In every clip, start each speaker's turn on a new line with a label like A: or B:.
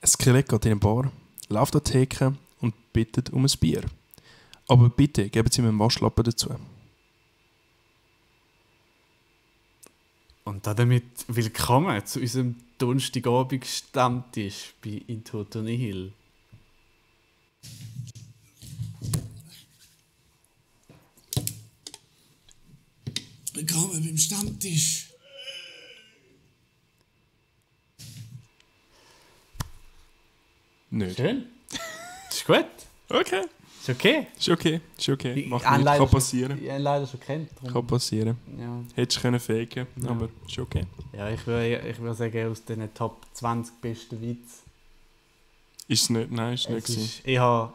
A: Ein Skelett geht in eine Bar, läuft an die Theke und bittet um ein Bier. Aber bitte geben Sie mir einen Waschlappen dazu.
B: Und damit willkommen zu unserem Donnerstagabend Stammtisch bei Into the Nihil.
C: Willkommen beim Stammtisch.
A: Nicht.
B: Schön. Ist gut.
A: Okay.
B: Ist okay.
A: Ist okay. Ist okay. Macht
B: habe
A: nichts.
B: leider
A: Kann
B: schon-
A: passieren.
B: Ich habe leider schon kennt. Darum,
A: Kann passieren.
B: ja.
A: Hättest du können faken,
B: Ja.
A: aber ist okay.
B: ja, ich würde ich würd sagen, aus den Top 20 besten Witz.
A: Ist es nicht? Nein, ist es nicht.
B: Es
A: gewesen.
B: ist eher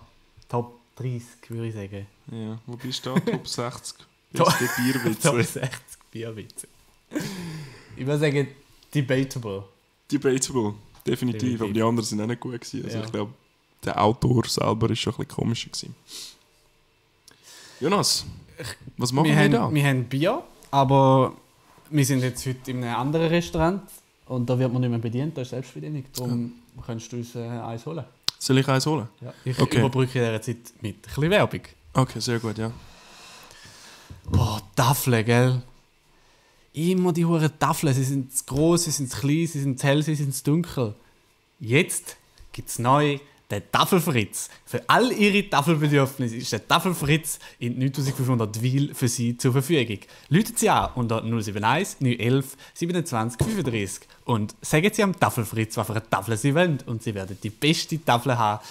B: Top 30, würde ich sagen.
A: Ja. Wo bist du da? Top 60? Beste
B: Top
A: Bierwitze.
B: 60 Bierwitze. Ich würde sagen, debatable.
A: Debatable. Definitiv.
B: Definitiv.
A: Aber die anderen sind auch nicht gut gewesen. Also
B: Ja.
A: ich glaube, der Autor selber ist schon ein bisschen komischer gewesen. Jonas, was machen wir,
B: wir, haben,
A: da?
B: wir haben Bier, aber wir sind jetzt heute in einem anderen Restaurant und da wird man nicht mehr bedient, da ist Selbstbedienung. Darum kannst du uns äh, eins holen.
A: Soll ich eins holen?
B: Ich
A: Okay.
B: überbrücke in dieser Zeit mit ein bisschen Werbung.
A: Okay, sehr gut, ja.
B: Boah, Tafeln, gell? Immer die hohen Tafeln. Sie sind zu gross, sie sind zu klein, sie sind zu hell, sie sind zu dunkel. Jetzt gibt es neu den Tafelfritz. Für all ihre Tafelbedürfnisse ist der Tafelfritz in 9500 Wil für Sie zur Verfügung. Läuten Sie an unter 071 911 27 35 und sagen Sie am Tafelfritz, was für eine Tafel Sie wollen und Sie werden die beste Tafel haben,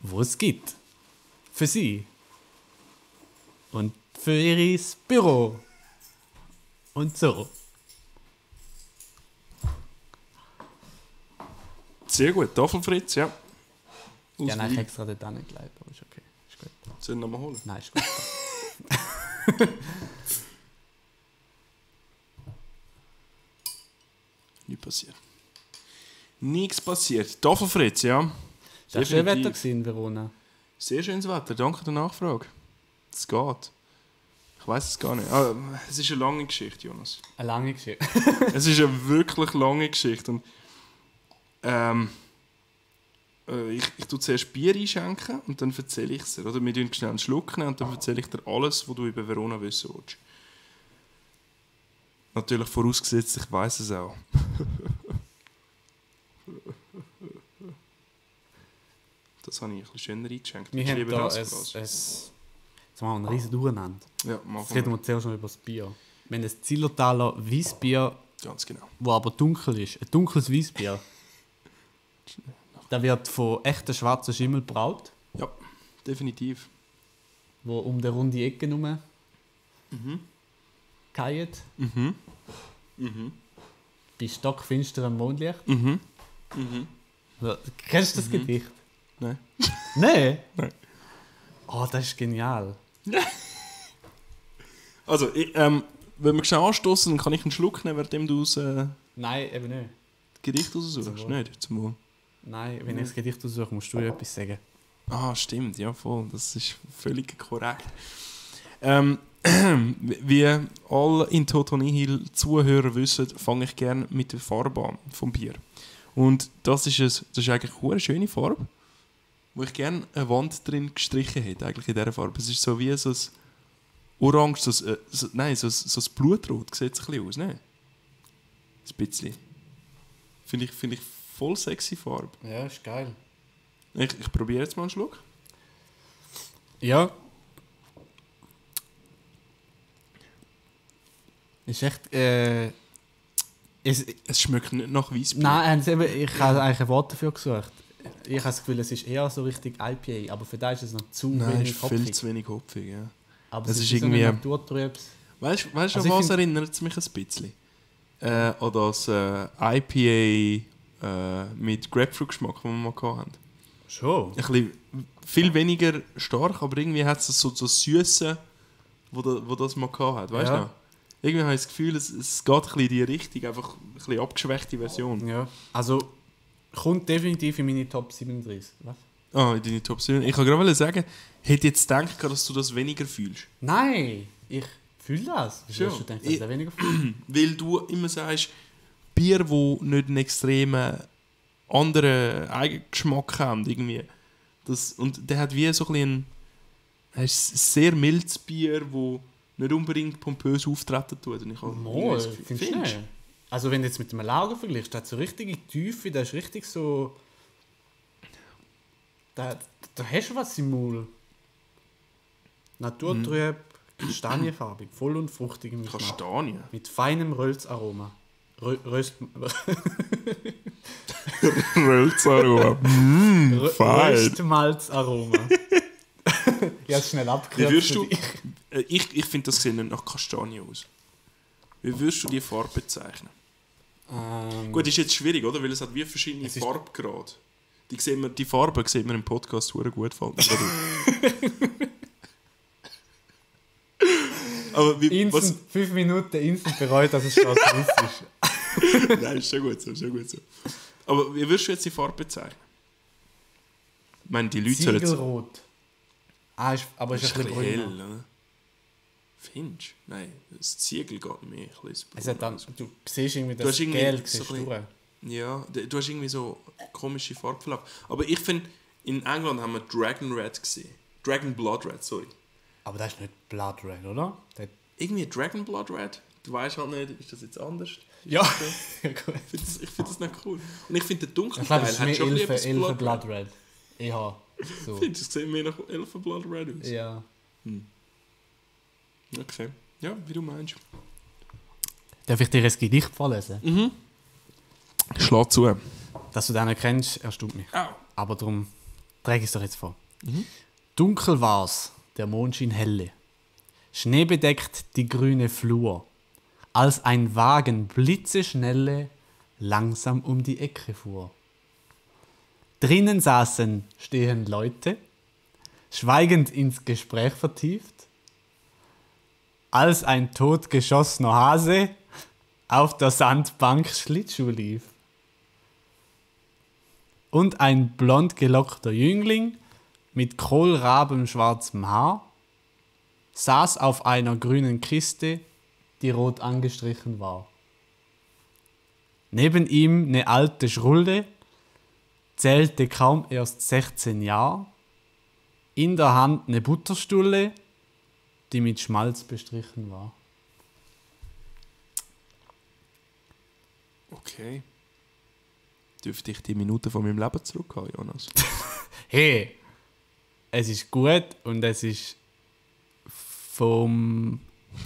B: wo es gibt. Für Sie und für ihr Büro. Und so.
A: Sehr gut, Tafelfritz, ja. Aus
B: Ja, nein, ich
A: Wien.
B: extra dort angelegt, aber ist okay. Ist gut.
A: Sollen wir nochmal holen?
B: Nein, ist gut.
A: Nichts passiert. Nichts passiert. Tafelfritz, ja.
B: Ist das schön
A: Definitiv.
B: Wetter gewesen in Verona?
A: Sehr schönes Wetter, danke der Nachfrage. Es geht. Ich weiß es gar nicht. Ah, es ist eine lange Geschichte, Jonas.
B: Eine lange Geschichte.
A: es ist eine wirklich lange Geschichte. Und, ähm, äh, ich, ich tue zuerst Bier einschenken und dann erzähle ich es dir. Oder wir tun schnell einen Schluck nehmen und dann erzähle ich dir alles, was du über Verona wissen willst. Natürlich vorausgesetzt, ich weiß es auch. Das habe ich ein bisschen schöner eingeschenkt.
B: Wir haben
A: Schreibe
B: da ein...
A: das
B: ein
A: Glas.
B: jetzt machen wir einen riesen Durcheinander.
A: Ja,
B: Jetzt
A: machen
B: reden
A: wir.
B: wir zuerst noch über das Bier. Wir haben ein Zillertaler Weissbier,
A: Ganz genau.
B: das aber dunkel ist. Ein dunkles Weissbier. Das wird von echten schwarzen Schimmel braut,
A: Ja, definitiv.
B: wo um die runde Ecke herum mhm.
A: Mhm. Mhm.
B: bei stockfinsterem Mondlicht.
A: Mhm.
B: Ja, Kennst du das Gedicht?
A: Nein.
B: Nein?
A: Nein.
B: Oh, das ist genial.
A: Also, ich, ähm, wenn wir schnell anstoßen, dann kann ich einen Schluck nehmen, währenddem du das äh,
B: Nein, eben nicht.
A: Gericht raussuchst.
B: Zum Wohl.
A: Nicht? Zum Wohl.
B: Nein, wenn ich das Gedicht aussuche, musst du ja etwas sagen.
A: Ah, stimmt, ja voll. Das ist völlig korrekt. Ähm, wie alle in Toto Nihil Zuhörer wissen, fange ich gerne mit der Farbe an vom Bier. Und das ist, es, das ist eigentlich eine schöne Farbe, wo ich gerne eine Wand drin gestrichen hätte, eigentlich in dieser Farbe. Es ist so wie so ein Orange, so ein, äh, so, nein, so ein, so ein Blutrot sieht es ein bisschen aus, ne? Ein bisschen. Finde ich, finde ich voll sexy Farbe.
B: Ja, ist geil.
A: Ich, ich probiere jetzt mal einen Schluck.
B: Ja. Ist echt. Äh, es,
A: Es schmeckt nicht nach Weißbier.
B: nein, haben sie eben, ich habe eigentlich ein Wort dafür gesucht. Ich habe das Gefühl, es ist eher so richtig IPA, aber für das ist es noch zu
A: Nein,
B: wenig
A: ist viel
B: hopfig.
A: zu wenig hopfig. Ja.
B: Aber
A: Es
B: es
A: ist
B: ist, wie so
A: irgendwie-
B: ein Naturtrübs.
A: Weißt du, weißt,
B: Also
A: an
B: ich
A: was
B: find-
A: erinnert es mich ein bisschen? Äh, an das äh, IPA äh, mit Grapefruit-Geschmack, das wir mal hatten. Ein
B: Schon?
A: bisschen, viel weniger stark, aber irgendwie hat es so, so Süße, wo, da, wo das mal hat. Weißt du
B: Ja.
A: noch? Irgendwie habe ich das Gefühl, es, es geht ein bisschen in die Richtung, einfach eine bisschen abgeschwächte Version.
B: Ja. Also, kommt definitiv in meine Top 37. Was?
A: Ah, in deine Top 7. Ich wollte gerade wollen sagen, hätte jetzt gedacht, dass du das weniger fühlst.
B: Nein, ich fühle das. Wieso
A: Schon.
B: hast du gedacht, dass
A: Ich-
B: ich das weniger fühle?
A: Weil du immer sagst, Bier, wo nicht einen extremen anderen Eigengeschmack haben. Irgendwie. Das, und der hat wie so ein bisschen ein, ein sehr mildes Bier, wo nicht unbedingt pompös auftreten tut. Und ich habe irgendwie
B: Mal,
A: das Gefühl-
B: findest du nicht? Also wenn du jetzt mit einem Lager vergleichst, der hat so richtige Tiefe, der ist richtig so... Da, da hast du was im Maul. Naturtrüb,
A: Hm.
B: kastanienfarbig, voll und fruchtig im Geschmack.
A: Kastanien.
B: Mit feinem Rölzaroma. Rö Röst
A: Rölzaroma.
B: Rö
A: fein.
B: Röstmalzaroma. ich hab's schnell
A: Wie würdest
B: abgekürzt.
A: du. Äh, Ich, ich finde, das sieht nicht nach Kastanie aus. Wie würdest du die Farbe bezeichnen?
B: Ähm,
A: Gut, ist jetzt schwierig, oder? Weil es hat wie verschiedene
B: ist-
A: Farbgrade. Die, sehen wir, die Farben sieht man im Podcast sehr gut. Fällt mir gerade auf. Aber wie, was,
B: Instant, fünf Minuten instant bereut, dass es schon so ist.
A: Nein, ist schon gut so, ist schon gut so. Aber wie würdest du jetzt die Farbe bezeichnen? Ich meine, die Leute sollen jetzt...
B: Ziegelrot. Ah, ist, aber
A: Das
B: ist,
A: ist
B: ein bisschen
A: hell,
B: grün.
A: oder? Findest du? Nein, das Ziegel geht mir ein bisschen
B: Es hat dann, du siehst irgendwie
A: hast
B: das
A: irgendwie
B: Geld,
A: so
B: siehst
A: ein
B: du durch.
A: Ja, d- du hast irgendwie so komische Farbverlauf. Aber ich finde, in England haben wir Dragon Red gesehen. Dragon Blood Red, sorry.
B: Aber das ist nicht Blood Red, oder? Der-
A: Irgendwie Dragon Blood Red. Du weißt halt nicht, ist das jetzt anders?
B: Ja, gut.
A: Ich finde das, ich find das nicht cool. Und ich finde, der dunkle
B: Ich glaube, es
A: Teil
B: ist
A: hat
B: mehr
A: schon ein bisschen
B: Elfe,
A: etwas
B: Elfe
A: Blood Red.
B: Blood Red. Ja, so.
A: Findest du, es sieht mehr nach Elfen Blood Red aus?
B: Ja.
A: Okay. Ja, wie du meinst.
B: Darf ich dir ein Gedicht vorlesen?
A: Mhm. Schlag zu.
B: Dass du den nicht kennst, erstaunt mich.
A: Au.
B: Aber darum trage ich es doch jetzt vor. Dunkel war's, der Mond schien helle. Schneebedeckt die grüne Flur, als ein Wagen blitzeschnelle langsam um die Ecke fuhr. Drinnen saßen stehend Leute, schweigend ins Gespräch vertieft, als ein totgeschossener Hase auf der Sandbank Schlittschuh lief und ein blond gelockter Jüngling mit kohlrabenschwarzem Haar saß auf einer grünen Kiste, die rot angestrichen war. Neben ihm eine alte Schrulle, zählte kaum erst 16 Jahre, in der Hand eine Butterstulle, die mit Schmalz bestrichen war.
A: Okay. Dürfte ich die Minuten von meinem Leben zurückhaben, Jonas?
B: hey, es ist gut und es ist vom.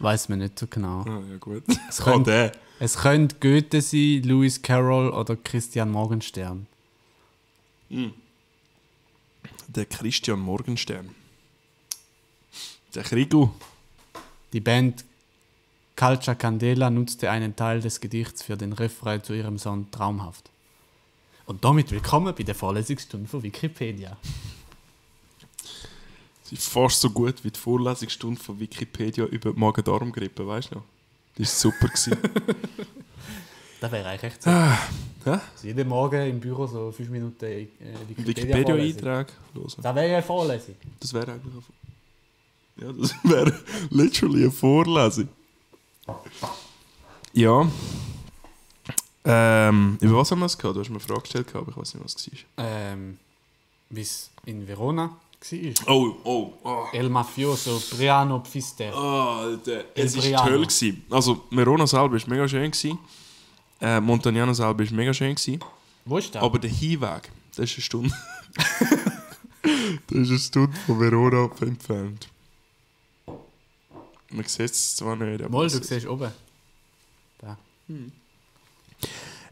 B: Weiß man nicht so genau.
A: Ah, ja gut.
B: Es
A: Kann
B: könnte,
A: der.
B: es könnte Goethe sein, Lewis Carroll oder Christian Morgenstern.
A: Der Christian Morgenstern. Der Krigo.
B: Die Band Calcia Candela nutzte einen Teil des Gedichts für den Refrain zu ihrem Song Traumhaft. Und damit willkommen bei der Vorlesungsstunde von Wikipedia.
A: Sie ist fast so gut wie die Vorlesungsstunde von Wikipedia über die Magen-Darm-Grippe, weißt du noch? Das war super. gewesen.
B: Das wäre eigentlich echt so.
A: Ah, hä?
B: Also jeden Morgen im Büro so fünf Minuten äh, Wikipedia-Vorlesung.
A: Wikipedia-Eintrag. hören.
B: das wäre ja eine Vorlesung.
A: Das wäre eigentlich eine Vor- Ja, das wäre literally eine Vorlesung. Ja. Ähm, über was haben wir es gehabt? Du hast mir eine Frage gestellt, gehabt, aber ich weiß nicht, was es war.
B: ähm, wie es in Verona war.
A: Oh, oh, oh.
B: El Mafioso, Briano Pfister.
A: Ah, Alter, es
B: El
A: war
B: Briano.
A: toll. Gewesen. Also, Verona selber war mega schön. Gewesen. Äh, Montagnano selber war mega schön. Gewesen.
B: Wo ist das?
A: Aber der Hinweg, das ist eine Stunde. das ist eine Stunde von Verona entfernt. Man sieht es zwar nicht, aber...
B: Mal,
A: man
B: du
A: sieht's.
B: siehst oben.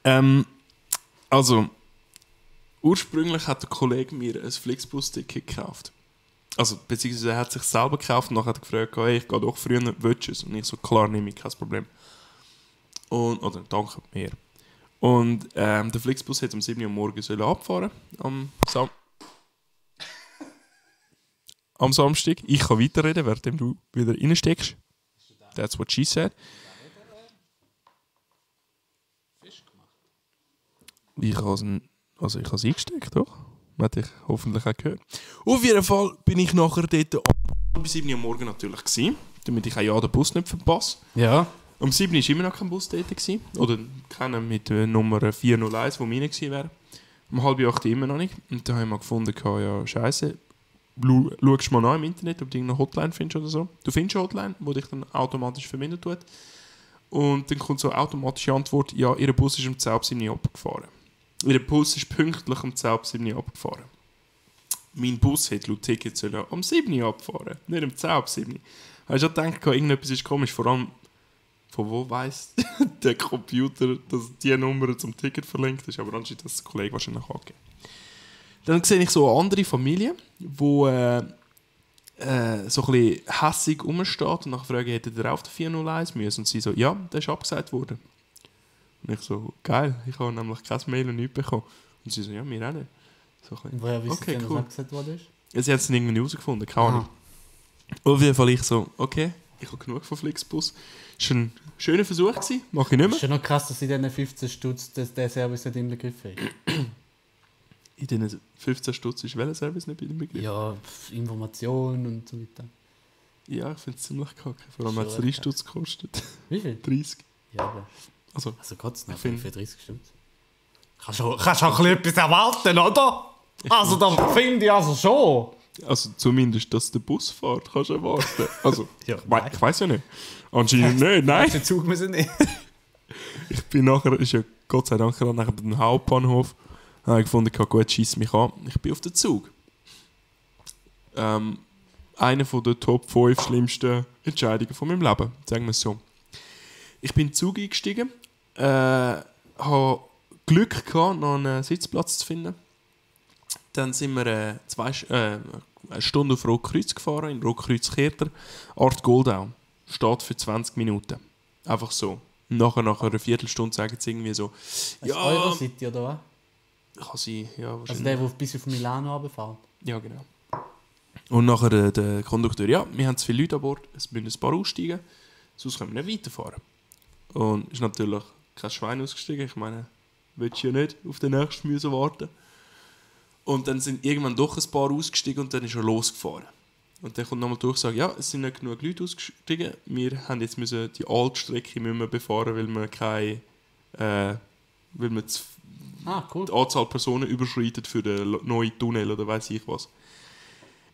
A: Ähm, also, ursprünglich hat der Kollege mir ein Flixbus-Ticket gekauft. Also, beziehungsweise er hat sich selber gekauft und nachher hat er gefragt, hey, ich gehe doch früher, willst du es? Und ich so, klar, nehme ich, kein Problem. Und, oder, danke, mir. Und ähm, der Flixbus hätte um 7 Uhr morgens sollen abfahren am, Sam am Samstag. Ich kann weiterreden, während du wieder reinsteckst. That's what she said. Ich habe es also ich habe es eingesteckt, doch? Man hat dich hoffentlich auch gehört. Auf jeden Fall bin ich nachher dort um halb bis 7 Uhr morgen natürlich gewesen, damit ich auch ja den Bus nicht verpasse.
B: Ja.
A: Um 7 war immer noch kein Bus dort. Gewesen. Oder keiner mit äh, Nummer 401, wo meine gewesen wäre. Um halb acht immer noch nicht. Und da haben wir gefunden, gehabt, ja, scheiße. Lu- Schaust mal nach im Internet, ob du irgendeine Hotline findest oder so. Du findest eine Hotline, die dich dann automatisch verbinden tut. Und dann kommt so eine automatische Antwort, ja, ihr Bus ist um 10 ab 7 Uhr abgefahren. Ihr Bus ist pünktlich um 10 ab 7 Uhr abgefahren. Mein Bus hätte laut Ticket sollen um 7 Uhr abfahren, nicht um 10 ab 7 Uhr. Habe ich schon gedacht, gehabt, irgendetwas ist komisch, vor allem von wo weiß der Computer, dass die Nummer zum Ticket verlinkt ist, aber anscheinend hat das der Kollege wahrscheinlich angegeben. Dann sehe ich so eine andere Familie, wo äh, äh, so ein bisschen hässig rumsteht und nachher frage, hätte der auf der 401 müssen? Und sie so, ja, der ist abgesagt worden. Und ich so, geil, ich habe nämlich kein Mail und nichts bekommen. Und sie so, ja, mir auch nicht. So ein bisschen.
B: Woher wisst
A: Okay,
B: ihr, dass
A: cool.
B: das abgesetzt worden ist?
A: Ja, Sie haben es irgendwie herausgefunden, keine
B: Aha.
A: Ahnung. Auf jeden Fall ich so, okay, ich habe genug von Flixbus. Es war ein schöner Versuch, gewesen, mache ich nicht mehr.
B: Ist schon noch krass, dass sie diesen 15 Stutz dass der Service nicht im Griff hat.
A: In diesen 15 Stutz ist welcher Service nicht bei dem Begriff? Ja,
B: Ja, pff, Information und so weiter.
A: ich finde es ziemlich kacke. Vor allem
B: Schon
A: hat es
B: echt
A: 3 Stutz gekostet.
B: Wie viel?
A: 30.
B: Ja, aber.
A: Also,
B: Also kurz noch,
A: Ich find-
B: für 30 Stutz. Kannst du kannst auch ein bisschen etwas erwarten, oder? Also, da finde ich also schon.
A: also zumindest, dass der Bus fährt, kannst du erwarten. Also,
B: Ja,
A: ich wei- ich weiß ja nicht. Anscheinend nicht, nein.
B: Den Zug müssen nicht.
A: Ich bin nachher, ist ja Gott sei Dank gerade nachher beim Hauptbahnhof, habe ich gefunden, okay, gut, schieß mich an. Ich bin auf den Zug. Ähm, eine von der Top 5 schlimmsten Entscheidungen von meinem Leben, sagen wir es so. Ich bin in den Zug eingestiegen, äh, habe Glück gehabt, noch einen Sitzplatz zu finden. Dann sind wir äh, zwei, Sch- äh, eine Stunde auf Rotkreuz gefahren, in Rotkreuz Kerter, Art Goldau. Steht für 20 Minuten. Einfach so. Nachher, nach einer Viertelstunde sagen sie irgendwie so,
B: Ja.
A: Ja.
B: Eurocity, oder was?
A: kann sie, ja,
B: Also
A: wahrscheinlich.
B: der, der bis auf Milano runterfährt.
A: Ja, genau. Und nachher äh, der Kondukteur, ja, wir haben zu viele Leute an Bord, es müssen ein paar aussteigen, sonst können wir nicht weiterfahren. Und ist natürlich kein Schwein ausgestiegen, ich meine, willst du ja nicht auf den nächsten müssen warten. Und dann sind irgendwann doch ein paar ausgestiegen und dann ist er losgefahren. Und dann kommt nochmal durch und sagt, ja, es sind nicht genug Leute ausgestiegen, wir haben jetzt müssen die Altstrecke müssen wir befahren, weil wir keine, äh, weil wir zu
B: Ah, cool.
A: die Anzahl Personen überschreitet für den lo- neuen Tunnel oder weiß ich was.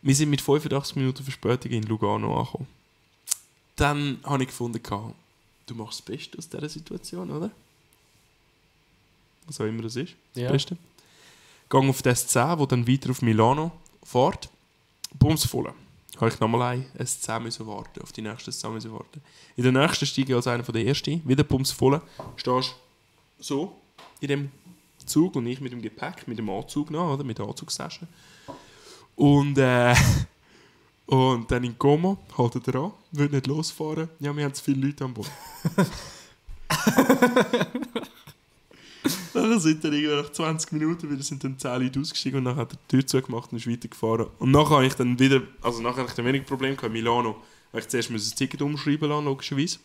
A: Wir sind mit 85 Minuten Verspätung in Lugano angekommen. Dann habe ich gefunden, gehabt, du machst das Beste aus dieser Situation, oder? Was auch immer das ist. Das
B: Ja.
A: Beste. Gang auf das S10, wo dann weiter auf Milano fährt. Bums voll. Habe ich nochmal ein S10 müssen warten, auf die nächste S10 müssen warten. In der nächsten steige ich als einer von der ersten, wieder Bums voll. Stehst so in dem Zug und ich mit dem Gepäck, mit dem Anzug noch, oder? Mit der Anzugstasche. Und, äh, und dann in Como, haltet er an, wird nicht losfahren. Ja, wir haben zu viele Leute an Bord. Nachher sind dann irgendwie nach 20 Minuten wieder sind dann 10 Leute ausgestiegen und nachher hat er die Tür zugemacht und ist weitergefahren. Und nachher habe ich dann wieder, also nachher hatte ich dann wenig Problem gehabt, Milano. Weil ich zuerst musste das Ticket umschreiben lassen, logischerweise.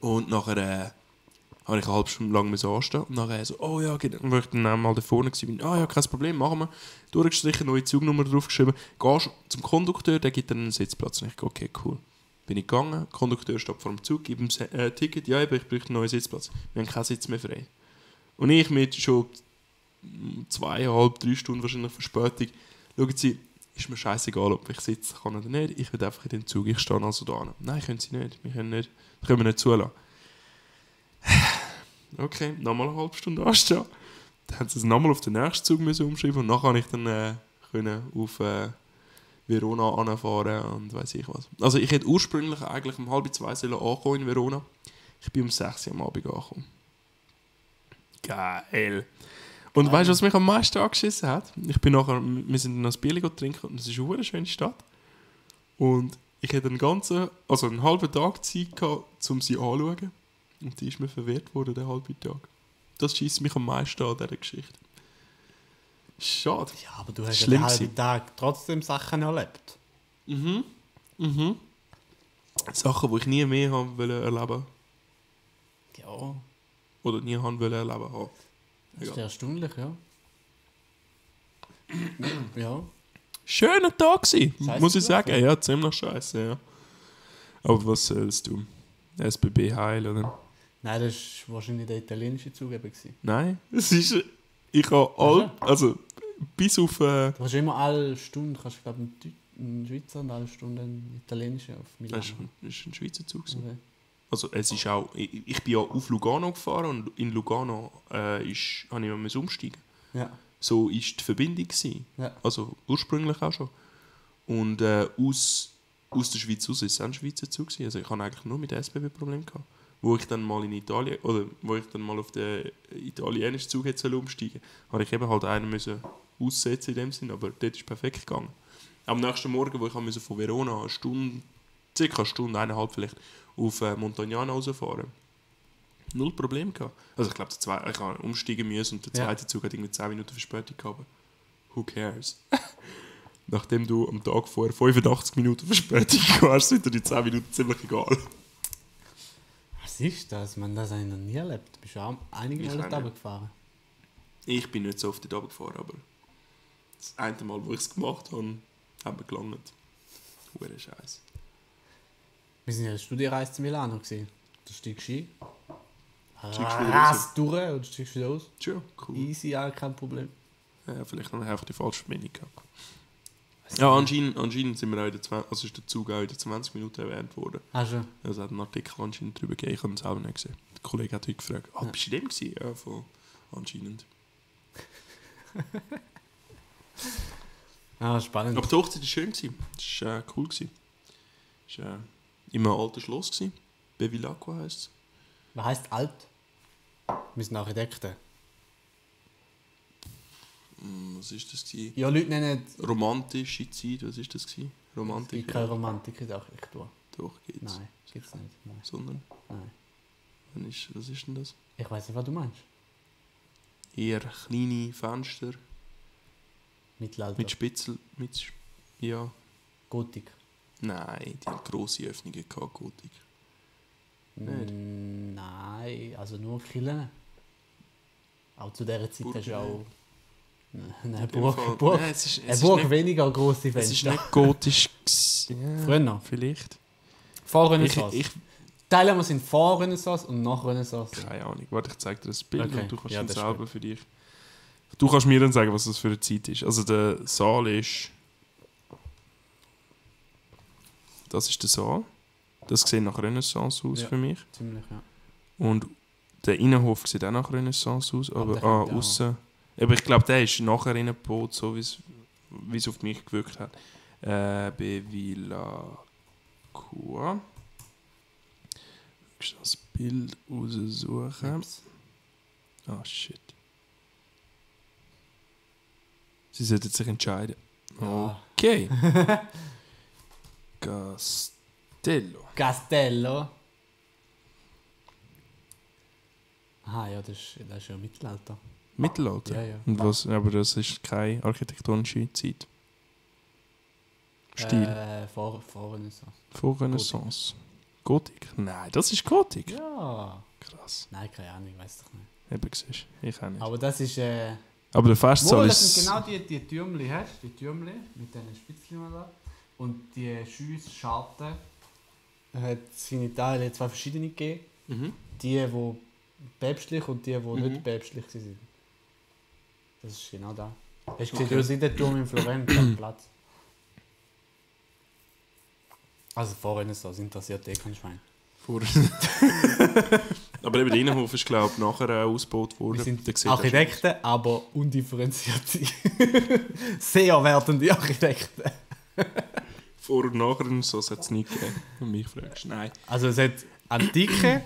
A: Und nachher äh, habe ich eine halbe Stunde lang müssen anstehen und nachher so, oh ja, genau. Und weil ich dann einmal da vorne war, ah ja, kein Problem, machen wir. Durchgestrichen, neue Zugnummer draufgeschrieben. Gehst zum Kondukteur, der gibt dann einen Sitzplatz. Und ich gehe, okay, cool. Bin ich gegangen, Kondukteur steht vor dem Zug, gibt ihm das äh, Ticket, ja, eben, ich bräuchte einen neuen Sitzplatz. Wir haben keinen Sitz mehr frei. Und ich mit schon zweieinhalb, drei Stunden wahrscheinlich Verspätung, schauen Sie, ist mir scheißegal, ob ich sitzen kann oder nicht, ich will einfach in den Zug, ich stehe also da. hin. Nein, können Sie nicht, wir können nicht, das können wir nicht zulassen. Okay, nochmal eine halbe Stunde anstehen. Dann haben sie es nochmal auf den nächsten Zug müssen umschreiben und nachher kann ich dann äh, können auf äh, Verona anfahren und weiß ich was. Also ich hätte ursprünglich eigentlich um halb zwei sollen ankommen in Verona. Ich bin um sechs Uhr am Abend angekommen. Geil. Und weißt du, was mich am meisten angeschissen hat? Ich bin nachher, wir sind noch ein Bier trinken und es ist eine schöne Stadt. Und ich hatte einen ganzen, also einen halben Tag Zeit gehabt, um sie anzuschauen. Und die ist mir verwehrt worden, der halbe Tag. Das schießt mich am meisten an dieser Geschichte. Schade.
B: Ja, aber du hast ja
A: Schlimm
B: den halben
A: gewesen.
B: Tag trotzdem Sachen erlebt.
A: Sachen, die ich nie mehr haben wollen erleben
B: Ja,
A: oder nie haben wollen erleben haben.
B: das ist
A: Ja.
B: ja erstaunlich, ja. ja.
A: Schöner Tag war,
B: Scheisse
A: muss ich
B: gelaufen.
A: sagen. Ja, ziemlich scheiße, ja. Aber was sollst du? SBB Heil, oder?
B: Nein, das war wahrscheinlich der italienische Zug eben. gewesen.
A: Nein, es ist. Ich habe all. Also, bis auf. Äh,
B: Du hast immer alle Stunden, kannst du glaube einen, Deu- einen Schweizer und alle Stunden einen italienischen auf Milan.
A: das ist ein- das ist ein Schweizer Zug. gewesen.
B: Okay.
A: Also, es ist auch. Ich, ich bin ja auf Lugano gefahren und in Lugano äh, ist, habe ich müssen umsteigen.
B: Ja,
A: So war die Verbindung. Gewesen.
B: ja.
A: Also, ursprünglich auch schon. Und äh, aus, aus der Schweiz raus war es auch ein Schweizer Zug. Gewesen. Also, ich hatte eigentlich nur mit SBB Probleme. Gehabt. Wo ich dann mal in Italien, oder wo ich dann mal auf den italienischen Zug hätte sollen umsteigen sollen, habe ich eben halt einen müssen aussetzen in dem Sinn, aber dort ist perfekt gegangen. Am nächsten Morgen, wo ich musste von Verona eine Stunde, circa eine Stunde, eineinhalb vielleicht, auf äh, Montagnana rausfahren null Problem gehabt. Also ich glaube, der zweite, ich habe umsteigen müssen und der
B: Ja.
A: zweite Zug hat irgendwie 10 Minuten Verspätung gehabt. aber Who cares? Nachdem du am Tag vorher 85 Minuten Verspätung gehabt hast, sind dir die 10 Minuten ziemlich egal.
B: Was ist das? Man das habe ich noch nie erlebt. Du bist auch einige
A: Ich
B: Male
A: auch
B: da
A: nicht.
B: gefahren.
A: Ich bin nicht so oft dort gefahren, aber das eine Mal, wo ich es gemacht habe, haben wir gelangt. Hure Scheiße.
B: Wir sind ja eine Studienreise zu Milano gewesen. Du steigst ein,
A: wieder
B: rast durch und steigst wieder aus.
A: Tja, cool.
B: Easy, auch kein Problem.
A: Ja, vielleicht habe ich einfach die falsche Verbindung gehabt. Ja, anscheinend, anscheinend sind wir auch in der 20, also ist der Zug auch in den 20 Minuten erwähnt worden.
B: Hast du?
A: Es hat einen Artikel anscheinend darüber gegeben, ich habe ihn selber nicht gesehen. Der Kollege hat heute gefragt, ah, bist du in dem gewesen? Ja, von, anscheinend.
B: Ah, spannend.
A: Aber die Hochzeit war schön. gewesen. Es war äh, cool. gewesen. Es war äh, in einem alten Schloss. gewesen. Bevilacqua heisst es.
B: Was heisst alt? Wir sind Architekten.
A: Hm, Was war das? Gewesen?
B: Ja, Leute nennen
A: Romantische Zeit, was war das? Gewesen?
B: es gibt
A: Romantik?
B: keine Romantik in der Architektur.
A: Doch, gibt's.
B: Nein, gibt's nicht. Nein,
A: Sondern,
B: nein.
A: wann ist, was ist denn das?
B: Ich weiß nicht, was du meinst.
A: Eher kleine Fenster
B: Mittelalter.
A: mit Spitzel. Mit, Sp- ja.
B: Gotik.
A: Nein, die haben grosse Öffnungen gehabt, Gotik. Nicht?
B: Mm, Nein, also nur Killen. Auch zu dieser Zeit
A: Burgen
B: hast du auch. Nein,
A: In dem Fall-
B: Burg, Burg,
A: Nein, es ist,
B: eine
A: es ist
B: Burg
A: nicht
B: weniger große
A: Es ist
B: Fenster.
A: nicht gotisch. gsi. Ja,
B: Früher noch.
A: vielleicht.
B: Vor
A: Ich,
B: Renaissance.
A: ich,
B: Teile wir sind vor Renaissance und nach Renaissance.
A: keine Ahnung. Warte, ich zeige dir das Bild
B: Okay.
A: und du kannst
B: Ja,
A: ihn
B: das ist
A: selber für dich. Du kannst mir dann sagen, was das für eine Zeit ist. Also der Saal ist. Das ist der Saal. Das sieht nach Renaissance aus
B: Ja.
A: für mich.
B: Ziemlich, ja.
A: Und der Innenhof sieht auch nach Renaissance aus,
B: Aber
A: aber
B: der
A: ah,
B: kommt ja auch.
A: außen. Aber ich glaube, der ist nachher in Boot, so wie es wie es auf mich gewirkt hat. Äh, Bevilacqua. Ich das Bild raussuchen.
B: Ups.
A: Ah, shit. Sie sollten sich entscheiden.
B: Ja.
A: Okay. Castello.
B: Castello. Ah ja, das ist, das ist ja Mittelalter.
A: Mittelalter.
B: Ja, ja.
A: Und was, aber das ist keine architektonische Zeit. Stil.
B: Äh, vor, vor Renaissance.
A: Vor Renaissance. Gotik. Nein, das ist Gotik.
B: Ja.
A: Krass.
B: Nein, keine Ahnung, weiß doch nicht.
A: Eben siehst du. Ich auch nicht.
B: Aber das ist. Äh,
A: Aber der Festsaal
B: Wohl, das
A: ist...
B: sind genau die, die Türmli, hast die Türmli mit diesen Spitzchen da. Und die Schiusscharten hat es in Italien zwei verschiedene gegeben.
A: Mhm.
B: Die, die päpstlich und die, die
A: Mhm.
B: nicht päpstlich waren. Das ist genau da. Hast du
A: Okay.
B: gesehen, du sind der Turm in Florenz am Platz. Also vor Renaissance interessiert eh kein Schwein.
A: Vor aber eben der Innenhof ist, glaube ich, nachher äh, ausgebaut worden.
B: Wir sind
A: Da sieht das-
B: Architekten, aber undifferenzierte. Sehr wertende Architekten.
A: Vor und nachher Renaissance hat es nicht gegeben. Wenn mich fragst. Nein.
B: Also es hat Antike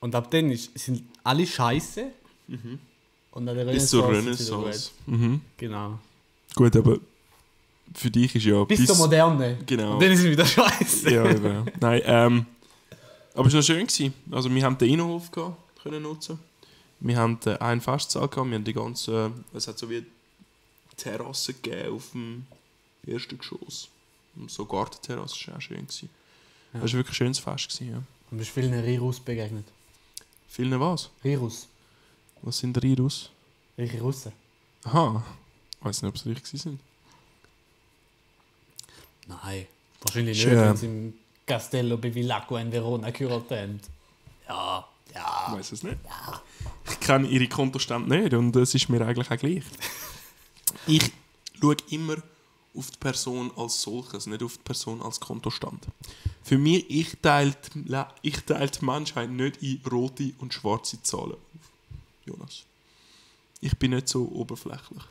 B: und ab dann ist, sind alle scheiße. Und an der
A: Bis zur
B: sind sie wieder
A: Renaissance. Mhm.
B: gut. Genau.
A: Gut, aber für dich ist ja...
B: Bis, zur Moderne.
A: Genau.
B: Und dann sind sie wieder scheiße.
A: ja, eben. Nein, ähm, aber es war noch schön. Gewesen. Also wir haben den Innenhof gehabt, können nutzen. Wir haben äh, einen Festsaal gehabt, wir haben die ganze, äh, es hat so wie Terrassen gegeben auf dem ersten Geschoss. Und So Gartenterrasse, das war auch schön. Gewesen.
B: Ja.
A: Das war wirklich ein schönes Fest. Gewesen, ja.
B: Und bist vielen Rirus begegnet.
A: Vielen was?
B: Rirus.
A: Was sind die Rirus?
B: Reiche Russen.
A: Aha, ich weiß nicht, ob es richtig sind.
B: Nein. Wahrscheinlich
A: Ist,
B: nicht,
A: äh,
B: wenn sie im Castello Bevilacqua in Verona Kyrotent. Ja,
A: Ich
B: ja.
A: weiß es nicht. Ich kenne ihre Kontostände nicht und es ist mir eigentlich auch gleich. Ich schaue immer auf die Person als solches, nicht auf die Person als Kontostand. Für mich, ich teile die, La- ich teile die Menschheit nicht in rote und schwarze Zahlen auf. Jonas. Ich bin nicht so oberflächlich.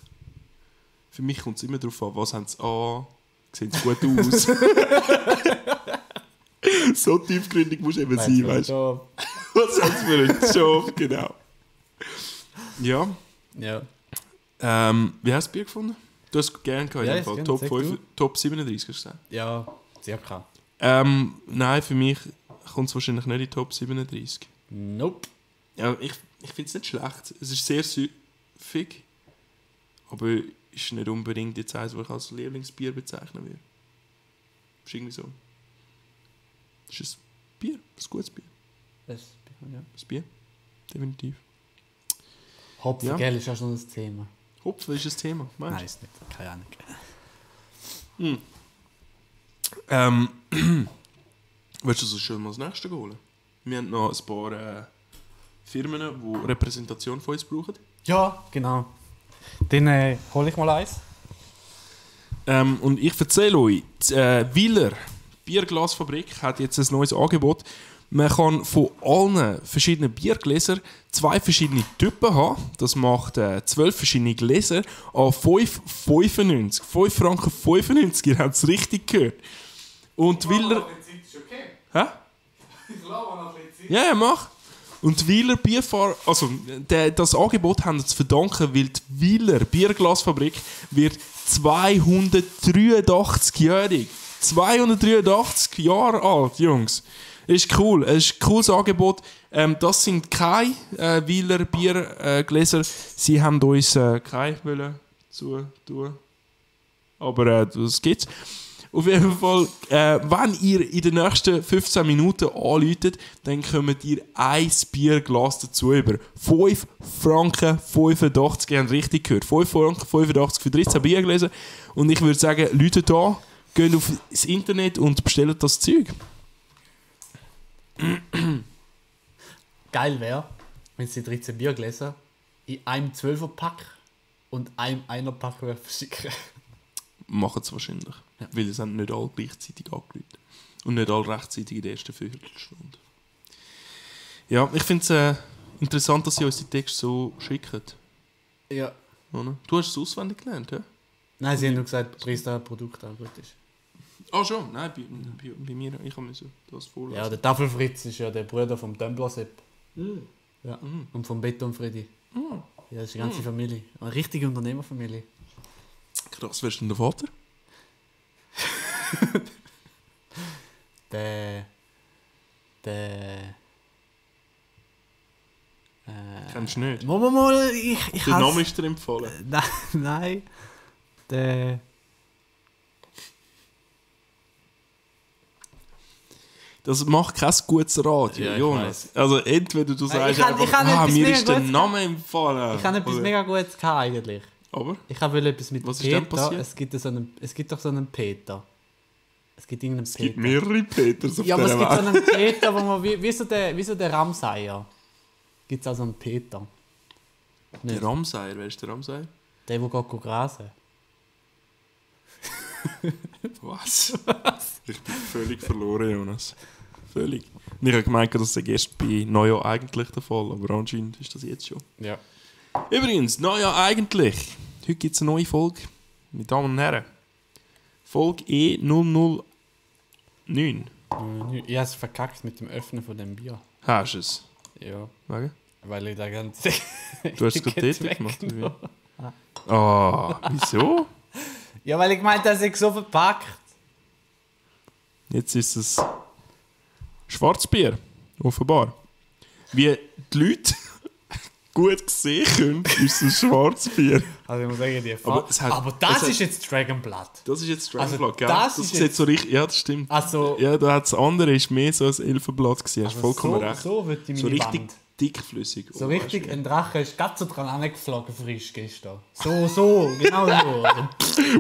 A: Für mich kommt es immer darauf an, was haben sie an, sehen sie gut aus. so tiefgründig muss eben sein, weißt du.
B: du?
A: Was hat's für einen Job, genau. Ja.
B: Ja.
A: Ähm, wie hast du das Bier gefunden? Du hast es gerne gehabt,
B: Ja,
A: jeden
B: ich
A: Fall.
B: hab's
A: Top,
B: gerne, sag
A: 5, Top 37 hast du gesagt.
B: Ja, circa.
A: Ähm, nein, für mich kommt es wahrscheinlich nicht in die Top 37.
B: Nope.
A: Ja, ich ich finde es nicht schlecht. Es ist sehr süffig, aber ist nicht unbedingt jetzt eins, was ich als Lieblingsbier bezeichnen würde. Ist irgendwie so. Es ist ein Bier, ein gutes Bier.
B: Das, ja.
A: Ein Bier, definitiv.
B: Hopfen,
A: Ja.
B: gell, ist ja schon das Thema.
A: Hopfen ist ein Thema, meinst du?
B: Nein, ist nicht. Keine Ahnung.
A: Ähm, willst du so schön mal das nächste holen? Wir haben noch ein paar äh, Firmen, die Repräsentation von uns brauchen.
B: Ja, genau. Dann äh, hole ich mal eins.
A: Ähm, und ich erzähle euch, die, äh, Wieler Bierglasfabrik hat jetzt ein neues Angebot. Man kann von allen verschiedenen Biergläsern zwei verschiedene Typen haben. Das macht äh, zwölf verschiedene Gläser an 5,95. 5 Franken 95, ihr habt es richtig gehört. Und die Wieler... Hä? Ja, ja, mach. Und die Wieler Bierfahr also der, das Angebot haben wir zu verdanken, weil die Wieler Bierglasfabrik wird 283-jährig. 283 Jahre alt, Jungs. Ist cool, es ist ein cooles Angebot. Ähm, das sind keine äh, Wieler Biergläser. Äh, Gläser. Sie haben uns äh, keine wollen zu tun. Aber äh, das gibt's. Auf jeden Fall, äh, wenn ihr in den nächsten 15 Minuten anläutet, dann kommt ihr ein Bierglas dazu über. 5 Franken 85, ihr habt richtig gehört. 5 Franken 85 für 13 Biergläser. Und ich würde sagen, läutet an, geht auf das Internet und bestellt das Zeug.
B: Geil wäre, wenn sie 13 Biergläser in einem 12er-Pack und einem 1er-Pack würden verschicken
A: Machen es wahrscheinlich. Weil es haben nicht alle gleichzeitig angeläutet. Und nicht alle rechtzeitig in der ersten Viertelstunde. Ja, ich finde es äh, interessant, dass sie uns die Texte so schicken.
B: Ja.
A: Oder? Du hast es auswendig gelernt, ja?
B: Nein, sie haben nur gesagt, 13 Produkt auch gut ist.
A: Ah schon, nein, bei, bei, bei mir, ich habe müssen das
B: Ja,
A: vorlesen.
B: der Tafelfritz ist ja der Bruder vom Dumbler-Sepp. Ja. Und vom Betonfredi. Ja, das ist die ganze Familie. Eine richtige Unternehmerfamilie.
A: Krass, wer ist denn der Vater?
B: Der. Der. Äh,
A: Kennst du nicht?
B: Moment mal, ich, ich
A: Der
B: hasse-
A: Name ist dir empfohlen.
B: Nein, nein. Der.
A: Das macht kein gutes Radio,
B: Ja, ich
A: Jonas. Also entweder du sagst
B: Äh, ich hab-
A: einfach,
B: ich hab
A: ah,
B: etwas
A: mir
B: mega
A: ist der
B: Gutes
A: Name empfohlen.
B: Ich habe etwas
A: Oder-
B: mega Gutes gehabt, eigentlich.
A: Aber?
B: Ich wollte etwas mit
A: Was ist
B: Peter.
A: denn passiert?
B: Es, gibt so einen, es gibt doch so einen Peter. Es gibt irgendeinen
A: Es gibt
B: Peter.
A: mehrere Peters auf
B: ja, aber es
A: dieser
B: gibt so
A: Welt.
B: einen Peter, wo man. Wie, wie, so der, wie so der Ramseier. Gibt es auch so einen Peter.
A: Der Ramseier, wer ist der Ramseier?
B: Der, der geht grasen.
A: Was? Ich bin völlig verloren, Jonas. Völlig. Und ich habe gemeint, dass der Gast bei Neujahr eigentlich der Fall, aber anscheinend ist das jetzt schon.
B: Ja.
A: Übrigens, Neujahr eigentlich. Heute gibt es eine neue Folge, meine Damen und Herren. Folge E E009.
B: Ich habe Mhm. es verkackt mit dem Öffnen von dem Bier.
A: Hast du es?
B: Ja.
A: Wegen?
B: Weil ich da ganz. du
A: Du hast es gerade tätig gemacht. oder wie? Ah, wieso?
B: Ja, weil ich meinte, das ist so verpackt.
A: Jetzt ist es Schwarzbier, offenbar. Wie die Leute gut sehen können, ist es Schwarzbier.
B: Also ich muss sagen, die
A: Aber
B: aber,
A: es hat-
B: aber das
A: es hat-
B: ist jetzt Dragon Blood.
A: Das ist jetzt
B: Also,
A: Dragonflag, gell?
B: das
A: Das,
B: ist
A: ist
B: jetzt-
A: jetzt so richtig. Ja, das stimmt.
B: Also,
A: Ja, da hat das andere ist mehr so ein Elfenblatt gewesen. Hast
B: also
A: vollkommen
B: so,
A: recht.
B: so wird die
A: So
B: meine
A: richtig
B: Wand.
A: dickflüssig.
B: So
A: Oh,
B: richtig,
A: weißt
B: ein Drache ist ganz so dran angeflogen, frisch gestern. So, so, genau so. Also,
A: du.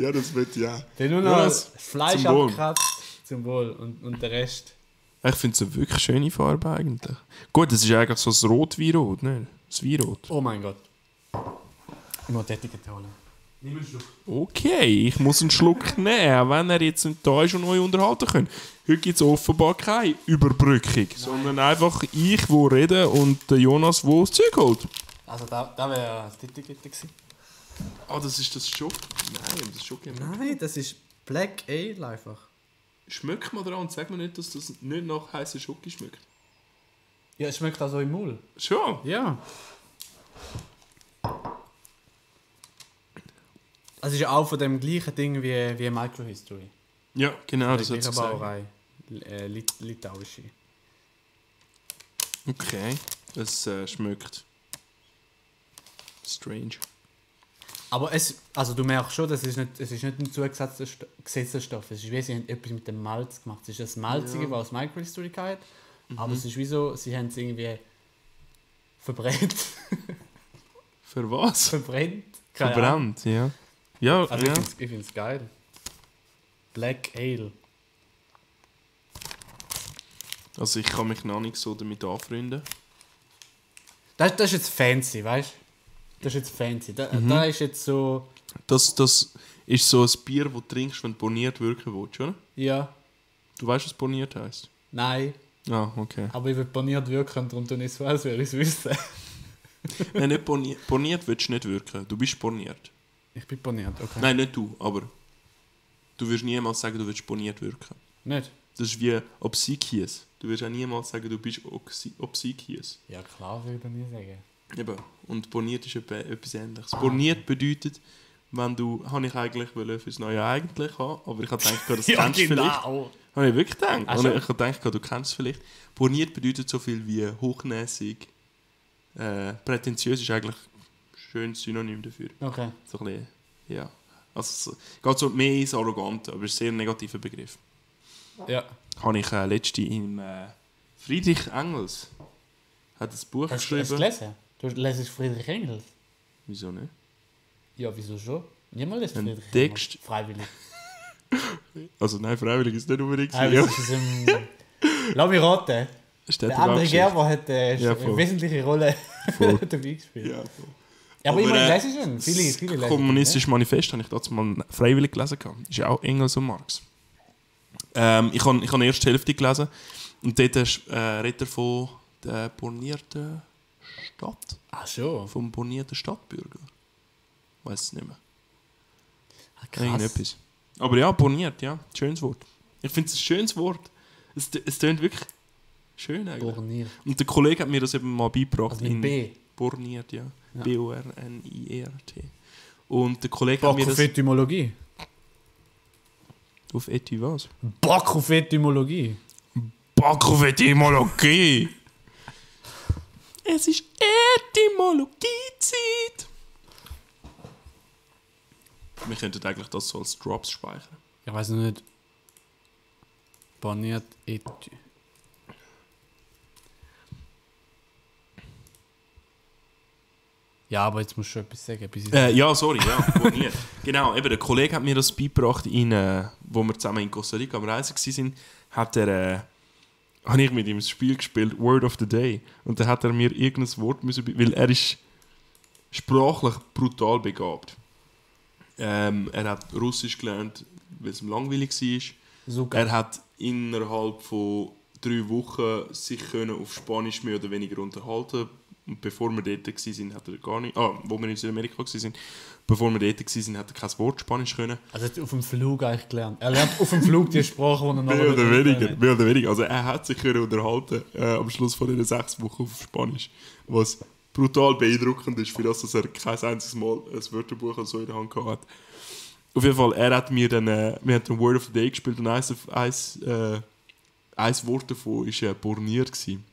A: Ja, das wird ja.
B: Dann nur noch
A: Jonas,
B: das Fleisch
A: zum Wohl.
B: abgekratzt, zum Wohl, und, und der Rest.
A: Ich finde es eine wirklich schöne Farbe eigentlich. Gut, das ist eigentlich so das Rot wie Rot, ne? Das wie Rot.
B: Oh mein Gott. Ich muss die Etikette holen.
A: Okay, ich muss einen Schluck nehmen, auch wenn er jetzt nicht da ist und euch unterhalten könnt. Heute gibt es offenbar keine Überbrückung, sondern einfach ich, wo rede und der Jonas, wo das Zeug holt.
B: Also, da, da wäre die Etikette gewesen.
A: Ah, das ist das Schock. Nein, das Schock nicht.
B: Nein, das ist Black Ale einfach.
A: Schmeckt mal dran und sag mir nicht, dass das nicht nach heißer Schoki schmeckt.
B: Ja, es schmeckt also im Mund.
A: Schon?
B: Ja. Es ist ja auch von dem gleichen Ding wie, wie Microhistory.
A: Ja, genau, das
B: Die
A: hat sie
B: gleiche
A: gesagt.
B: Brauerei. L- Äh, Lit Litauische.
A: Okay, es äh, schmeckt. Strange.
B: Aber es, also du merkst schon, das ist nicht, es ist nicht ein zugesetzter Sto- gesetzter Stoff. Es ist wie, sie haben etwas mit dem Malz gemacht. Es ist das Malzige,
A: Ja.
B: was aus Microhistory geht. Aber es ist wie so, sie haben es irgendwie verbrennt.
A: Für was?
B: verbrennt? Keine Ahnung.
A: Verbrannt, ja. Ja,
B: Also
A: ja.
B: ich find's- ich finde es geil. Black Ale.
A: Also ich kann mich noch nicht so damit anfreunden.
B: Das, das ist jetzt fancy, weißt du? Das ist jetzt fancy. Da,
A: Mhm.
B: da ist jetzt so.
A: Das, das ist so ein Bier, das du trinkst, wenn du boniert wirken willst, oder?
B: Ja,
A: Du weißt, was boniert heisst?
B: nein.
A: Ah, okay.
B: Aber ich will baniert wirken, darum tue ich es so, als würde ich es wissen.
A: Nein, nicht boniert. Boniert willst du nicht wirken. Du bist boniert.
B: Ich bin baniert, okay.
A: Nein, nicht du, aber du wirst niemals sagen, du willst boniert wirken.
B: Nicht?
A: Das ist wie Obsikies. Du wirst auch niemals sagen, du bist Oxi- Obsikies.
B: Ja, klar, würde ich nie sagen.
A: Eben. Und boniert ist etwa- etwas ähnliches. Boniert bedeutet, wenn du, habe ich eigentlich wollen fürs neue eigentlich haben, aber ich habe gedacht, das kennst du vielleicht. Habe ich wirklich gedacht.
B: Ach
A: Und
B: so.
A: ich habe gedacht, du kennst es vielleicht. Borniert bedeutet so viel wie hochnäsig. Äh, prätentiös ist eigentlich ein schönes Synonym dafür.
B: Okay.
A: So ein bisschen, ja. Also, es geht so mehr ins Arrogante, aber es ist ein sehr negativer Begriff.
B: Ja.
A: Habe ich äh, letztens im äh, Friedrich Engels hat ein Buch
B: Hast du es
A: geschrieben.
B: gelesen? Du lesest Friedrich Engels?
A: Wieso nicht?
B: Ja, wieso schon? Niemand liest
A: Ein
B: Friedrich
A: Text.
B: Engels. Freiwillig.
A: Also nein, freiwillig ist nicht unbedingt.
B: Ah,
A: ja.
B: das ist es im... Lass mich raten.
A: Steht
B: Der
A: da
B: andere
A: Geschichte.
B: Gerber hat äh,
A: Ja, voll.
B: eine wesentliche Rolle
A: Voll.
B: dabei gespielt.
A: Ja, voll.
B: Ja,
A: Aber,
B: aber, ich meine,
A: äh,
B: lese ich ihn. Viele, viele ne? lesen
A: Das
B: ihn,
A: kommunistische Manifest habe ich dazu mal freiwillig gelesen. Das ist ja auch Engels und Marx. Ähm, ich habe ich hab die erste Hälfte gelesen und dort ist, äh, redet er von der bornierten Stadt,
B: ne? Ach schon.
A: vom bornierten Stadtbürger. Weiß es nicht mehr.
B: Ah, krass.
A: Irgendetwas. Aber ja, borniert, ja. Schönes Wort. Ich finde es ein schönes Wort. Es, t- es tönt wirklich schön eigentlich.
B: Bornier.
A: Und der Kollege hat mir das eben mal beigebracht.
B: Also mit
A: in-
B: B.
A: Borniert, ja.
B: Ja.
A: B-O-R-N-I-E-R-T. E Und der Kollege hat mir
B: Bock
A: das...
B: auf Etymologie.
A: Auf Etui was?
B: Bock auf Etymologie.
A: Bock auf Etymologie! es ist Etymologiezeit! Wir könnten eigentlich das so als Drops speichern.
B: Ich weiß noch nicht. Borniert Ety. Ja, aber jetzt musst du etwas sagen. Bis ich
A: Äh, ja, sorry, ja, borniert. genau, eben, der Kollege hat mir das beigebracht, in, äh, wo wir zusammen in Costa Rica am Reisen waren, hat er, äh, habe ich mit ihm das Spiel gespielt, Word of the Day. Und dann hat er mir irgendein Wort müssen, be- weil er ist sprachlich brutal begabt. Ähm, er hat Russisch gelernt, weil es ihm langweilig war.
B: so
A: Er hat innerhalb von drei Wochen sich können auf Spanisch mehr oder weniger unterhalten. Und bevor wir dort waren, hat er gar nicht. Ah, wo wir in Südamerika waren, bevor wir dort waren, hat er kein Wort Spanisch können.
B: Also hat auf dem Flug eigentlich gelernt. Er lernt auf dem Flug die Sprache, die er noch
A: Mehr oder weniger,
B: nicht
A: mehr oder weniger. Also er hat sich können unterhalten äh, am Schluss von den sechs Wochen auf Spanisch, was brutal beeindruckend ist, für das, dass er kein einziges Mal ein Wörterbuch oder so in der Hand gehabt hat. Auf jeden Fall, er hat mir dann, äh, wir haben den Word of the Day gespielt und eins, eins, äh, eins Wort davon war äh, borniert. Gewesen.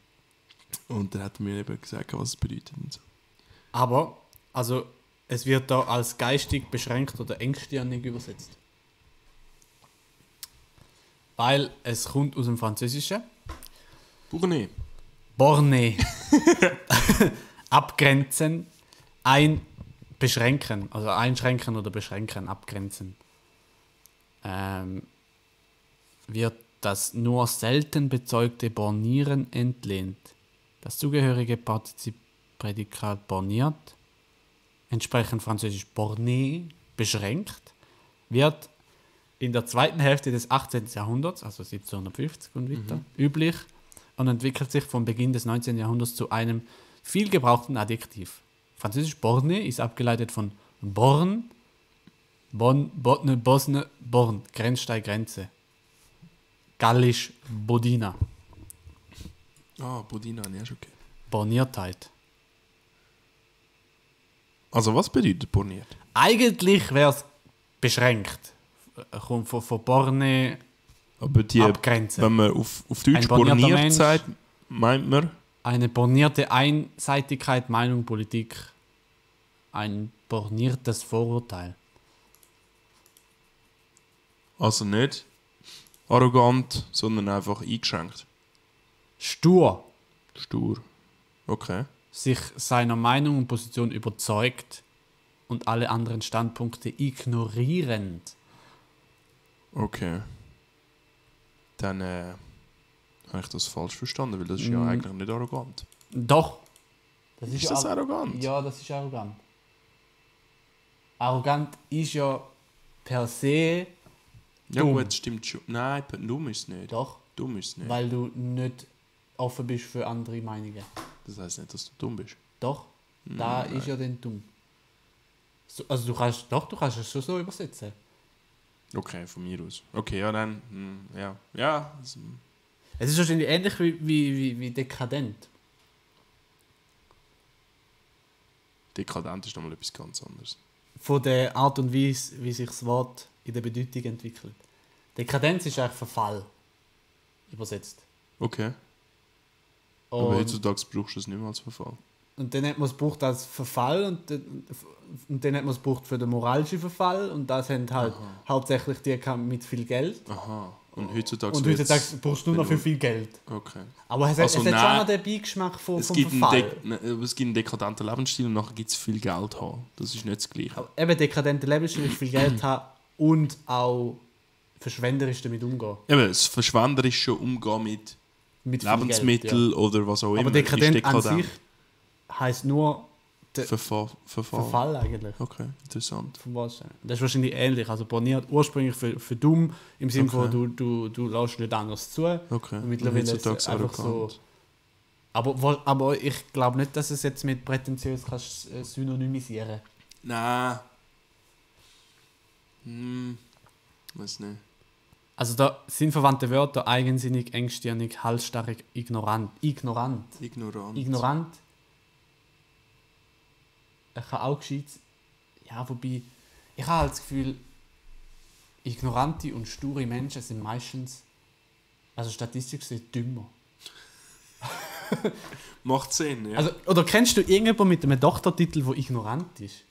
A: Und dann hat er mir eben gesagt, was es bedeutet. Und so.
B: Aber, also, es wird da als geistig beschränkt oder engstirnig übersetzt. Weil es kommt aus dem Französischen.
A: Bournet.
B: Borne. Abgrenzen. Ein beschränken. Also einschränken oder beschränken, abgrenzen. ähm, wird das nur selten bezeugte Bornieren entlehnt. Das zugehörige Partizip Prädikat borniert, entsprechend französisch borné, beschränkt, wird in der zweiten Hälfte des 18. Jahrhunderts, also 1750 und weiter, üblich und entwickelt sich vom Beginn des 19. Jahrhunderts zu einem vielgebrauchten Adjektiv. Französisch borné ist abgeleitet von born, bon, bonne, bosne, born, Grenzsteig, Grenze. Gallisch bodina,
A: Ah, Budina, ja, ist okay.
B: borniertheit.
A: Also, was bedeutet borniert?
B: Eigentlich wäre es beschränkt. Äh, Kommt von, von Borne
A: Aber die,
B: abgrenzen.
A: wenn man auf, auf Deutsch
B: Ein bornierter
A: borniert
B: Mensch.
A: sagt, meint man,
B: Eine bornierte Einseitigkeit, Meinung, Politik. Ein borniertes Vorurteil.
A: also nicht arrogant, sondern einfach eingeschränkt.
B: Stur.
A: Stur. Okay.
B: Sich seiner Meinung und Position überzeugt und alle anderen Standpunkte ignorierend.
A: Okay. Dann äh, habe ich das falsch verstanden, weil das ist
B: Mm.
A: ja eigentlich nicht arrogant.
B: Doch. Das
A: Ist das arrogant?
B: Ja, das ist arrogant. Arrogant ist ja per se
A: Ja
B: Dumm.
A: gut, stimmt schon. Nein, dumm ist es nicht.
B: doch,
A: Dumm ist es nicht.
B: weil du nicht offen bist für andere Meinungen.
A: Das heißt nicht, dass du dumm bist.
B: Doch, da ist ja dann dumm. So, also du kannst, doch, du kannst es schon so übersetzen.
A: Okay, von mir aus. Okay, ja, dann. hm, ja. Ja. Das,
B: Es ist wahrscheinlich ähnlich wie, wie, wie, wie dekadent.
A: dekadent ist nochmal etwas ganz anderes.
B: Von der Art und Weise, wie sich das Wort in der Bedeutung entwickelt. Dekadenz ist eigentlich Verfall. Übersetzt.
A: Okay. Aber
B: Und,
A: heutzutage brauchst du es nicht mehr als Verfall.
B: und dann hat man es gebraucht als Verfall und, dann- und dann hat man es gebraucht für den moralischen Verfall und das haben halt hauptsächlich die gehabt mit viel Geld.
A: Aha. Und heutzutage.
B: Und
A: wird's-
B: heutzutage brauchst du nur noch für viel Geld.
A: Okay.
B: Aber es,
A: Also
B: hat, es hat
A: nein.
B: schon noch den Beigeschmack von,
A: Es
B: vom
A: gibt, einen
B: Verfall.
A: Dek- ne, aber es gibt einen dekadenten Lebensstil und nachher gibt es viel Geld haben. Das ist nicht das Gleiche.
B: eben dekadente Lebensstil, viel Geld haben und auch verschwenderisch damit umgehen.
A: Eben, das verschwenderische Umgehen mit
B: Mit viel Geld,
A: Lebensmitteln oder was auch
B: ja.
A: immer
B: Aber dekadent, an sich heisst nur sich-
A: Verfa Verfall.
B: Verfall eigentlich.
A: Okay, interessant.
B: Vom Wahrsein. Das ist wahrscheinlich ähnlich. Also borniert ursprünglich für, für dumm, im Sinne
A: Okay.
B: von du, du, du lässt nicht anders zu.
A: Okay.
B: Und mittlerweile ist es einfach so. Aber, wo- aber ich glaube nicht, dass es jetzt mit prätentiös kannst äh, synonymisieren.
A: Nein. Hm. Weiß nicht.
B: Also da sind verwandte Wörter eigensinnig, engstirnig, halsstarrig, ignorant. Ignorant.
A: Ignorant.
B: ignorant. Er kann auch gescheit. Ja, wobei, ich habe halt das Gefühl, ignorante und sture Menschen sind meistens, also statistisch gesehen, dümmer.
A: Macht Sinn, ja.
B: Also, oder kennst du irgendjemanden mit einem Doktortitel, der ignorant ist?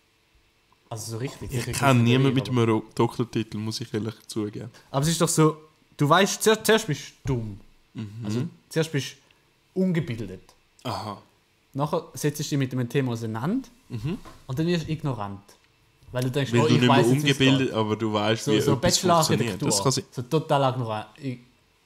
B: Also so richtig.
A: ich
B: sicher
A: kenne
B: nicht
A: niemanden
B: ich,
A: mit
B: aber-
A: einem Ro- Doktortitel, muss ich ehrlich zugeben.
B: Aber es ist doch so, du weißt, zuerst, zuerst bist du dumm.
A: Mhm.
B: Also zuerst bist du ungebildet.
A: Aha.
B: Nachher setzt du dich mit einem Thema auseinander und dann wirst du ignorant. Weil du denkst,
A: Mhm. Weil
B: oh,
A: du
B: ich
A: nicht mehr
B: weiss jetzt, wie es
A: ungebildet,
B: geht.
A: aber du weißt,
B: So,
A: wie
B: so
A: etwas funktioniert.
B: Bachelor-Architektur.
A: Das kann sein.
B: So total ignorant. Ich,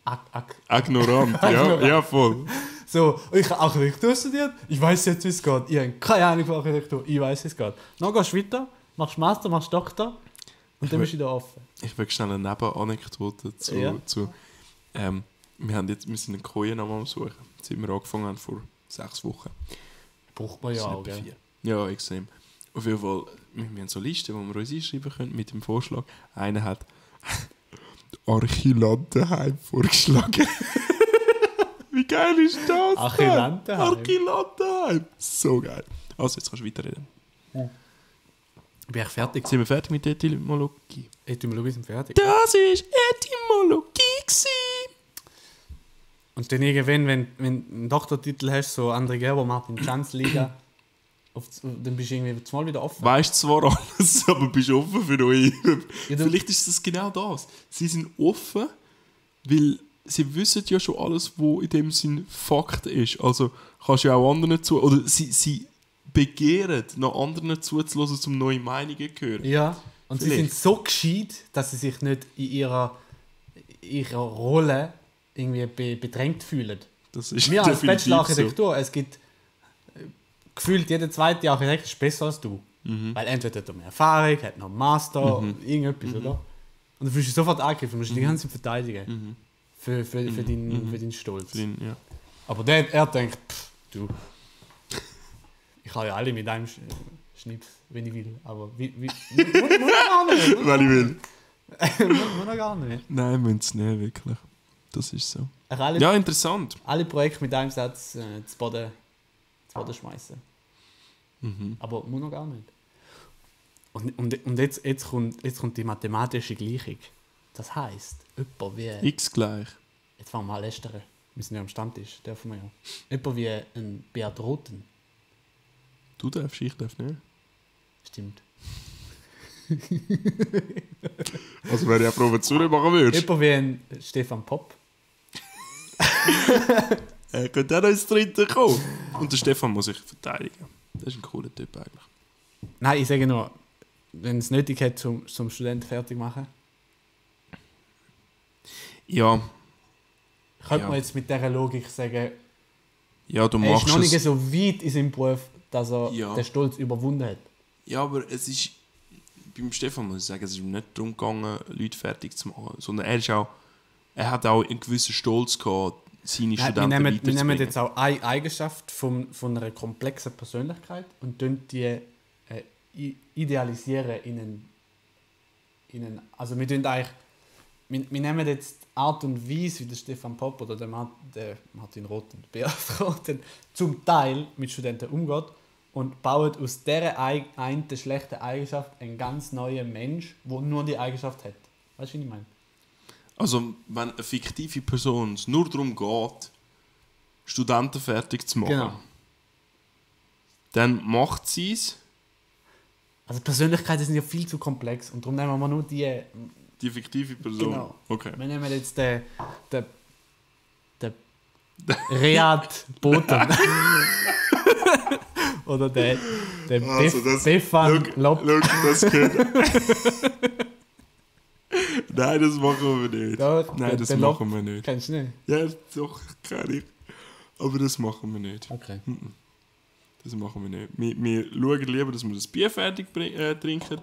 B: ak, ak.
A: Ignorant, ja, ja voll.
B: So, ich habe Architektur studiert, ich weiß jetzt, wie es geht. Ich habe keine Ahnung von Architektur, ich weiß, wie es geht. Dann gehst du weiter, machst Master, machst Doktor und dann bist du wieder offen.
A: Ich will schnell eine Nebenanekdote zu.
B: Ja.
A: zu ähm, wir, haben jetzt, wir sind einen Kojen am Suchen. Seit wir angefangen haben, vor sechs Wochen.
B: Braucht man ja
A: sind
B: auch,
A: etwa
B: gell?
A: vier. Ja, extrem. Auf jeden Fall, wir wir haben so Listen, wo wir uns einschreiben können mit dem Vorschlag. Einer hat Archilantenheim vorgeschlagen. Wie geil ist das? denn?
B: Archilantenheim.
A: Archilantenheim. So geil. Also, jetzt kannst du weiterreden.
B: Bin ich fertig?
A: Sind wir fertig mit der Etymologie?
B: Etymologie sind fertig.
A: Das ist Etymologie gewesen.
B: Und dann irgendwann, wenn, wenn du einen Doktortitel hast, so André Gerber, Martin Schanz, Liga, auf, dann bist du irgendwie mal wieder offen.
A: Weißt zwar alles, aber bist offen für neue.
B: du-
A: Vielleicht ist das genau das. Sie sind offen, weil sie wissen ja schon alles, wo in dem Sinn Fakt ist. Also kannst du ja auch anderen zu oder sie, sie begehren, nach anderen zuzulassen, um neue Meinungen zu hören.
B: Ja, Und sie
A: Vielleicht.
B: sind so gescheit, dass sie sich nicht in ihrer, ihrer Rolle irgendwie be bedrängt fühlen.
A: Das ist
B: Wir als
A: definitiv
B: Bachelor Architektur, es gibt äh, gefühlt jeder zweite Architekt ist besser als du. Weil entweder hat er mehr Erfahrung, hat noch einen Master, irgendetwas, oder? Und dann fühlst du dich sofort angegriffen, musst du die ganze Zeit verteidigen. Für, für, für, deinen, Mhm. für deinen Stolz.
A: So. Drin, ja.
B: Aber der, er denkt, pff, du, ich habe ja alle mit einem Sch Schnips, wenn ich will. Aber wie, wie, muss, muss noch gar nicht,
A: Weil ich will.
B: muss, muss noch gar nicht.
A: Nein, müssen es nicht, wirklich. Das ist so.
B: Ich alle,
A: Ja, interessant.
B: alle Projekte mit einem Satz äh, zu Boden, zu Boden schmeißen.
A: Mhm.
B: Aber muss noch gar nicht. Und, und, und jetzt, jetzt, kommt, jetzt kommt die mathematische Gleichung. Das heisst, jemand wie.
A: X gleich.
B: Jetzt fangen wir an lästern. Wir sind ja am Stammtisch, dürfen wir ja. Jemand wie ein Beat Roten.
A: Du darfst, ich darf nicht.
B: Stimmt.
A: Also wäre ich auch froh, wenn du machen würdest.
B: Jemand wie ein Stefan Popp.
A: Er könnte auch Äh, noch ins Dritte kommen. Und der Stefan muss sich verteidigen. Das ist ein cooler Typ eigentlich.
B: Nein, ich sage nur, wenn es nötig hat, zum, zum Studenten fertig machen,
A: Ja,
B: könnte
A: Ja.
B: man jetzt mit dieser Logik sagen,
A: ja du
B: er ist
A: machst
B: noch
A: es.
B: nicht so weit in seinem Beruf, dass er
A: Ja.
B: den Stolz überwunden hat.
A: Ja, aber es ist. Beim Stefan muss ich sagen, es ist ihm nicht darum gegangen, Leute fertig zu machen, sondern er ist auch. Er hat auch einen gewissen Stolz gehabt, seine
B: Nein, wir,
A: Studenten
B: nehmen, wir
A: weiterzubringen.
B: nehmen jetzt auch eine Eigenschaft von, von einer komplexen Persönlichkeit und tun die äh, i- idealisieren in einen, in einen. Also wir tun eigentlich. Wir, wir nehmen jetzt die Art und Weise, wie der Stefan Popp oder der, Mar der Martin Roten, Beat Roten zum Teil mit Studenten umgeht und bauen aus dieser eig- einen der schlechten Eigenschaft einen ganz neuen Mensch, der nur die Eigenschaft hat. Weißt du, wie ich meine?
A: Also, wenn eine fiktive Person es nur darum geht, Studenten fertig zu machen,
B: Genau.
A: dann macht sie es,
B: Also Persönlichkeiten sind ja viel zu komplex und darum nehmen wir nur die. äh,
A: die fiktive Person.
B: Genau.
A: Okay.
B: Wir nehmen jetzt den. den. den. Reat Boten. Oder den. den
A: Also
B: Def-
A: das-
B: Stefan Lopp.
A: Look, das geht. Nein, das machen wir nicht.
B: Doch,
A: Nein,
B: den-
A: das
B: den Lopp.
A: machen wir nicht.
B: Kennst du nicht?
A: Ja, doch, kann ich. Aber das machen wir nicht.
B: Okay.
A: Das machen wir nicht. Wir, wir schauen lieber, dass wir das Bier fertig bring- äh, trinken.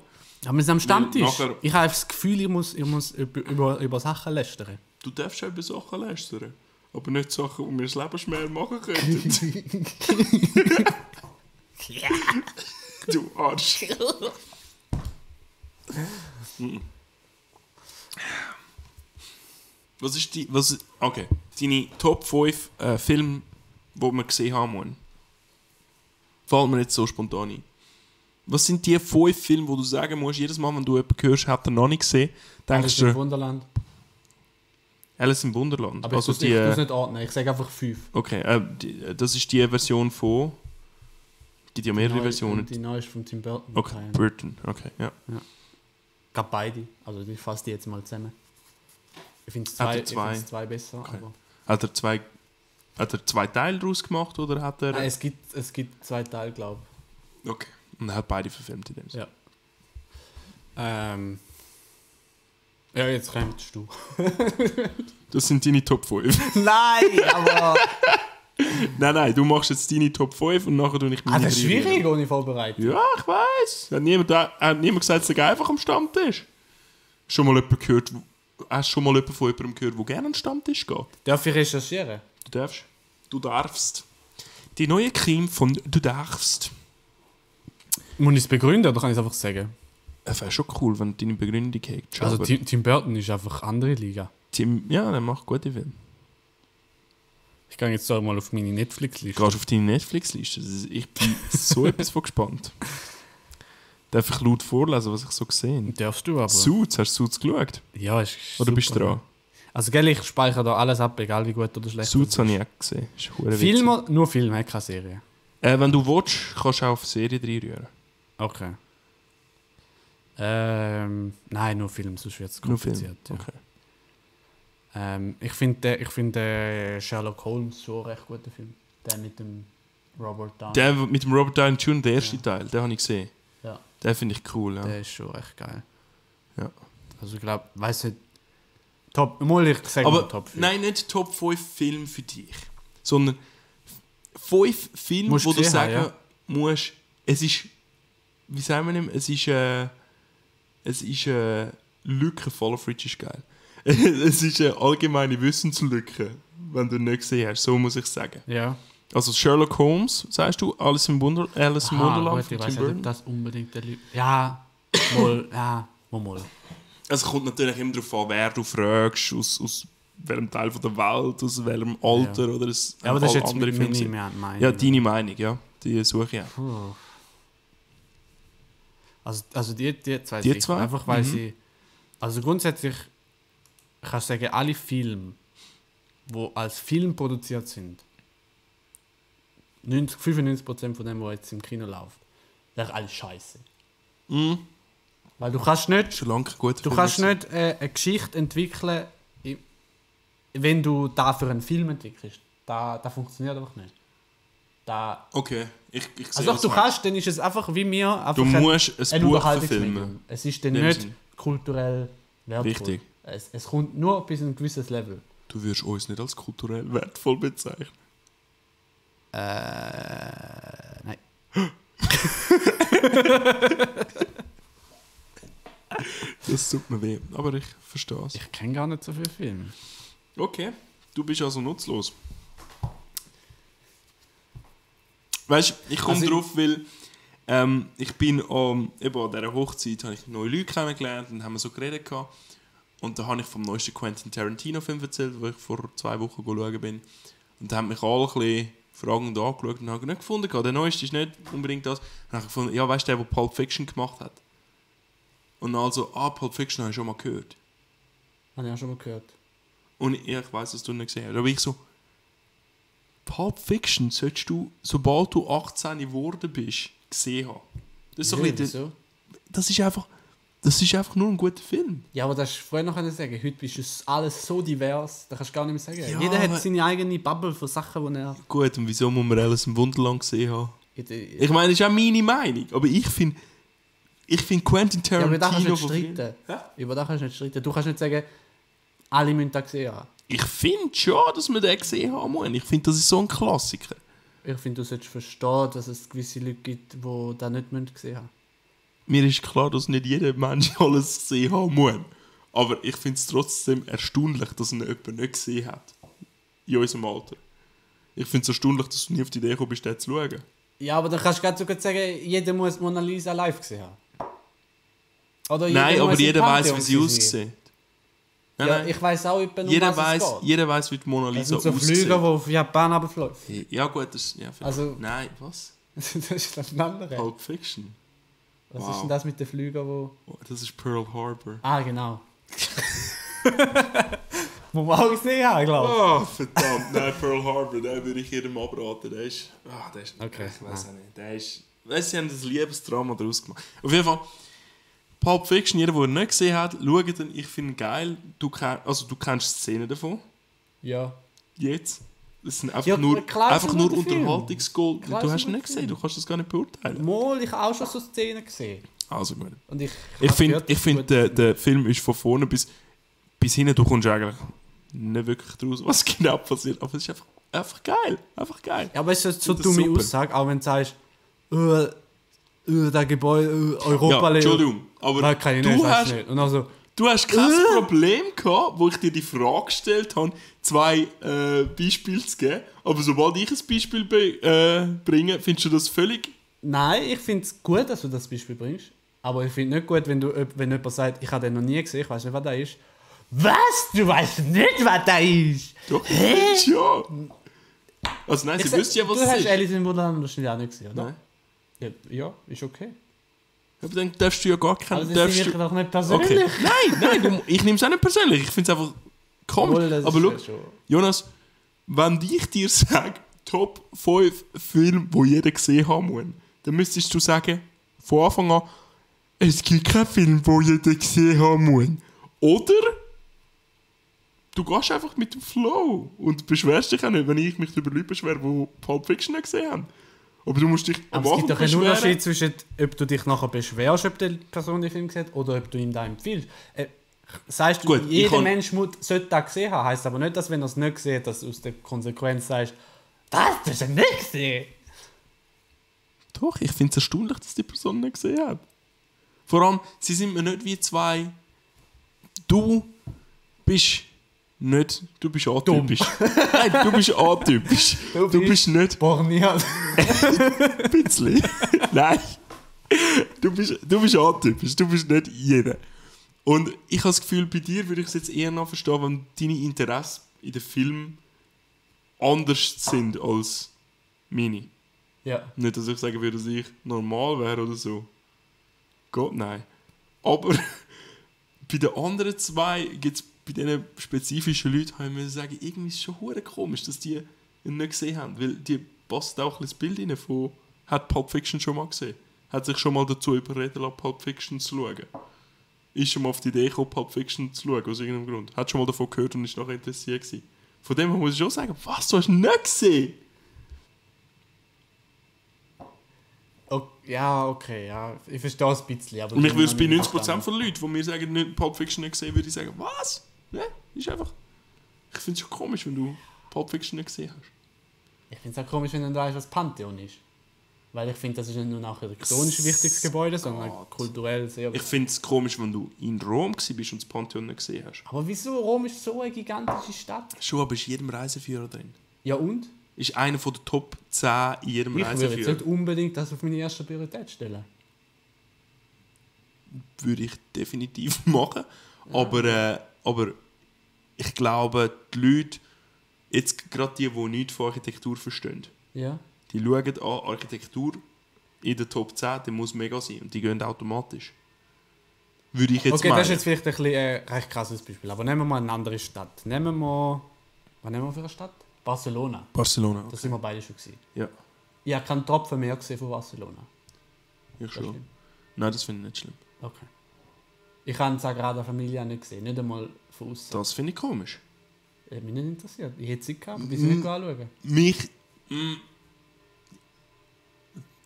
B: Aber wir sind am Stammtisch.
A: nachher-
B: Ich habe das Gefühl, ich muss, ich muss über, über, über Sachen lästern.
A: Du darfst auch über Sachen lästern. Aber nicht Sachen, die wir das Leben schwer machen könnten. du Arsch. Mhm. was ist die. Was, okay. Deine Top 5 äh, Filme, die wir gesehen haben wollen. Fällt mir jetzt so spontan ein. Was sind die fünf Filme, wo du sagen musst, jedes Mal, wenn du jemanden hörst, hat er noch nicht gesehen, denkst
B: Alles im
A: du,
B: Wunderland.
A: Alice im Wunderland.
B: Aber
A: also
B: ich muss
A: die,
B: ich
A: äh,
B: muss nicht ordnen. Ich sage einfach fünf.
A: okay, äh, die, äh, das ist die Version von. Gibt ja mehrere
B: Neue-
A: Versionen.
B: Die neueste von Tim Burton.
A: Okay, Burton. Okay, ja.
B: Gab beide. Also ich fasse die jetzt mal zusammen. Ich finde
A: Ah, die
B: zwei, ich
A: zwei.
B: find's zwei besser.
A: Okay.
B: Aber
A: Hat er zwei, hat er zwei Teile daraus gemacht oder hat er?
B: Nein, es, gibt, es gibt zwei Teile, glaube
A: okay. Und er hat beide verfilmt in dem
B: ich.
A: Sinne.
B: Ja. Ähm. Ja, jetzt kommst du.
A: Das sind deine Top 5.
B: Nein, aber.
A: nein, nein, du machst jetzt deine Top 5 und nachher tue ich
B: ah,
A: meine.
B: das ist
A: drei
B: schwierig
A: wählen.
B: ohne Vorbereitung.
A: Ja, ich weiß. Hat niemand, hat niemand gesagt, es sei einfach am Stammtisch. Schon mal jemand gehört, wo- hast du schon mal jemanden von jemandem gehört, der gerne am Stammtisch geht?
B: Darf ich recherchieren?
A: Du darfst. Du darfst. Die neue Creme von Du darfst.
B: Muss ich es begründen oder kann ich es einfach sagen?
A: Es wäre schon cool, wenn du deine Begründung hättest.
B: Also
A: aber
B: Tim, Tim Burton ist einfach andere Liga.
A: Tim, ja, der macht gute Filme.
B: Ich gehe jetzt da mal auf meine
A: Du
B: Netflix-Liste.
A: gehst auf deine Netflix-Liste. Das ist- Ich bin so etwas von gespannt. Darf ich laut vorlesen, was ich so gesehen habe?
B: Darfst du aber.
A: Suits, hast du Suits geschaut?
B: ja, ist, ist
A: Oder bist du
B: super.
A: dran?
B: Also gell, ich speichere da alles ab, egal wie gut oder schlecht.
A: Suits habe ich auch gesehen. Ist verdammt witzig.
B: Filme, nur Filme, keine Serie.
A: Äh, wenn du willst, kannst du auch auf Serie reinrühren.
B: Okay. Ähm, nein, nur Film, sonst wird es
A: Nur Film.
B: kompliziert. Ja.
A: Okay.
B: Ähm, ich finde ich find, äh, Sherlock Holmes schon einen recht guter Film. Der mit dem Robert Downey.
A: Der mit dem Robert Downey Jr., der erste
B: Ja.
A: Teil, den habe ich gesehen.
B: Ja.
A: Den finde ich cool. Ja.
B: Der ist schon recht geil.
A: Ja.
B: Also ich glaube, weiß nicht. Top, mal ich sage
A: Aber
B: mal Top 5.
A: nein, nicht Top 5 Film für dich, sondern 5 Filme,
B: Musst
A: wo du
B: gesehen
A: sagen
B: haben, ja.
A: musst, es ist, wie sagen wir nicht, es ist, äh, es ist äh, Lücke, Fall of Rich ist geil. es ist eine allgemeine Wissenslücke, wenn du nicht gesehen hast, so muss ich sagen.
B: Ja.
A: Also Sherlock Holmes, sagst du, Alice im, Wunder, Alice im
B: Ah,
A: Wunderland von
B: gut,
A: Tim
B: ich weiß nicht,
A: Burton.
B: ob das unbedingt der Lieb. Ja, mal, ja, mal, mal.
A: Also, Es kommt natürlich immer darauf an, wer du fragst, aus, aus welchem Teil von der Welt, aus welchem Alter oder es
B: Ja, aber das ist
A: alle
B: jetzt
A: andere
B: mit
A: Filme
B: meine
A: sind.
B: Meinung.
A: Ja, deine Meinung, ja. Die suche ich auch.
B: Puh. Also, also die, die zwei.
A: Die
B: sicher.
A: zwei?
B: Einfach weil
A: Mhm.
B: sie. Also grundsätzlich kannst du sagen, alle Filme, die als Film produziert sind, 90, 95% von dem, was jetzt im Kino läuft, das ist alles scheiße.
A: Mhm.
B: Weil du kannst nicht
A: Schon lange gut.
B: Du kannst nicht äh, eine Geschichte entwickeln, i- wenn du da für einen Film entwickelst. Da, da funktioniert einfach nicht. Da,
A: Okay, ich, ich sehe
B: also doch,
A: was
B: du
A: meinst.
B: kannst, dann ist es einfach wie mir. Einfach
A: Du musst ein Buch
B: Unterhaltungsmedium.
A: verfilmen.
B: Es ist dann
A: In dem
B: nicht
A: Sinn.
B: kulturell wertvoll.
A: Richtig.
B: Es, es kommt nur bis ein gewisses Level.
A: Du wirst uns nicht als kulturell wertvoll bezeichnen.
B: Äh, nein.
A: Das tut mir weh, aber ich verstehe es.
B: Ich kenne gar nicht so viele Filme.
A: Okay, du bist also nutzlos. Weißt du, ich komme
B: Also ich-
A: drauf, weil ähm, ich bin am, eben an dieser Hochzeit habe ich neue Leute kennengelernt und haben so geredet. Gehabt. Und da habe ich vom neuesten Quentin Tarantino-Film erzählt, wo ich vor zwei Wochen schauen bin. Und da haben mich alle ein bisschen fragend angeschaut und haben nicht gefunden. gehabt. Der neueste ist nicht unbedingt das. Dann habe ich gefunden, ja, weißt du, der, der Pulp Fiction gemacht hat. Und also, ah, Pulp Fiction habe ich schon mal gehört.
B: Habe ich auch schon mal gehört.
A: Und ich, ich weiß, dass du nicht gesehen hast. Aber ich so, Pulp Fiction solltest du, sobald du 18 geworden bist, gesehen haben. Das ist, so ein bisschen,
B: so.
A: das ist einfach, das ist einfach nur ein guter Film.
B: Ja, aber das ist vorher noch können sagen. Heute ist es alles so divers, da kannst du gar nicht mehr sagen.
A: Ja,
B: Jeder
A: aber-
B: hat seine eigene Bubble von Sachen, die er.
A: Gut, und wieso muss man alles im Wunderland gesehen haben?
B: Jeder,
A: Ich meine, das ist auch meine Meinung, aber ich finde, ich finde Quentin
B: ja, aber
A: Tarantino...
B: da kannst du nicht
A: von vielen-
B: streiten.
A: Hä?
B: Über das kannst du nicht streiten. Du kannst nicht sagen, alle müssen das gesehen haben.
A: Ich finde schon, dass man den gesehen haben muss. Ich finde, das ist so ein Klassiker.
B: Ich finde, du solltest verstehen, dass es gewisse Leute gibt, die das nicht müssen gesehen haben.
A: Mir ist klar, dass nicht jeder Mensch alles gesehen haben muss. Aber ich finde es trotzdem erstaunlich, dass ihn jemand nicht gesehen hat. In unserem Alter. Ich finde es erstaunlich, dass du nie auf die Idee gekommen bist, den zu schauen.
B: Ja, aber dann kannst du gerade sogar sagen, jeder muss Mona Lisa live gesehen haben. Oder
A: Nein,
B: muss
A: aber
B: im
A: jeder weiß,
B: Pantheon
A: wie sie
B: gewesen sein.
A: aussieht. Nein,
B: Ja,
A: nein.
B: ich weiß auch, über
A: jeder,
B: um was
A: weiß,
B: es geht.
A: jeder weiß, wie die Mona
B: Das
A: Lisa
B: sind so
A: aussieht.
B: Flüge, die auf Japan runterfliegen.
A: ja, gut, das ja, vielleicht.
B: Also-
A: Nein, was?
B: das ist das andere.
A: Pulp Fiction.
B: Was
A: Wow.
B: ist denn das mit den Flügen, wo...
A: Oh, das ist Pearl Harbor.
B: Ah, genau. Muss man auch gesehen haben, glaube
A: Oh, verdammt, nein, Pearl Harbor, den würde ich jedem abraten. Der ist. Ah, der ist.
B: Okay,
A: Ich weiß auch nicht. Der ist. Weißt du, sie haben das Liebesdrama daraus gemacht. Auf jeden Fall, Pulp Fiction, jeder, der ihn nicht gesehen hat, schaut ihn. Ich finde ihn geil. Du, kenn, also, du kennst Szenen davon.
B: ich. Ja.
A: Jetzt. Es sind einfach
B: Ja,
A: nur,
B: klar, ist
A: einfach
B: ein
A: nur
B: guter Film.
A: Unterhaltungsgold.
B: Klar,
A: Du
B: ist ein
A: hast ihn
B: guter
A: nicht gesehen,
B: Film.
A: du kannst das gar nicht beurteilen.
B: Mal, ich habe auch schon so Szenen gesehen.
A: Also gut.
B: Und ich
A: Ich
B: hab
A: finde,
B: gehört,
A: ich find,
B: gut-
A: der, der Film ist von vorne bis, bis hinten, du kommst eigentlich nicht wirklich draus, was genau passiert. Aber es ist einfach, einfach geil. Einfach geil.
B: Ja, aber es ist so
A: Ich
B: eine
A: find das
B: dumme
A: super.
B: Aussage, auch wenn du sagst, äh, äh, der Gebäude, äh, Europa
A: ja, Entschuldigung, aber
B: Nein, kann ich
A: du,
B: nicht, weiß
A: hast,
B: nicht. Äh? Und also,
A: du hast kein Problem gehabt, wo ich dir die Frage gestellt habe, zwei äh, Beispiele zu geben. Aber sobald ich ein Beispiel be äh, bringe, findest du das völlig...
B: nein, ich finde es gut, dass du das Beispiel bringst. Aber ich finde nicht gut, wenn, du, wenn jemand sagt, ich habe den noch nie gesehen, ich weiß nicht, was das ist. Was? Du weißt nicht, was das ist?
A: Doch, ich find's schon. Also nein,
B: Ich
A: sie
B: sag,
A: wüsste ja, was
B: du
A: es
B: hast
A: ist.
B: Alice im Wunderland wahrscheinlich auch nicht gesehen, oder?
A: Nein.
B: Ja, ja, ist okay.
A: Aber dann darfst du ja gar
B: Aber
A: keinen...
B: das
A: darfst
B: ist sicher
A: du-
B: doch nicht persönlich.
A: Okay. Nein, nein, du, ich nehme es auch nicht persönlich. Ich finde es einfach komisch.
B: Obwohl, das
A: aber
B: ist
A: schau,
B: ja schon-
A: Jonas, wenn ich dir sage, Top 5 Filme, die jeder gesehen haben muss, dann müsstest du sagen, von Anfang an, es gibt keinen Film, den jeder gesehen haben muss. Oder du gehst einfach mit dem Flow und beschwerst dich auch nicht, wenn ich mich darüber Leute beschwere, die Pulp Fiction nicht gesehen haben. Aber du musst dich
B: Aber es gibt doch einen Unterschied zwischen, ob du dich nachher beschwerst, ob die Person den Film sieht, oder ob du ihm da empfiehlst. Äh, sagst du,
A: Gut, ich
B: jeder
A: kann-
B: Mensch muss, sollte das gesehen haben, heisst aber nicht, dass wenn er es nicht sieht, dass du aus der Konsequenz sagst, das hast du nicht gesehen.
A: Doch, ich finde es erstaunlich, dass die Person nicht gesehen hat. Vor allem, sie sind mir nicht wie zwei. Du bist nicht. Du bist atypisch. Nein, du bist atypisch.
B: Du
A: Du,
B: bist-
A: bist nicht
B: Bornial.
A: ein bisschen. Nein. Du bist, du bist atypisch. Du bist nicht jeder. Und ich habe das Gefühl, bei dir würde ich es jetzt eher noch verstehen, wenn deine Interessen in den Film anders sind als meine.
B: ja.
A: Nicht, dass ich sagen würde, dass ich normal wäre oder so. Gott, nein. Aber bei den anderen zwei gibt es bei diesen spezifischen Leuten, haben wir sagen, irgendwie ist es schon hure komisch, dass die ihn nicht gesehen haben. Weil die passt auch ein bisschen das Bild rein von, hat Pulp Fiction schon mal gesehen. Hat sich schon mal dazu überreden lassen, Pulp Fiction zu schauen. Ist schon mal auf die Idee gekommen, Pulp Fiction zu schauen, aus irgendeinem Grund. Hat schon mal davon gehört und ist nachher interessiert gewesen. Von dem her muss ich schon sagen, was, du hast ihn nicht gesehen?
B: O- ja, okay, ja. Ich verstehe es ein bisschen. Aber
A: Und ich würde es
B: dann
A: bei
B: habe
A: 90%
B: verstanden.
A: von Leuten, die mir sagen, nicht Pulp Fiction nicht gesehen, würde ich sagen, was? Ne? Ist einfach. Ich finde es schon komisch, wenn du Pulp Fiction nicht gesehen hast.
B: Ich finde es auch komisch, wenn du weißt, was Pantheon ist. Weil ich finde, das ist nicht nur ein architektonisch wichtiges Gebäude, sondern
A: Gott.
B: kulturell sehr
A: Ich finde es komisch, wenn du in Rom warst und das Pantheon nicht gesehen hast.
B: Aber wieso? Rom ist so eine gigantische Stadt.
A: Schon, aber ist in jedem Reiseführer drin.
B: Ja und?
A: Ist einer von der Top 10 in jedem
B: Ich würde jetzt
A: Reiseführer.
B: nicht unbedingt das auf meine erste Priorität stellen.
A: Würde ich definitiv machen. Aber, äh, aber ich glaube, die Leute, jetzt gerade die, die nichts von Architektur verstehen,
B: Ja.
A: die schauen an Architektur in der Top 10, die muss mega sein und die gehen automatisch. Würde ich jetzt
B: okay,
A: meinen.
B: das ist jetzt vielleicht ein bisschen, äh, recht krasses Beispiel. Aber nehmen wir mal eine andere Stadt. Nehmen wir. Was nehmen wir für eine Stadt? Barcelona.
A: Barcelona.
B: Da sind wir beide schon gewesen.
A: Ja,
B: Ich habe keinen Tropfen mehr gesehen von Barcelona.
A: ich
B: Das
A: schon.
B: stimmt.
A: Nein, das finde ich nicht schlimm.
B: Okay. Ich habe die Sagrada Familia nicht gesehen, nicht einmal von außen.
A: Das finde ich komisch.
B: Hat mich nicht interessiert. Ich hätte Zeit gehabt, aber ich bin nicht anschauen.
A: Mich. mm,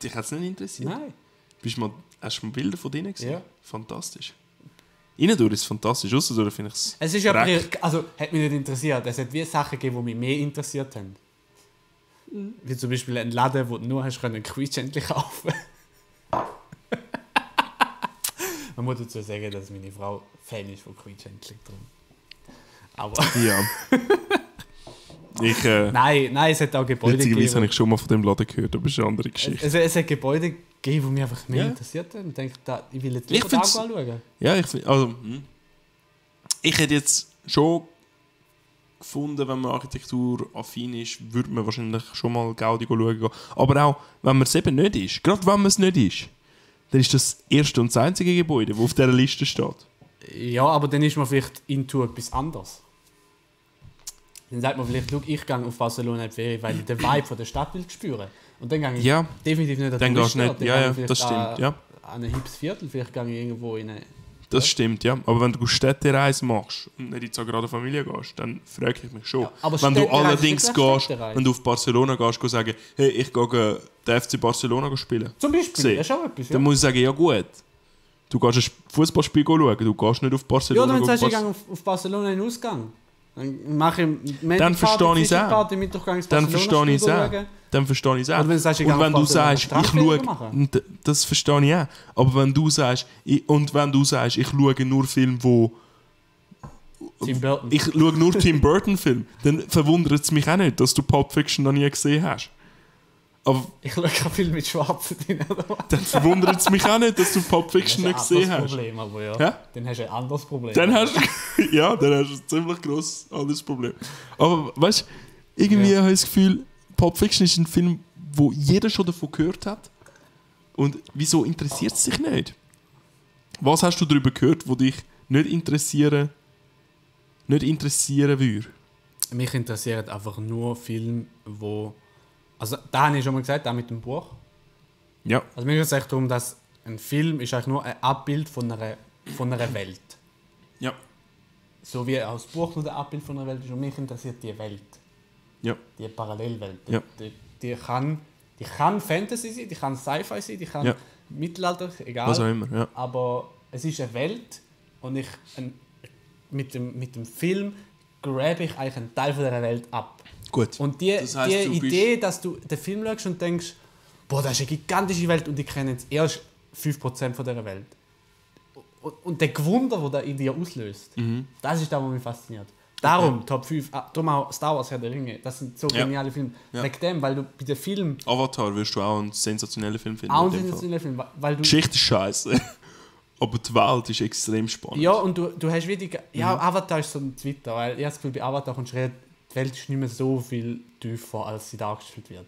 A: dich hat es nicht interessiert.
B: Nein.
A: Bist du mal, hast du mal Bilder von denen gesehen?
B: Ja.
A: Fantastisch. Innendurch ist es fantastisch, außerdurch finde ich es.
B: Es ist ja.
A: Dreck.
B: prior- Also, hat mich nicht interessiert. Es hat wie Sachen gegeben, die mich mehr interessiert haben. Wie zum Beispiel ein Laden, wo du nur hast können, Quietsch endlich kaufen Man muss dazu sagen, dass meine Frau Fan ist von Quietsch endlich. Drum. Aber.
A: Ja. ich. Äh,
B: Nein, nein, es hat auch Gebäude
A: witzigerweise habe
B: gegeben.
A: ich schon mal von dem Laden gehört, aber es ist eine andere Geschichte.
B: Es, es, es hat Gebäude gegeben, die mich einfach mehr
A: Ja.
B: interessiert haben. Und denke, da, ich will jetzt
A: Ich
B: lieber da
A: find's-
B: anschauen.
A: Ja, ich finde, also, hm. ich hätte jetzt schon gefunden, wenn man architekturaffin ist, würde man wahrscheinlich schon mal Gaudi schauen gehen. Aber auch, wenn man es eben nicht ist, gerade wenn man es nicht ist, dann ist das erste und das einzige Gebäude, das auf dieser Liste steht.
B: Ja, aber dann ist man vielleicht into etwas anderes. Dann sagt man vielleicht, schau, ich gehe auf Barcelona in die Ferien, weil ich den Vibe von der Stadt will spüren. Und dann gehe ich
A: Ja.
B: definitiv nicht an
A: Dann
B: die
A: gehst du
B: Touristenstadt,
A: nicht.
B: dann
A: Ja, ja,
B: gehe ich
A: das
B: vielleicht
A: stimmt. Ja,
B: An ein hips Viertel, vielleicht gehe ich irgendwo in eine...
A: das stimmt, ja. Aber wenn du Städtereise machst und nicht in die Sagrada Familie gehst, dann frage ich mich schon.
B: Ja, aber
A: wenn du
B: Städtereise ist
A: allerdings
B: nicht
A: gehst,
B: Städtereise.
A: wenn du auf Barcelona gehst, gehst sagen, hey, ich gehe gegen den FC Barcelona spielen.
B: Zum Beispiel,
A: Gesehen.
B: das ist auch etwas, ja.
A: Dann muss ich sagen, ja gut. Du gehst ein Fußballspiel schauen, du gehst nicht auf
B: Ja,
A: Barcelona.
B: dann
A: gehen,
B: sagst du, ich
A: Bas-
B: gehe auf, auf Barcelona in den Ausgang. Dann mache ich
A: Dann verstehe ich's auch.
B: Party, Mittwoch gehe ich
A: dann verstehe ich es auch.
B: Schauen.
A: Dann verstehe ich es auch.
B: Oder wenn du sagst, ich
A: und
B: gehe
A: wenn
B: auf
A: du
B: Barcelona
A: sagst, ich
B: Straftraining
A: schaue,
B: machen.
A: Und d- das verstehe ich auch. Aber wenn du sagst, ich, und wenn du sagst, ich schaue nur Filme, wo
B: Tim Burton.
A: ich schaue nur Tim Burton Filme, dann verwundert es mich auch nicht, dass du Pulp Fiction noch nie gesehen hast. Aber
B: Ich schaue auch viel mit Schwarzen drin, oder was?
A: dann verwundert es mich auch nicht, dass du Pulp Fiction nicht
B: Das ist ein
A: gesehen
B: anderes
A: hast.
B: Problem, aber ja.
A: Ja?
B: Dann hast du ein anderes Problem.
A: Dann hast du, ja, dann hast du ein ziemlich grosses anderes Problem. Aber weißt du, irgendwie
B: Ja.
A: habe ich das Gefühl, Pulp Fiction ist ein Film, wo jeder schon davon gehört hat. Und wieso interessiert es dich nicht? Was hast du darüber gehört, wo dich nicht interessieren, nicht interessieren würde?
B: Mich interessieren einfach nur Filme, wo. Also, da habe ich schon mal gesagt, da mit dem Buch.
A: Ja.
B: Also, mir geht es echt darum, dass ein Film ist eigentlich nur ein Abbild von einer, von einer Welt.
A: Ja.
B: So wie auch das Buch nur ein Abbild von einer Welt ist. Und mich interessiert die Welt,
A: Ja.
B: die Parallelwelt.
A: Ja.
B: Die, die kann Die kann Fantasy sein, die kann Sci-Fi sein, die kann
A: Ja.
B: Mittelalter, egal.
A: Was auch immer, ja.
B: Aber es ist eine Welt und ich ein, mit, dem, mit dem Film grabe ich eigentlich einen Teil von dieser Welt ab.
A: Gut.
B: Und die,
D: Das heisst, du
B: die
D: bist-
B: Idee, dass du den Film schaust und denkst, boah, das ist eine gigantische Welt und ich kenne jetzt erst 5% von dieser Welt. Und, und der Gewunder, wo der in dir auslöst, das ist das, was mich fasziniert. Darum Top 5, ah, darum auch Star Wars Herr der Ringe, das sind so
A: Ja.
B: geniale Filme.
A: Ja.
B: Wegen dem, weil du bei den Filmen,
A: Avatar wirst du auch einen sensationellen Film finden.
B: auch
A: in
B: ein
A: dem Fall.
B: sensationeller Film, weil du
A: Die Geschichte ist scheiße. Aber die Welt ist extrem spannend.
B: Ja, und du, du hast wieder. Ja,
D: Mhm.
B: Avatar ist so ein Twitter, weil ich habe das Gefühl, bei Avatar kommst du relat- die Welt ist nicht mehr so viel tiefer, als sie dargestellt wird.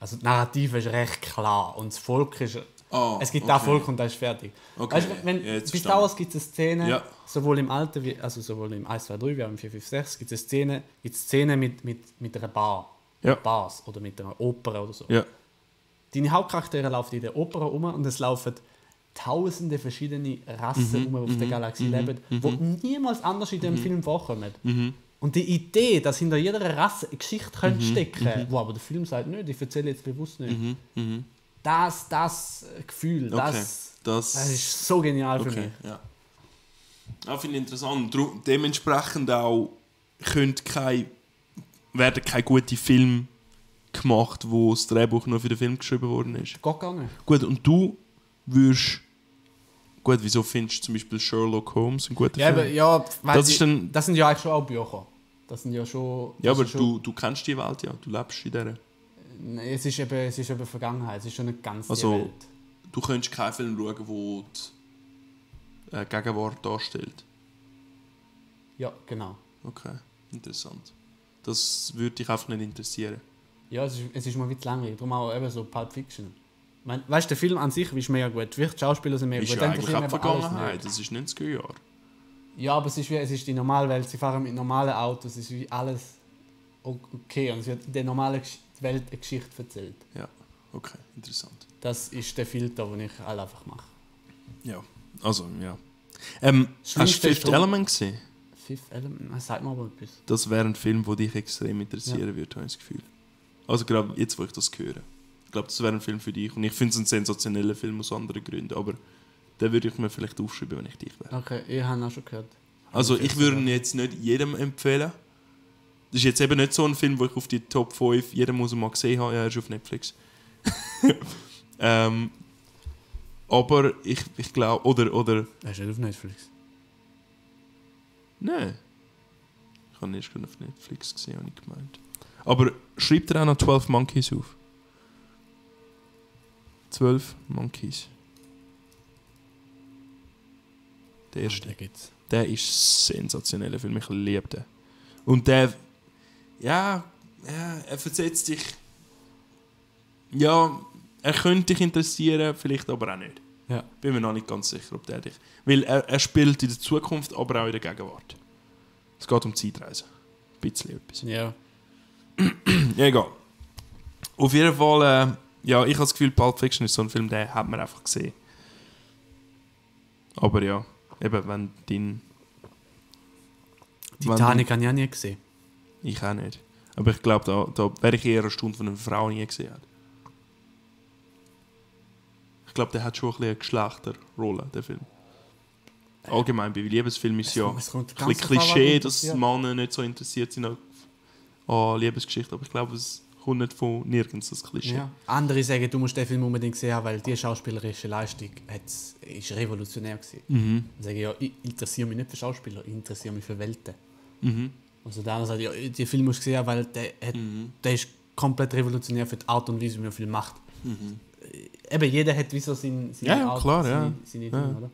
B: Also, die Narrative ist recht klar und das Volk ist.
D: Ah,
B: es gibt
D: okay.
B: da Volk und das ist fertig.
D: Okay,
B: Weißt, du, wenn,
D: ja, jetzt
B: bei
D: verstanden.
B: Star Wars gibt es eine Szene,
A: Ja.
B: sowohl im Alten wie. Also, sowohl im 1, 2, 3, wie auch im 4, 5, 6 gibt es eine Szene, gibt's Szene mit, mit, mit einer Bar.
A: Ja.
B: Bars oder mit einer Oper oder so.
A: Ja.
B: Deine Hauptcharaktere laufen in der Oper rum und es laufen tausende verschiedene Rassen
A: Mhm.
B: um auf der Galaxie leben, wo niemals anders in dem Film vorkommen.
A: Mhm.
B: Und die Idee, dass hinter jeder Rasse eine Geschichte könnte stecken
A: Mhm.
B: wo aber der Film sagt, nö, ich erzähle jetzt bewusst nicht. Das, das Gefühl, das,
A: das-
B: das ist so genial für
A: Okay,
B: mich.
A: ja. Ja, finde ich interessant. Dru- dementsprechend auch können keine, werden keine guten Filme gemacht, wo das Drehbuch nur für den Film geschrieben worden ist.
B: Geht gar nicht.
A: Gut, und du würdest. Gut, wieso findest du zum Beispiel Sherlock Holmes einen guten
B: Ja, aber,
A: Film?
B: ja, weil
A: Das
B: die-
A: ist dann-
B: das sind ja eigentlich schon auch Bücher. Das sind ja schon.
A: Ja,
B: das
A: aber
B: ist Also schon,
A: du, du kennst die Welt ja, du lebst in der.
B: Nein, Es ist eben, es ist eben Vergangenheit, es ist schon eine ganz
A: Also-
B: die Welt.
A: Du könntest keinen Film schauen, wo die äh, Gegenwart darstellt.
B: Ja, genau.
A: Okay, interessant. Das würde dich einfach nicht interessieren.
B: Ja, es ist, es ist mal wie zu langweilig. Darum auch eben so Pulp Fiction. Mein, weißt du, der Film an sich ist mega gut. Vielleicht die Schauspieler sind mega
A: Ist
B: gut.
A: ja
B: dann
A: eigentlich auch
B: verstehen wir aber alles
A: Vergangenheit, das ist 90er Jahre.
B: nicht. Ja, aber es ist, wie, es ist die normale Welt. Sie fahren mit normalen Autos. Es ist wie alles o- okay. Und es wird in der normalen Gesch- Welt eine Geschichte erzählt.
A: Ja, okay, interessant.
B: Das ist der Filter, den ich halt einfach mache.
A: Ja, also, ja. Ähm,
B: Schlimmste
A: hast du Fifth
B: Stunde.
A: Element gesehen?
B: Fifth Element, nein, sag mal aber etwas.
A: Das wäre ein Film, der dich extrem interessieren würde, habe ich das Gefühl. Also gerade jetzt, wo ich das höre. Ich glaube, das wäre ein Film für dich. Und ich finde es ein sensationeller Film aus anderen Gründen, aber den würde ich mir vielleicht aufschreiben, wenn ich dich wäre.
B: Okay, ich habe ihn auch schon gehört.
A: Also ich würde ihn jetzt nicht jedem empfehlen. Das ist jetzt eben nicht so ein Film, wo ich auf die Top 5 jeder muss ihn mal gesehen haben. Ja, er ist auf Netflix. ähm, aber ich, ich glaube, oder, oder,
B: Er ist nicht auf Netflix.
A: nein. Ich habe ihn erst gerade auf Netflix gesehen, habe ich gemeint. Aber schreibt er auch noch 12 Monkeys auf? 12 Monkeys. Der erste.
B: Den gibt's.
A: Der ist sensationell Film, ich liebe den. Und der, ja, ja, er versetzt dich, ja, er könnte dich interessieren, vielleicht aber auch nicht.
B: Ja.
A: Bin mir noch nicht ganz sicher, ob der dich, weil er, er spielt in der Zukunft, aber auch in der Gegenwart. Es geht um Zeitreisen. Ein bisschen etwas.
B: Ja.
A: Ja, egal. Auf jeden Fall, äh, ja, ich habe das Gefühl, Pulp Fiction ist so ein Film, den hat man einfach gesehen. Aber ja, eben, wenn dein... wenn
B: Titanic habe ich auch nie gesehen.
A: dein- Ich auch nicht. Aber ich glaube, da, da wäre ich eher eine Stunde von einer Frau nie gesehen. Hat. Ich glaube, der hat schon ein bisschen eine Geschlechterrolle, der Film. Allgemein, bei Liebesfilmen ist es ja...
B: Es kommt
A: Ein
B: ganz
A: bisschen
B: drauf an, was
A: Klischee, dass
B: interessiert.
A: Männer nicht so interessiert sind an- an Liebesgeschichten, aber ich glaube, es kommt nicht von nirgends, das Klischee.
B: Ja. Andere sagen, du musst den Film unbedingt sehen, haben, weil die schauspielerische Leistung hat's, ist revolutionär gewesen.
A: Mhm.
B: Dann sage ich, ja, ich interessiere mich nicht für Schauspieler, ich interessiere mich für Welten.
A: Mhm.
B: Also der andere sagt, ja, den Film musst du sehen, weil der, hat,
A: Mhm.
B: der ist komplett revolutionär für die Art und Weise, wie man viel macht. Äh, Eben, jeder hat wie so sein, seine
A: Mhm. Ja, ja,
B: Art,
A: klar,
B: seine,
A: ja.
B: seine Dinge, oder?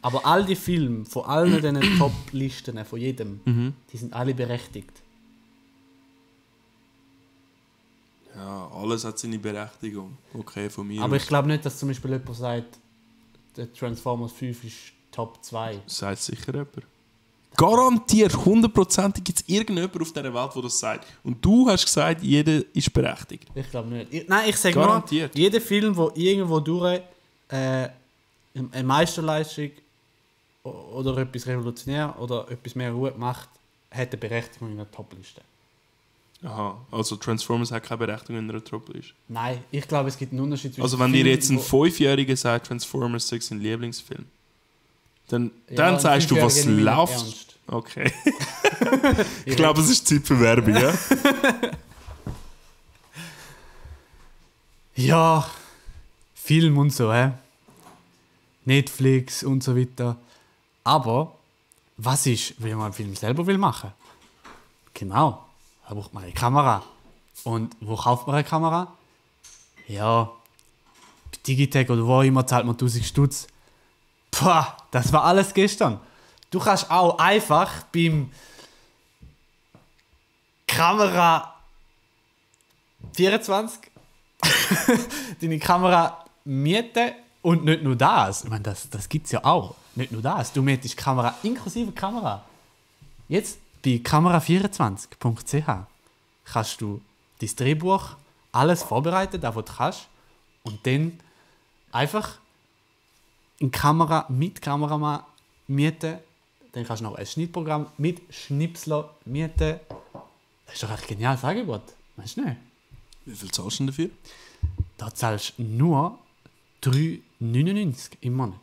B: Aber all die Filme von allen diesen Top-Listen, von jedem,
A: Mhm.
B: die sind alle berechtigt.
A: Ja, alles hat seine Berechtigung. Okay, von mir
B: Aber ich glaube nicht, dass zum Beispiel jemand sagt, der Transformers 5 ist Top 2.
A: Sagt sicher jemand. Garantiert, 100% gibt es irgendjemanden auf dieser Welt, der das sagt. Und du hast gesagt, jeder ist berechtigt.
B: Ich glaube nicht. Ich, nein, ich sage nur,
A: Garantiert.
B: jeder Film, wo irgendwo durch äh, eine Meisterleistung o- oder etwas revolutionär oder etwas mehr Ruhe macht, hat eine Berechtigung in der Top-Liste.
A: Aha, also Transformers hat keine Berechtigung, wenn er ein Trupp ist.
B: Nein, ich glaube, es gibt einen Unterschied zwischen.
A: Also wenn dir
B: Filmen,
A: jetzt ein
B: wo-
A: Fünfjähriger sagt, Transformers 6 ist ein Lieblingsfilm, dann,
B: Ja,
A: dann
B: ein
A: sagst du, was
B: Fünfjähriger nimmt
A: läuft.
B: ernst.
A: Okay. ich glaube, es ist Zeit für Werbung, ja?
B: Ja, Film und so, hä? Netflix und so weiter. Aber was ist, wenn man einen Film selber will machen? Genau, da braucht man eine Kamera. Und wo kauft man eine Kamera? Ja, bei Digitec oder wo auch immer zahlt man 1000 Stutz. Pah, das war alles gestern. Du kannst auch einfach beim Kamera 24 deine Kamera mieten und nicht nur das. Ich meine, das, das gibt es ja auch. Nicht nur das. Du mietest Kamera inklusive Kamera. Jetzt bei kamera24.ch kannst du dein Drehbuch alles vorbereiten, da wo du kannst. Und dann einfach eine Kamera mit Kameramann mieten. Dann kannst du noch ein Schnittprogramm mit Schnipsler mieten. Das ist doch echt ein geniales Angebot. Weißt du nicht?
A: Wie viel zahlst du denn dafür?
B: Da zahlst du nur 3,99 im Monat.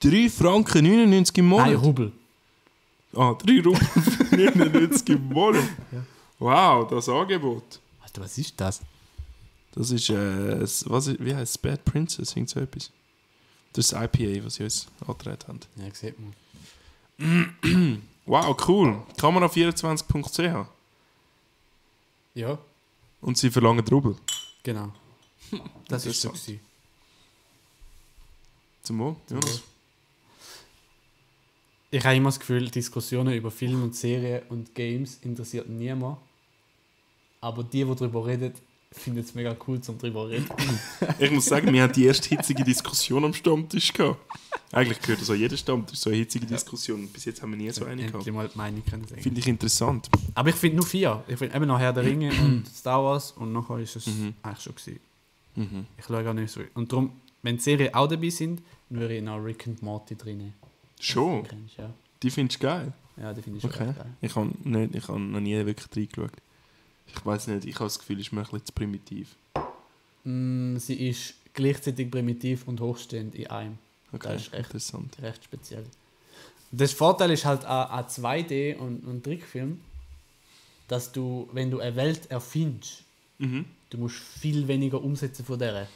A: 3 Franken 99 im
B: Nein,
A: Monat.
B: Rubel.
A: ah, 3 Rubel 99 im Monat. Wow, das Angebot.
B: Alter, was ist das?
A: Das ist, äh, s- was ist wie heißt es? Bad Princess, irgend so etwas. Das ist das IPA, was sie uns angetreten haben.
B: Ja, sieht man.
A: Wow, cool. Kamera24.ch.
B: Ja,
A: Und sie verlangen Rubel.
B: genau. Das ist so.
A: Interessant. Zum Wohl, Jonas.
B: Ich habe immer das Gefühl, Diskussionen über Filme und Serien und Games interessiert niemand. Aber die, die darüber reden, finden es mega cool, zum darüber reden.
A: Ich muss sagen, wir haben die erste hitzige Diskussion am Stammtisch gehabt. Eigentlich gehört das an jeden Stammtisch, so eine hitzige Diskussion. Bis jetzt haben wir nie so eine
B: Endlich
A: gehabt.
B: mal die Meinung können sagen.
A: Finde ich interessant.
B: Aber ich finde nur vier. Ich finde eben noch Herr der Ringe und Star Wars und nachher ist es eigentlich schon gewesen.
A: Mhm.
B: Ich schaue auch nicht so. Und darum, wenn die Serien auch dabei sind, dann würde ich noch Rick und Morty drin.
A: Schon,
B: Kennst du, ja.
A: die findest du geil.
B: Ja, die finde ich schon
A: Okay.
B: echt geil.
A: Ich habe nicht, ich habe noch nie wirklich reingeschaut. Ich weiß nicht, ich habe das Gefühl, es ist mir ein bisschen zu primitiv.
B: Mm, sie ist gleichzeitig primitiv und hochstehend in einem.
A: Okay,
B: Das ist echt-
A: interessant.
B: Recht speziell. Der Vorteil ist halt an, an 2D und, und Trickfilm, dass du, wenn du eine Welt erfindest,
A: Mhm.
B: du musst viel weniger umsetzen von der.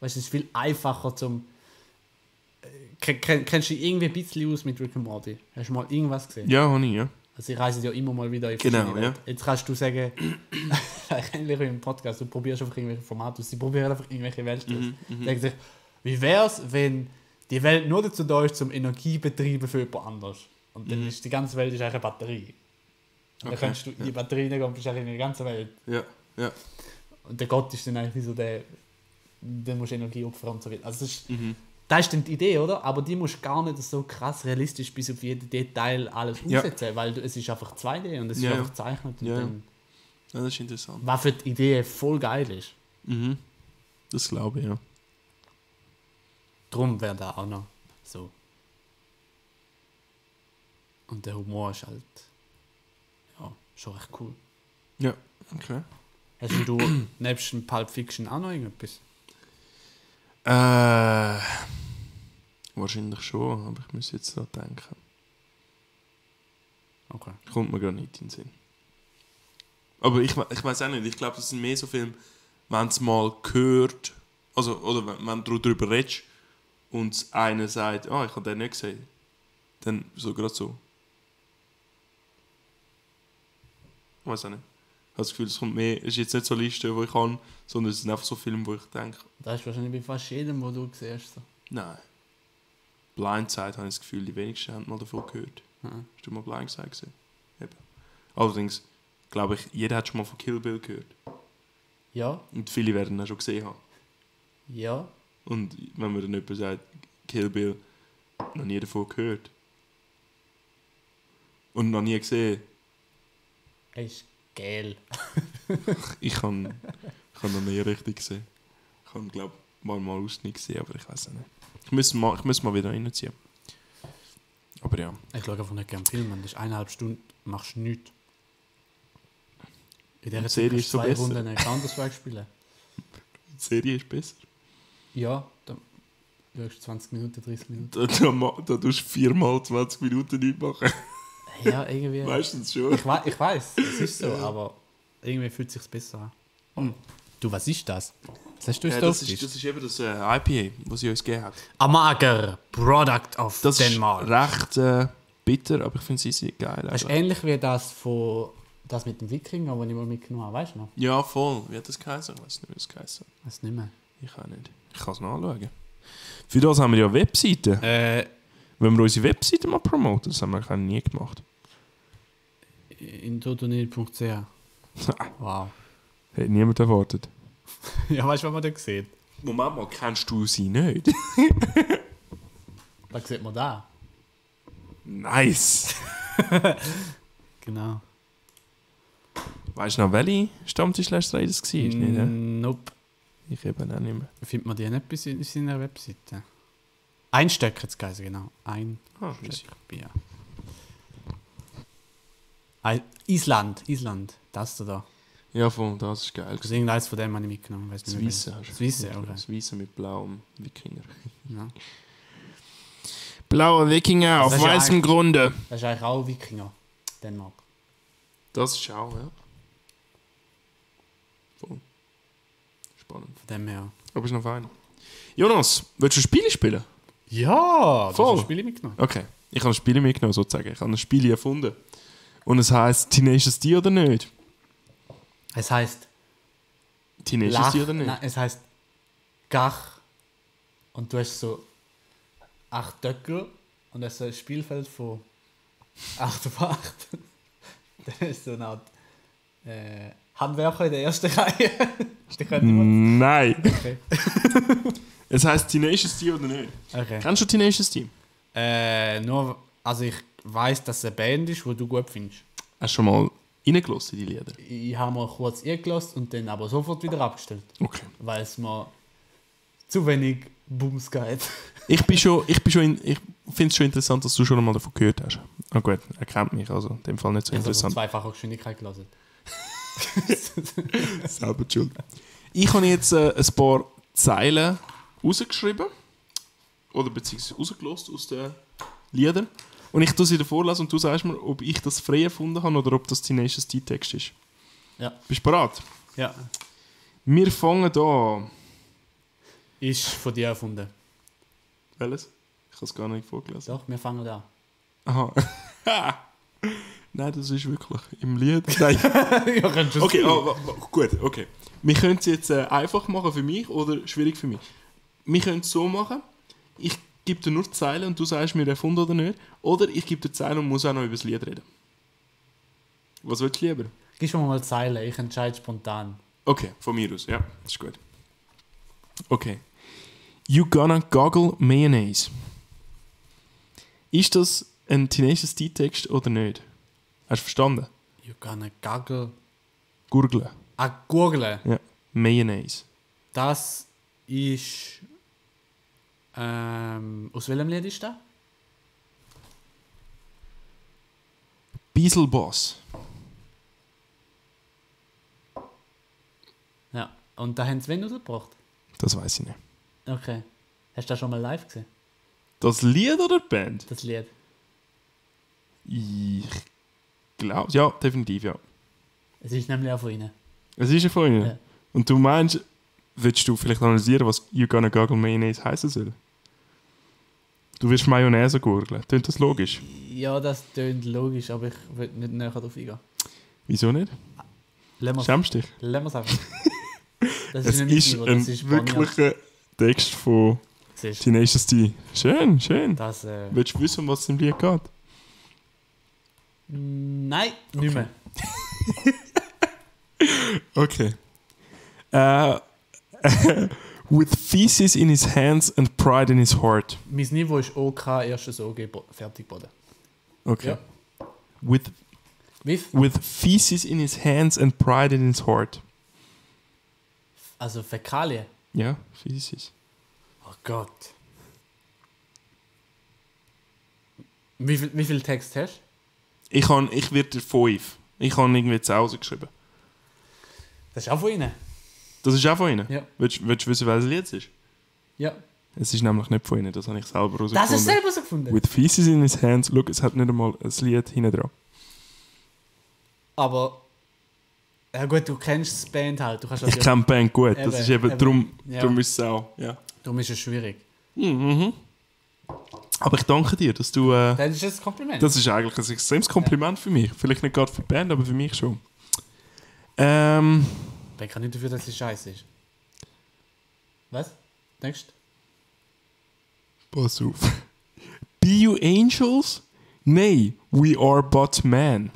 B: Weißt du, es ist viel einfacher zum. Äh, ken- ken- Kennst du dich irgendwie ein bisschen aus mit Rick and Morty? Hast du mal irgendwas gesehen?
A: Ja, habe ich, ja.
B: Also, sie reisen ja immer mal wieder in
A: Genau,
B: verschiedene
A: ja.
B: Welten. Jetzt kannst du sagen, eigentlich wie im Podcast, du probierst einfach irgendwelche Formate aus. Sie probieren einfach irgendwelche Welten
A: Mhm,
B: aus. Denken sich, wie wäre es, wenn die Welt nur dazu da ist, zum Energiebetreiben für jemand anders? Und dann ist die ganze Welt ist eigentlich eine Batterie.
A: Mhm.
B: Und
A: Okay,
B: Dann kannst du in die Batterie gehen und bist eigentlich in der ganzen Welt.
A: Ja, ja.
B: Und der Gott ist dann eigentlich so der, der muss Energie opfern und so weiter. Also das, ist,
A: Mhm.
B: das ist dann die Idee, oder? Aber die musst du gar nicht so krass realistisch bis auf jeden Detail alles
A: Ja.
B: umsetzen, weil du, es ist einfach 2D und es
A: Ja,
B: ist
A: ja.
B: einfach gezeichnet. Und
A: Ja, ja.
B: dann,
A: ja das ist interessant.
B: was für die Idee voll geil ist.
A: Mhm. Das glaube ich, ja.
B: Drum wäre da auch noch so. Und der Humor ist halt ja, schon recht cool.
A: Ja, okay.
B: Hast du nebst dem Pulp Fiction auch noch irgendetwas?
A: Äh, wahrscheinlich schon, aber ich muss jetzt da denken.
B: Okay.
A: Kommt mir gar nicht in den Sinn. Aber ich, we- ich weiß auch nicht, ich glaube, das sind mehr so Filme, wenn es mal gehört, also, oder wenn, wenn du darüber redest und einer sagt, ah, ich habe den nicht gesehen, dann so gerade so. Ich weiß auch nicht. Ich habe das Gefühl, es kommt mehr, es ist jetzt nicht so eine Liste, die ich habe, sondern es sind einfach so Filme, wo ich denke,
B: Das ist wahrscheinlich bei fast jedem, wo du siehst. So.
A: Nein. Blindside habe ich das Gefühl, die wenigsten haben mal davon gehört.
B: Mhm.
A: Hast du mal Blindside gesehen? Eben. Allerdings glaube ich, jeder hat schon mal von Kill Bill gehört.
B: Ja,
A: Und viele werden ihn schon gesehen haben.
B: ja.
A: Und wenn mir dann jemand sagt, Kill Bill, noch nie davon gehört. Und noch nie gesehen.
B: Er ist geil.
A: Ich kann, ich kann noch nie richtig gesehen. Ich habe, glaube mal mal Ausschnitt gesehen, aber ich weiß nicht. Ich muss mal, ich muss mal wieder reinziehen. Aber ja.
B: Ich schaue einfach nicht gerne Filme. Das ist eineinhalb Stunden, machst du nichts. In dieser
A: Serie
B: Zeit
A: ist
B: kannst du
A: so
B: zwei
A: besser.
B: Runden Counter-Strike spielen.
A: Die Serie ist besser.
B: Ja, dann schaust du 20 Minuten, 30 Minuten.
A: Da, da, ma- da tust du viermal 20 Minuten nicht machen.
B: Ja, irgendwie.
A: Meistens schon.
B: Ich, wei- ich weiß, es ist so, aber irgendwie fühlt es sich besser an.
A: Hm.
B: Du, was ist das? Was hast du
A: Ja,
B: jetzt
A: das,
B: das
A: ist, das ist eben das äh, IPA, was sie uns gegeben hat.
B: Amager, Product of
A: Das
B: Denmark.
A: ist recht äh, bitter, aber ich finde sie sehr geil.
B: Das ist
A: eben.
B: ähnlich wie das von das mit dem Wikinger, das ich mal mitgenommen habe, weißt du noch?
A: Ja, voll. Wie hat das geheißen? Ich weiß nicht, wie das geheißen hat.
B: Weiß nicht mehr.
A: Ich auch nicht. Ich kann es nachschauen. Für das haben wir ja Webseiten.
B: Äh,
A: Wenn wir unsere Webseite mal promoten, das haben wir eigentlich nie gemacht.
B: in totonil.ch. Wow.
A: Hätte niemand erwartet.
B: ja, weißt du, was man da sieht?
A: Moment mal, kennst du sie nicht?
B: Da sieht man da.
A: nice!
B: Genau.
A: Weißt du noch, welche Stammtischlästerei das war? Ist Nicht, hä?
B: Mm, Nope.
A: ich eben auch nicht mehr.
B: Findet man die nicht bis in seiner Webseite? Ein Stöck hat es geheißen, genau. Ein
A: Ah,
B: Stöck Bier. Ei- Island, Island, das da da.
A: ja, voll, das ist geil.
B: Also irgendeines von dem habe ich mitgenommen. Weiß
A: Das
B: nicht
A: Weisse
B: mehr.
A: hast du.
B: Das Weisse, okay.
A: Das Weisse mit blauem Wikinger.
B: Ja.
A: Blauer Wikinger
B: Das auf ist ja weißem eigentlich-
A: Grunde.
B: Das ist eigentlich auch Wikinger, Dänemark.
A: Das ist auch, ja. Voll. Spannend.
B: Von dem her.
A: Aber ist noch fein. Jonas, willst du Spiele spielen?
B: Ja,
A: Voll.
B: das Spiel mitgenommen.
A: Okay. Ich habe ein Spiel mitgenommen, sozusagen. Ich habe ein Spiel erfunden. Und es heisst Teenagers D oder nicht?
B: Es heißt
A: Teenagers
B: Lach,
A: D oder nicht?
B: nein, es heißt Gach und du hast so acht Döckel und das ist so ein Spielfeld von acht auf acht. Dann ist so eine Art äh, Handwerker in der ersten Reihe. Die
A: Mhm.
B: können
A: Nein.
B: okay.
A: Es heisst Teenagers D oder nicht?
B: okay.
A: Kennst du Teenagers D?
B: Äh, nur, also ich weiß, dass es eine Band ist, die du gut findest.
A: Hast du schon mal reingelassen in die Lieder?
B: Ich habe mal kurz eingelassen und dann aber sofort wieder abgestellt,
A: Okay.
B: weil es mir zu wenig Bums geht.
A: Ich bin schon, ich bin schon, in, ich finde es schon interessant, dass du schon einmal davon gehört hast. Ah gut, er kennt mich also. In dem Fall nicht so
B: Ich habe es
A: interessant.
B: zweifacher Geschwindigkeit gelassen.
A: Selber die schuld. Ich habe jetzt äh, ein paar Zeilen rausgeschrieben. Oder beziehungsweise rausgelost aus den Liedern. Und ich tue sie dir vorlesen und du sagst mir, ob ich das frei erfunden habe oder ob das Teenagers D-Text ist.
B: Ja.
A: Bist du bereit?
B: Ja.
A: Wir fangen an.
B: Ist von dir erfunden.
A: Welches? Ich habe es gar nicht vorgelesen.
B: Doch, wir fangen an.
A: Aha. Nein, das ist wirklich im Lied. Nein.
B: ja, kannst du
A: Okay, ah, wa- wa- gut, okay. Wir können es jetzt äh, einfach machen für mich oder schwierig für mich. Wir können es so machen, ich gebe dir nur die Zeilen und du sagst mir, erfunden oder nicht. Oder ich gebe dir die Zeilen und muss auch noch über das Lied reden. Was willst du lieber?
B: Gib schon mal Zeilen, ich entscheide spontan.
A: Okay, von mir aus, ja, das ist gut. Okay. You gonna goggle mayonnaise. Ist das ein Teenagers D-Text oder nicht? Hast du verstanden?
B: You gonna gaggle.
A: Gurgeln.
B: Ah, gurgeln.
A: Ja. Mayonnaise.
B: Das ist. Ähm, aus welchem Lied ist das?
A: Beaselboss.
B: Ja. Und da haben sie wen rausgebracht?
A: Das weiß ich nicht.
B: Okay. Hast du das schon mal live gesehen?
A: Das Lied oder die Band?
B: Das Lied.
A: Ich glaube, ja, definitiv, ja.
B: Es ist nämlich auch von ihnen.
A: Es ist ja von ihnen.
B: Ja.
A: Und du meinst, willst du vielleicht analysieren, was You Gonna Goggle Mayonnaise heißen soll? Du wirst Mayonnaise gurgeln. Tönt das logisch?
B: Ja, das tönt logisch, aber ich will nicht näher darauf eingehen.
A: Wieso nicht?
B: Lassen
A: Schämst dich?
B: wir es einfach. Das
A: Es
B: nicht mein
A: ist
B: Niveau,
A: ein
B: Spanier.
A: wirklicher Text von
B: Siehst du,
A: Teenagers D. Schön, schön.
B: Das, äh,
A: Willst du wissen, um was im Lied geht?
B: Nein, nicht mehr.
A: Okay. Äh, with feces in his hands and pride in his heart.
B: Mein Niveau ist OK, erstes OG, bo- fertig Boden.
A: Okay.
B: Ja.
A: With
B: With,
A: with feces in his hands and pride in his heart.
B: also Fäkalien.
A: Ja, feces.
B: Oh Gott. Wie viel, wie viel Text hast
A: Ich han, ich werde dir fünf. Ich han irgendwie zu Hause geschrieben.
B: Das ist auch von Ihnen?
A: Das ist auch von ihnen.
B: Ja.
A: Willst, willst du wissen, welches Lied es ist?
B: Ja.
A: Es ist nämlich nicht von ihnen, das habe ich selber
B: Das hast du
A: rausgefunden.
B: selber so gefunden.
A: With feces in his hands, look, es hat nicht einmal ein Lied hinten dran.
B: Aber. Ja gut, du kennst das Band halt. Du kannst das
A: Ich
B: ja,
A: kenne die Band gut,
B: Eben,
A: das ist eben,
B: eben.
A: drum,
B: Ja.
A: drum ist es auch. Ja.
B: darum ist es schwierig.
A: Mhm. Aber ich danke dir, dass du. Äh,
B: Dann ist das ein Kompliment.
A: das ist eigentlich ein extremes Kompliment für mich. Vielleicht nicht gerade für die Band, aber für mich schon. Ähm,
B: ich kann nicht dafür, dass es scheiße ist. Was? Denkst du?
A: pass auf. Be you angels? Nay, we are but men.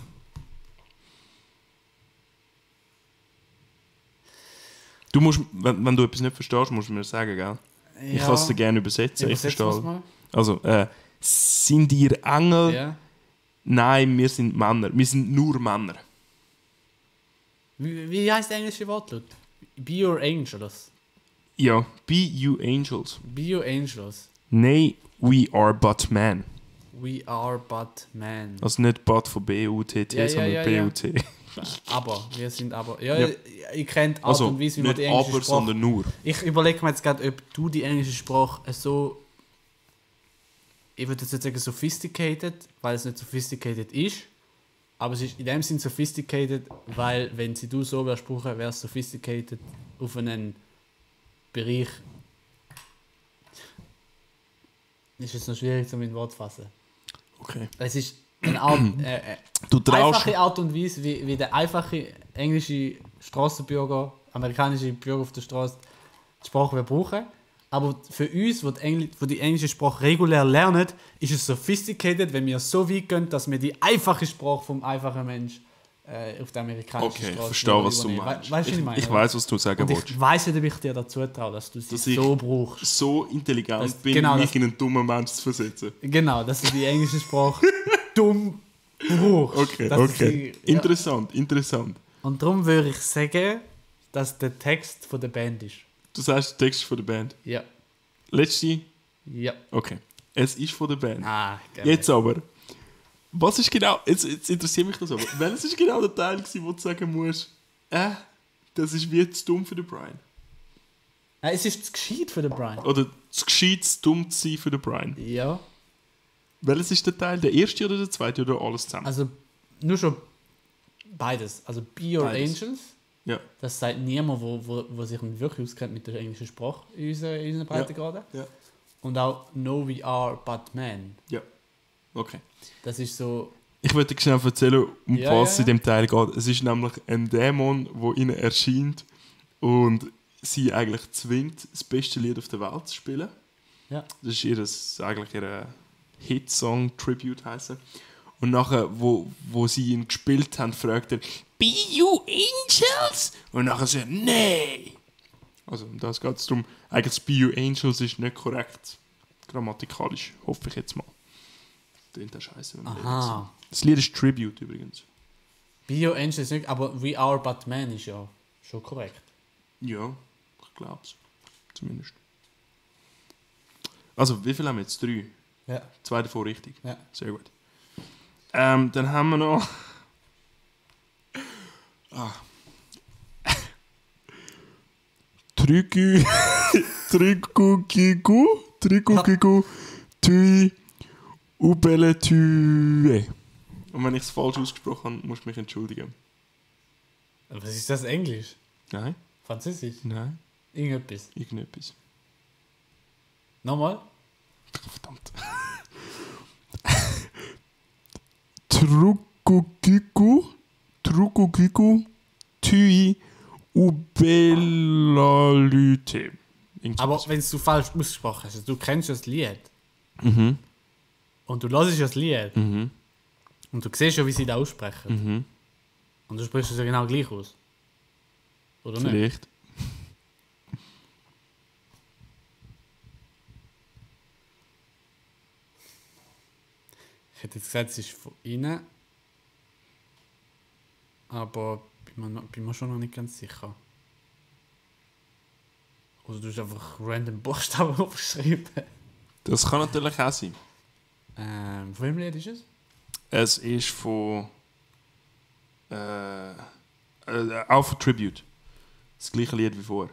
A: Du musst, wenn, wenn du etwas nicht verstehst, musst du mir sagen, gell? Ich kann es dir gerne übersetzen. Ich
B: Übersetz das
A: verstehe.
B: mal.
A: Also, äh, sind ihr Engel?
B: Ja.
A: Nein, wir sind Männer. Wir sind nur Männer.
B: Wie, wie heißt das englische Wort, Leute? Be your angels.
A: Ja, be you angels.
B: Be your angels.
A: Nay, we are but men.
B: We are but men.
A: Also nicht but von B-U-T-T,
B: Ja, ja,
A: sondern
B: ja, ja.
A: B-U-T.
B: Aber, wir sind aber. Ja,
A: Ja.
B: ich- ich kenne die Art
A: Also
B: und Weise, wie man
A: nicht
B: die englische
A: aber,
B: Sprache
A: sondern nur.
B: Ich überlege mir jetzt gerade, ob du die englische Sprache so. Ich würde jetzt nicht sagen sophisticated, weil es nicht sophisticated ist. Aber es ist in dem Sinn sophisticated, weil, wenn sie du so wärst, brauchen, wäre es sophisticated auf einen Bereich. Ist jetzt noch schwierig, zu in Wort zu fassen.
A: Okay.
B: Es ist eine Art, äh, äh,
A: Du traust
B: einfache Art und Weise, wie, wie der einfache englische Straßenbürger, amerikanische Bürger auf der Straße die Sprache wir brauchen. Aber für uns, wo die, Engl wo die englische Sprache regulär lernen, ist es sophisticated, wenn wir so weit gehen, dass wir die einfache Sprache vom einfachen Mensch äh, auf der amerikanischen
A: Okay, ich
B: Straße
A: verstehe, was du
B: übernehmen.
A: meinst.
B: We weißt du,
A: ich
B: was ich meine?
A: ich weiß, was du sagen
B: Und
A: wolltest.
B: ich weiß nicht, ob ich dir da zutraue, dass du sie
A: Dass ich-
B: so brauchst.
A: So intelligent
B: Das-
A: bin
B: genau,
A: ich, mich
B: das-
A: in einen dummen Menschen zu versetzen.
B: Genau, dass du die englische Sprache dumm brauchst.
A: Okay,
B: Dass du
A: okay.
B: sie- ja.
A: Interessant, interessant.
B: Und darum würde ich sagen, dass der Text von der Band ist.
A: Du sagst der Text von der Band.
B: Ja.
A: Letzte?
B: Ja.
A: Okay. Es ist von der Band.
B: Ah, geil.
A: Jetzt aber. Was ist genau. Jetzt, jetzt interessiert mich das aber. Welches ist genau der Teil, gewesen, wo du sagen musst, äh, das ist wie zu dumm für den Brian?
B: Nein, es ist zu gescheit für den Brian.
A: Oder zu gescheit zu dumm zu sein für den Brian?
B: Ja.
A: Welches ist der Teil? Der erste oder der zweite oder alles zusammen?
B: Also, nur schon beides. Also, Be Your
A: Beides.
B: Angels.
A: Ja.
B: Das sagt niemand, wo, wo, wo sich wirklich auskennt mit der englischen Sprache in unserer, in unserer Breitengrade.
A: Ja.
B: Und auch No We Are But Men.
A: Ja. Okay.
B: Das ist so.
A: Ich würde dir schnell erzählen, um
B: Ja,
A: was es
B: ja,
A: in dem Teil geht. Es ist nämlich ein Dämon, der ihnen erscheint und sie eigentlich zwingt, das beste Lied auf der Welt zu spielen.
B: Ja.
A: Das ist ihr, eigentlich ihr Hitsong-Tribute heißen. Und nachher, wo, wo sie ihn gespielt haben, fragt er, Be you angels? Und nachher sagt er, nein. Also um das geht es darum. Eigentlich das Be you angels ist nicht korrekt. Grammatikalisch, hoffe ich jetzt mal. Klingt das scheiße. wenn man ehrlich ist.
B: Aha.
A: Das Lied ist Tribute übrigens.
B: Be Your Angels ist nicht, aber We Are But Men ist ja schon korrekt.
A: Ja, ich glaube es. Zumindest. Also, wie viel haben wir jetzt? Drei?
B: Ja.
A: Zwei davon richtig.
B: Ja.
A: Sehr gut. Ähm, dann haben wir noch. Ah. Trügü. Trügügigu. Trügügigu. Tui. Ubele Tüe. Und wenn ich es falsch ausgesprochen habe, musst du mich entschuldigen.
B: Was ist das Englisch?
A: Nein,
B: Französisch?
A: nein,
B: Irgendetwas.
A: irgendetwas.
B: Nochmal?
A: Verdammt. Trukukiku, Trukukiku, Tui, Ubelalüte.
B: Aber wenn du falsch ausgesprochen hast, also du kennst ja das Lied
A: Mhm,
B: und du hörst ja das Lied
A: mhm,
B: und du siehst ja, wie sie das aussprechen.
A: mhm.
B: Und du sprichst es ja genau gleich aus. Oder nicht?
A: Vielleicht.
B: Ich hätte jetzt gesagt, es ist von innen. Aber bin mir, noch, bin mir schon noch nicht ganz sicher. Oder du hast einfach random Buchstaben aufgeschrieben.
A: Das kann natürlich auch sein.
B: Ähm, von wem Lied ist es?
A: Es ist von. Äh, äh, auch von Tribute. Das gleiche Lied wie vor.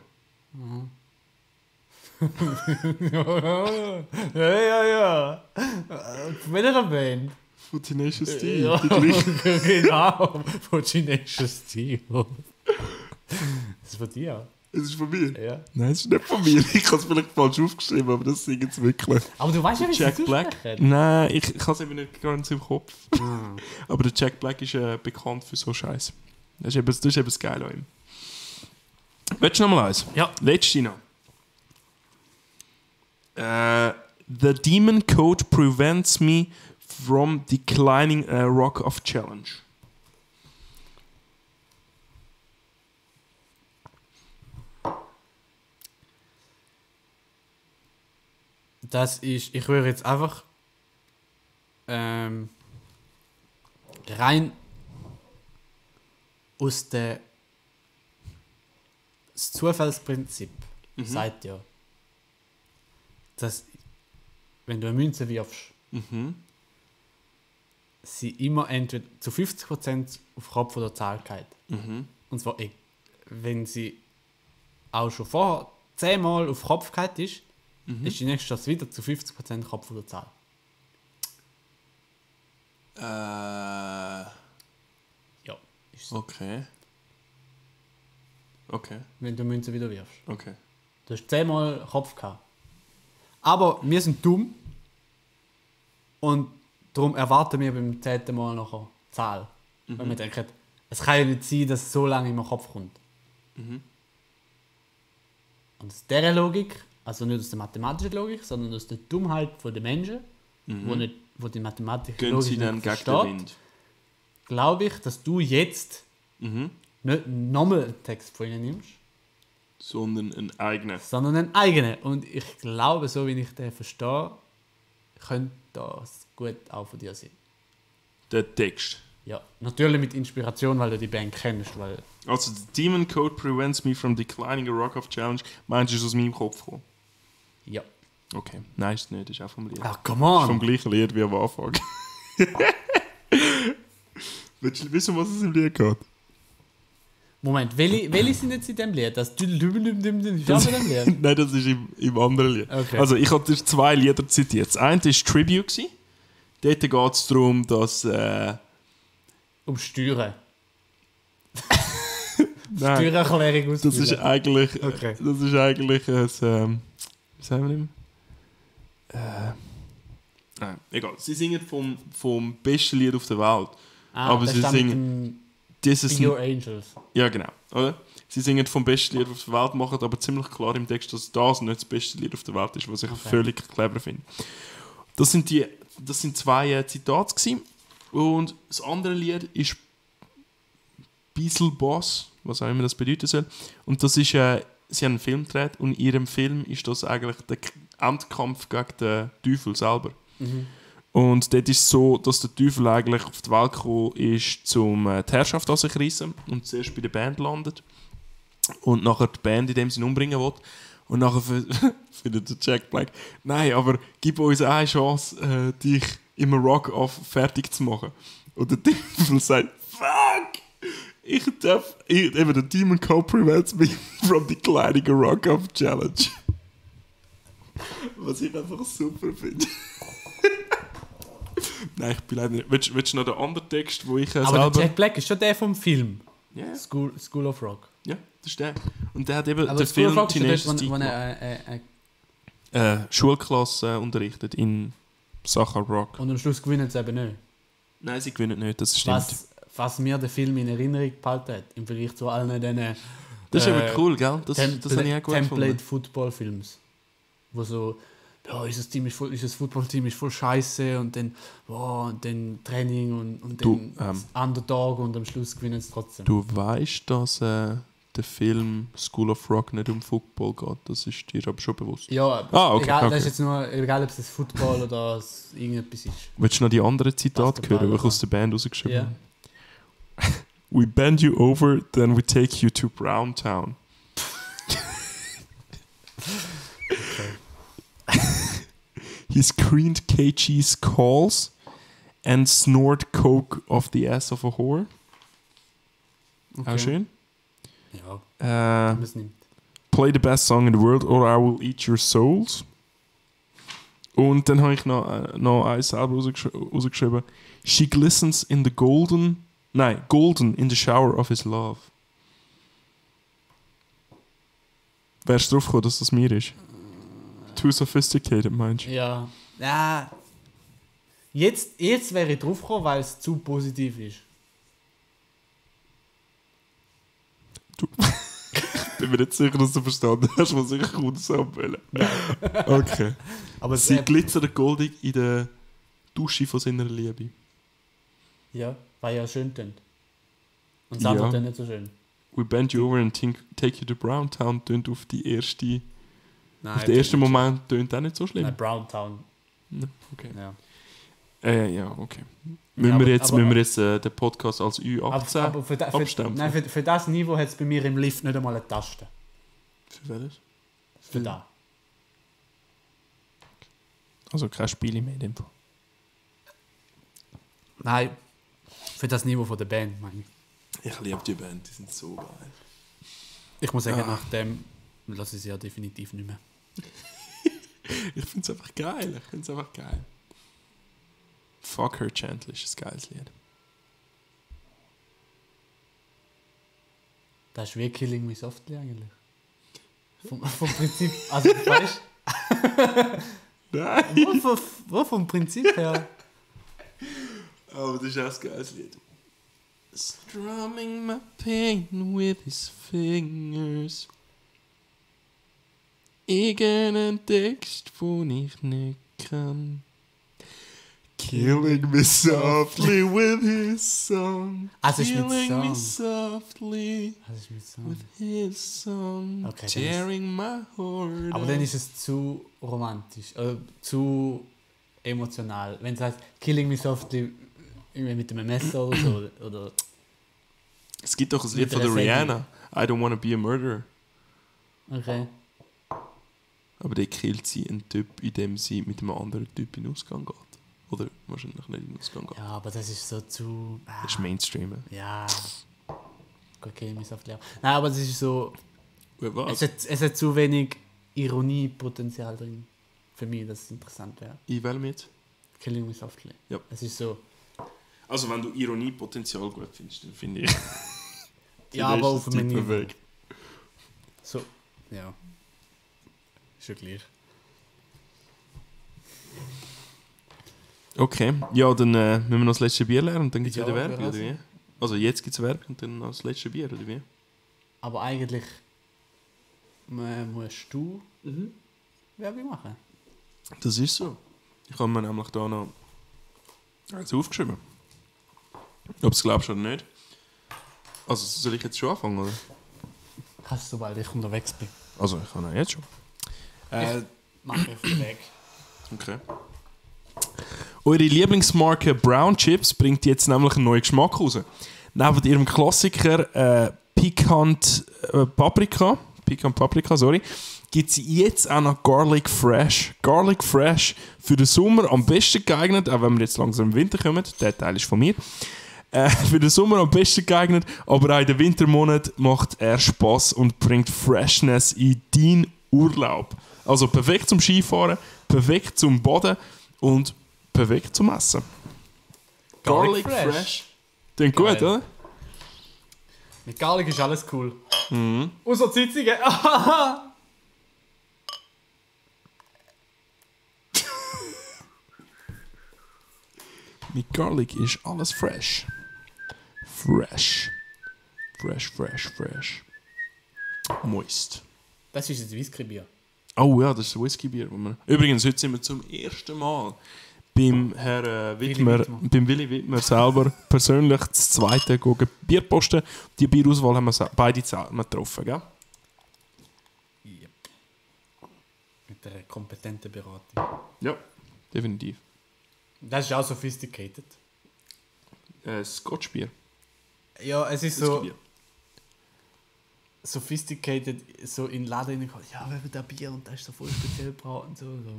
B: ja, ja, ja. Äh, Von welcher Band?
A: Von Tenacious D.
B: Ja, nou,
A: Die gleiche.
B: genau. Von Tenacious D. Das ist von dir,
A: Es ist von mir.
B: ja.
A: Nein, es ist nicht von mir. Ich habe es vielleicht falsch aufgeschrieben, aber das singen sie wirklich.
B: Aber du weißt ja, wie sie
A: Jack
B: es
A: Black?
B: aussprechen.
A: Nein, ich, ich habe es eben nicht ganz im Kopf. Hm. Aber der Jack Black ist äh, bekannt für so Scheiß. Das ist eben, das ist eben das Geile an ihm. Willst du nochmal eins?
B: Ja.
A: Letzte noch. Äh, the Demon Code prevents me from declining a Rock of Challenge.
B: Das ist, ich würde jetzt einfach ähm, rein aus der das Zufallsprinzip sagt ja, dass wenn du eine Münze wirfst, sie immer entweder zu 50% auf Kopf oder Zahl geht. Und zwar, e- wenn sie auch schon vorher 10 Mal auf Kopf geht ist,
A: Mhm.
B: ist die nächste Chance wieder zu 50% Kopf oder Zahl. Ja. Ist so.
A: Äh, okay. Okay,
B: Wenn du Münze wieder wirfst.
A: okay.
B: Du hast 10 Mal Kopf gehabt. Aber wir sind dumm. Und darum erwarten wir beim zehnten Mal noch eine Zahl. Weil
A: Mhm.
B: wir denken, es kann ja nicht sein, dass es so lange im Kopf kommt.
A: Mhm.
B: Und aus dieser Logik, also nicht aus der mathematischen Logik, sondern aus der Dummheit der Menschen, wo, nicht, wo die mathematische
A: Mhm. Gehen
B: Logik
A: Sie
B: nicht
A: dann gegen den
B: versteht,
A: Wind.
B: glaube ich, dass du jetzt nicht nochmal einen Text von ihnen nimmst,
A: Sondern einen eigenen.
B: sondern einen eigenen. Und ich glaube, so wie ich den verstehe, könnte das gut auch von dir sein.
A: Der Text.
B: Ja, natürlich mit Inspiration, weil du die Band kennst, weil
A: Also, the Demon Code prevents me from declining a Rock of Challenge. Meinst du, ist aus meinem Kopf gekommen?
B: ja.
A: Okay. Nein, ist nicht. Ist auch vom Lied.
B: Ah, come
A: Ist vom
B: on!
A: gleichen Lied wie am Anfang. Willst du wissen, was es im Lied geht?
B: Moment, welche, welche sind jetzt in dem Lied? Das Düdelübelübelübel ist auch in dem Lied.
A: Nein, das ist im, im anderen Lied.
B: Okay.
A: Also, ich habe dir zwei Lieder zitiert. Das eine war Tribute. Gewesen. Dort geht es darum, dass. Äh,
B: Um Steuern.
A: nein,
B: Steuererklärung aus
A: das ist eigentlich.
B: Okay.
A: Das ist eigentlich ein. Ähm, wie sagen wir ihm? Eh, Äh, nein, egal. Sie singen vom, vom besten Lied auf der Welt.
B: ah,
A: aber
B: das
A: sie
B: ist dann mit
A: This
B: dem
A: is
B: Be Your Angels.
A: Ja, genau. Oder? Sie singen vom besten Lied auf der Welt, machen aber ziemlich klar im Text, dass das nicht das beste Lied auf der Welt ist, was ich
B: Okay.
A: völlig clever finde. Das sind, die, das sind zwei äh, Zitate. Gewesen. Und das andere Lied ist Bissel Boss, was auch immer das bedeuten soll. Und das ist, äh, sie haben einen Film gedreht und in ihrem Film ist das eigentlich der K- Endkampf gegen den Teufel selber. Und dort ist es so, dass der Teufel eigentlich auf die Welt gekommen ist, zum äh, die Herrschaft an sich zu reissen und zuerst bei der Band landet und nachher die Band in dem Sinne umbringen will. Und nachher f- findet der Jack Black, nein, aber gib uns eine Chance, äh, dich im Rock Off fertig zu machen. Und der Teufel sagt, fuck! Ich darf, ich, eben der Demon Code prevents me from declining a Rock Off Challenge. Was ich einfach super finde. Nein, ich bin leider nicht. Willst, willst du noch den anderen Text, wo ich äh,
B: Aber der
A: selber...
B: Jack Black ist schon der vom Film.
A: Ja, ja.
B: School, School of Rock.
A: Ja, das ist der. Und der hat eben
B: Aber
A: den
B: School of
A: Film
B: Rock ist ja
A: Teenage
B: dort, wo, wo
A: Stigma.
B: er äh, äh, äh,
A: äh, Schulklasse unterrichtet in Sachen Rock.
B: und am Schluss gewinnen sie eben nicht.
A: Nein, sie gewinnen nicht, das stimmt.
B: Was, was mir der Film in Erinnerung behalten hat, im Vergleich zu allen diesen
A: Das ist
B: Äh,
A: aber cool, gell? Das,
B: Template-
A: das habe ich auch gut
B: Template
A: gefunden.
B: Football Films. Wo so, ja, unser Team ist voll, unser Footballteam ist voll scheiße und dann, wow, und dann Training und, und
A: Du,
B: dann
A: ähm,
B: das Underdog und am Schluss gewinnen sie trotzdem.
A: Du weißt, dass äh, der Film School of Rock nicht um Football geht. Das ist dir aber schon bewusst.
B: Ja,
A: Ah, okay,
B: egal,
A: okay.
B: das ist jetzt nur, egal ob es das Football oder das irgendetwas ist.
A: Willst du noch die anderen Zitate
B: Basketball,
A: hören, die ich
B: oder?
A: aus der Band rausgeschrieben
B: Ja.
A: habe? We bend you over, then we take you to Brown Town. he screened KG's calls and snored coke off the ass of a whore. Auch schön.
B: Ja,
A: Äh,
B: wenn man es nimmt.
A: Play the best song in the world or I will eat your souls. Und dann habe ich noch, äh, noch eins selber rausgesch rausgeschrieben. She glistens in the golden, nein, golden in the shower of his love. Wärst du drauf gekommen, dass das mir ist? Too sophisticated, meinst du?
B: Ja. Ja. Jetzt, jetzt wäre ich draufgekommen, weil es zu positiv ist.
A: Bin mir nicht sicher, dass du verstanden hast, was ich kurz abwähle. Okay.
B: Aber es
A: Sie
B: wär,
A: glitzert goldig in der Dusche von seiner Liebe.
B: ja, war ja schön tönt. Und
A: Ja.
B: Sandra tönt nicht so schön.
A: We bend you over and think, take you to Brown Town tönt auf, die erste,
B: Nein,
A: auf den ersten Moment tönt auch nicht so schlimm.
B: Nein, Brown Town.
A: Okay.
B: Ja.
A: Äh, ja, okay.
B: Ja,
A: Müssen
B: aber-
A: wir jetzt,
B: aber-
A: müssen wir jetzt äh, den Podcast als
B: Aber,
A: U18
B: aber für, da, für,
A: abstempeln?
B: nein, für, für das Niveau hat es bei mir im Lift nicht einmal eine Taste.
A: Für welches? Hm.
B: Für da.
A: Also kein Spiele mehr in dem Fall.
B: Nein. Für das Niveau von der Band, meine ich.
A: Ich liebe die Band, die sind so geil.
B: Ich muss
A: Ah.
B: sagen, nach dem lasse ich sie ja definitiv nicht mehr.
A: Ich find's einfach geil, ich find's einfach geil. Fuck Her Gently ist ein geiles Lied.
B: Das ist wie Killing Me Softly eigentlich. Vom, vom Prinzip. Also, weißt
A: Nein!
B: du? Vom, vom, vom Prinzip her.
A: Aber das ist auch ein geiles Lied. Strumming my pain with his fingers. Irgendein Text, den ich nicht kann. Killing me softly with his song.
B: Also ist mit
A: Killing me
B: Song.
A: softly
B: Das ist mein Song.
A: with his song.
B: Okay, dann ist-
A: Tearing my heart.
B: Aber dann ist es zu romantisch, äh, zu emotional. Wenn es heißt, Killing Me Softly irgendwie mit einem Messer oder so. Oder,
A: es gibt doch ein
B: mit
A: Lied von der
B: einer
A: Rihanna. I don't wanna be a murderer.
B: okay.
A: Aber dann killt sie einen Typ, indem sie mit einem anderen Typ in den Ausgang geht. Oder wahrscheinlich nicht in den Ausgang geht.
B: Ja, aber das ist so zu. Ah,
A: Das ist Mainstream.
B: ja. Gut, Killing Me Softly auch. Nein, aber es ist so.
A: Gut, was?
B: Es hat, es hat zu wenig Ironiepotenzial drin. Für mich, dass es interessant wäre.
A: Ich wähle mit.
B: Killing Me Softly.
A: Ja.
B: Es ist so.
A: Also, wenn du Ironiepotenzial gut findest, dann finde ich.
B: Ja,
A: dann ist
B: aber
A: das
B: auf
A: die
B: einem Niveau.
A: perfekt.
B: So. Ja. Ist ja gleich.
A: Okay, ja, dann äh, müssen wir noch das letzte Bier lernen und dann gibt es
B: Ja,
A: wieder Werbung, oder
B: also.
A: wie? Also, jetzt gibt es Werbung und dann noch das letzte Bier, oder wie?
B: Aber eigentlich mu- musst du Werbung machen.
A: Das ist so. Ich habe mir nämlich da noch eins aufgeschrieben. Ob es glaubst oder nicht. Also, soll ich jetzt schon anfangen, oder?
B: Kannst du, sobald ich unterwegs bin.
A: Also, ich kann auch jetzt schon. Äh,
B: Mach auf den Weg.
A: Okay. Eure Lieblingsmarke Brown Chips bringt jetzt nämlich einen neuen Geschmack raus. Neben ihrem Klassiker äh, Piquant äh, Paprika, Piquant Paprika, sorry, gibt es jetzt auch noch Garlic Fresh. Garlic Fresh für den Sommer am besten geeignet, auch wenn wir jetzt langsam im Winter kommen, der Teil ist von mir. Äh, für den Sommer am besten geeignet, aber auch in den Wintermonaten macht er Spaß und bringt Freshness in deinen Urlaub. Also perfekt zum Skifahren, perfekt zum Baden und perfekt zum Essen.
B: Garlic Fresh.
A: Klingt gut,
B: Geil.
A: oder?
B: Mit Garlic ist alles cool. Mhm. Außer Zitzige.
A: Mit Garlic ist alles fresh. Fresh. Fresh, fresh, fresh. Moist.
B: Das ist jetzt Whiskybier.
A: Oh ja, das ist ein Whiskybier. wo wir- Übrigens, heute sind wir zum ersten Mal beim Herrn äh, Wittmer,
B: Willi
A: beim Willi Wittmer selber persönlich das zweite gegen Bier posten. Die Bierauswahl haben wir se- beide zusammen getroffen, gell?
B: Yep. Mit einer kompetenten Beratung.
A: Ja, definitiv.
B: Das ist auch sophisticated.
A: Äh, Scotchbier.
B: Ja, es ist so
A: Whiskybier.
B: sophisticated, so in den Laden reinkommen. Ja, wir haben da Bier und das ist so voll speziell braut und so. und so.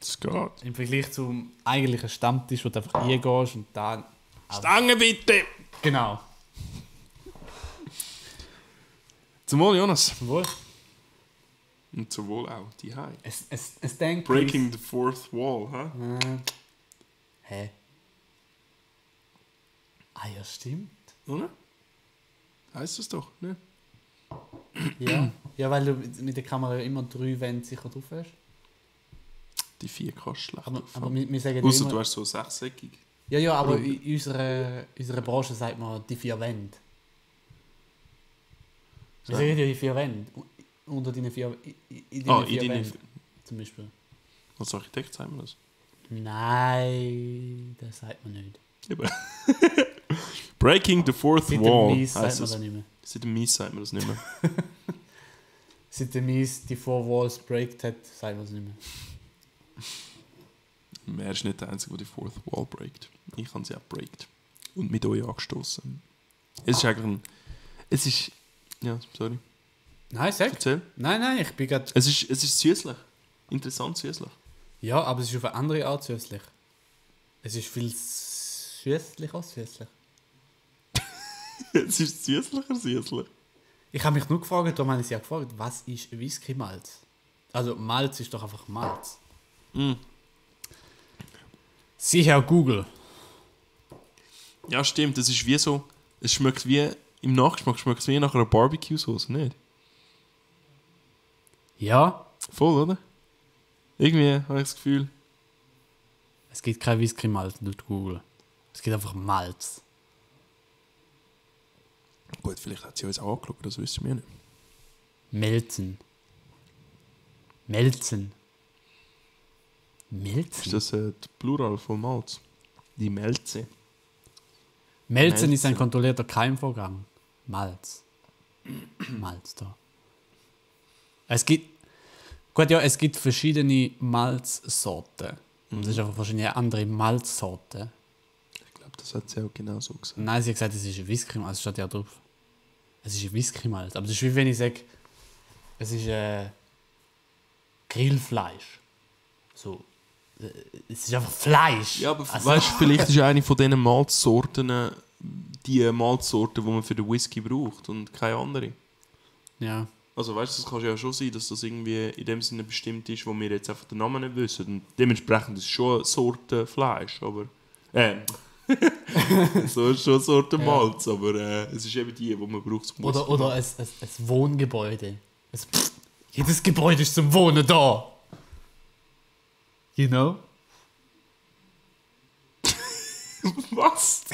A: Scott.
B: Im Vergleich zum eigentlichen Stammtisch, wo du einfach reingehst und Genau. dann.
A: Stange bitte!
B: Genau.
A: Zum Wohl, Jonas.
B: Zum Wohl.
A: Und zum Wohl auch die Hai.
B: Es, es, es denkt. Ah.
A: Breaking the fourth wall, hä?
B: Hä? Ah ja, stimmt.
A: Oder? Heißt das doch, ne?
B: Ja. ja, weil du mit mit der Kamera ja immer drei Wände sicher drauf hast.
A: Die vier kannst du schlecht
B: Aber, aber
A: auffangen.
B: wir, wir sagen ja
A: Außer
B: immer,
A: du hast so sechseckig.
B: Ja, ja, aber in in unserer, unserer Branche sagt man die vier Wände. Wir
A: Ja.
B: sagen ja die vier Wände. U- Unter deinen vier. In, in deinen
A: Ah, in
B: vier
A: deinen-
B: Wänden, zum Beispiel.
A: Als Architekt sagen wir das.
B: Nein, das sagt man nicht.
A: Eben. Breaking the fourth
B: Seit dem
A: wall
B: Mies sagt
A: heisst
B: man
A: es.
B: das nicht mehr.
A: Seit dem Mies sagt man das nicht mehr.
B: Seit der Mies die Four Walls breakt hat, sagt man es nicht mehr.
A: er ist nicht der Einzige, der die fourth wall breakt. Ich habe sie auch breakt. Und mit euch angestoßen. Es ist eigentlich ein... Es ist... Ja, sorry.
B: Nein, sag.
A: Erzähl.
B: Nein, nein, ich bin gerade.
A: Es ist, es ist süßlich. Interessant süßlich.
B: Ja, aber es ist auf eine andere Art süßlich. Es ist viel süßlich als süßlich.
A: es ist süßlicher süßlich.
B: Ich habe mich nur gefragt, darum habe ich sie auch gefragt, was ist Whisky-Malz? Also Malz ist doch einfach Malz.
A: Mm.
B: Sicher Google.
A: Ja, stimmt. Es ist wie so... Es schmeckt wie... Im Nachgeschmack schmeckt es wie nach einer Barbecue-Sauce, nicht?
B: Ja,
A: Voll, oder? Irgendwie habe ich das Gefühl...
B: es gibt kein Whisky-Malz laut Google. Es gibt einfach Malz.
A: Gut, vielleicht hat sie uns angeschaut, das wissen wir nicht.
B: Melzen. Melzen. Melzen?
A: Ist das äh, die Plural von Malz? Die Melze.
B: Melzen ist ein
A: Melzen.
B: kontrollierter Keimvorgang. Malz. Malz da. Es gibt. Gut, ja, es gibt verschiedene Malzsorten. Und Das ist einfach wahrscheinlich eine andere Malzsorte.
A: Ich glaube, das hat sie auch genau so gesagt.
B: Nein, sie hat gesagt, es ist ein Whisky, also steht ja drauf. Es ist ein Whisky-Malz. Aber das ist wie wenn ich sage, es ist äh, Grillfleisch. So. äh, Es ist einfach Fleisch.
A: Ja, aber
B: Also-
A: weißt du, vielleicht ist eine von diesen Malzsorten äh, die Malzsorte, die man für den Whisky braucht und keine andere.
B: Ja.
A: Also weißt du, das kann ja schon sein, dass das irgendwie in dem Sinne bestimmt ist, wo wir jetzt einfach den Namen nicht wissen. Und dementsprechend ist es schon eine Sorte Fleisch, aber... Äh, so ist schon eine Sorte
B: Ja.
A: Malz, aber äh, es ist eben die, die man braucht zum
B: Oder,
A: Whisky.
B: oder ein, ein, ein Wohngebäude. Es, pff, jedes Gebäude ist zum Wohnen da. You know?
A: Was?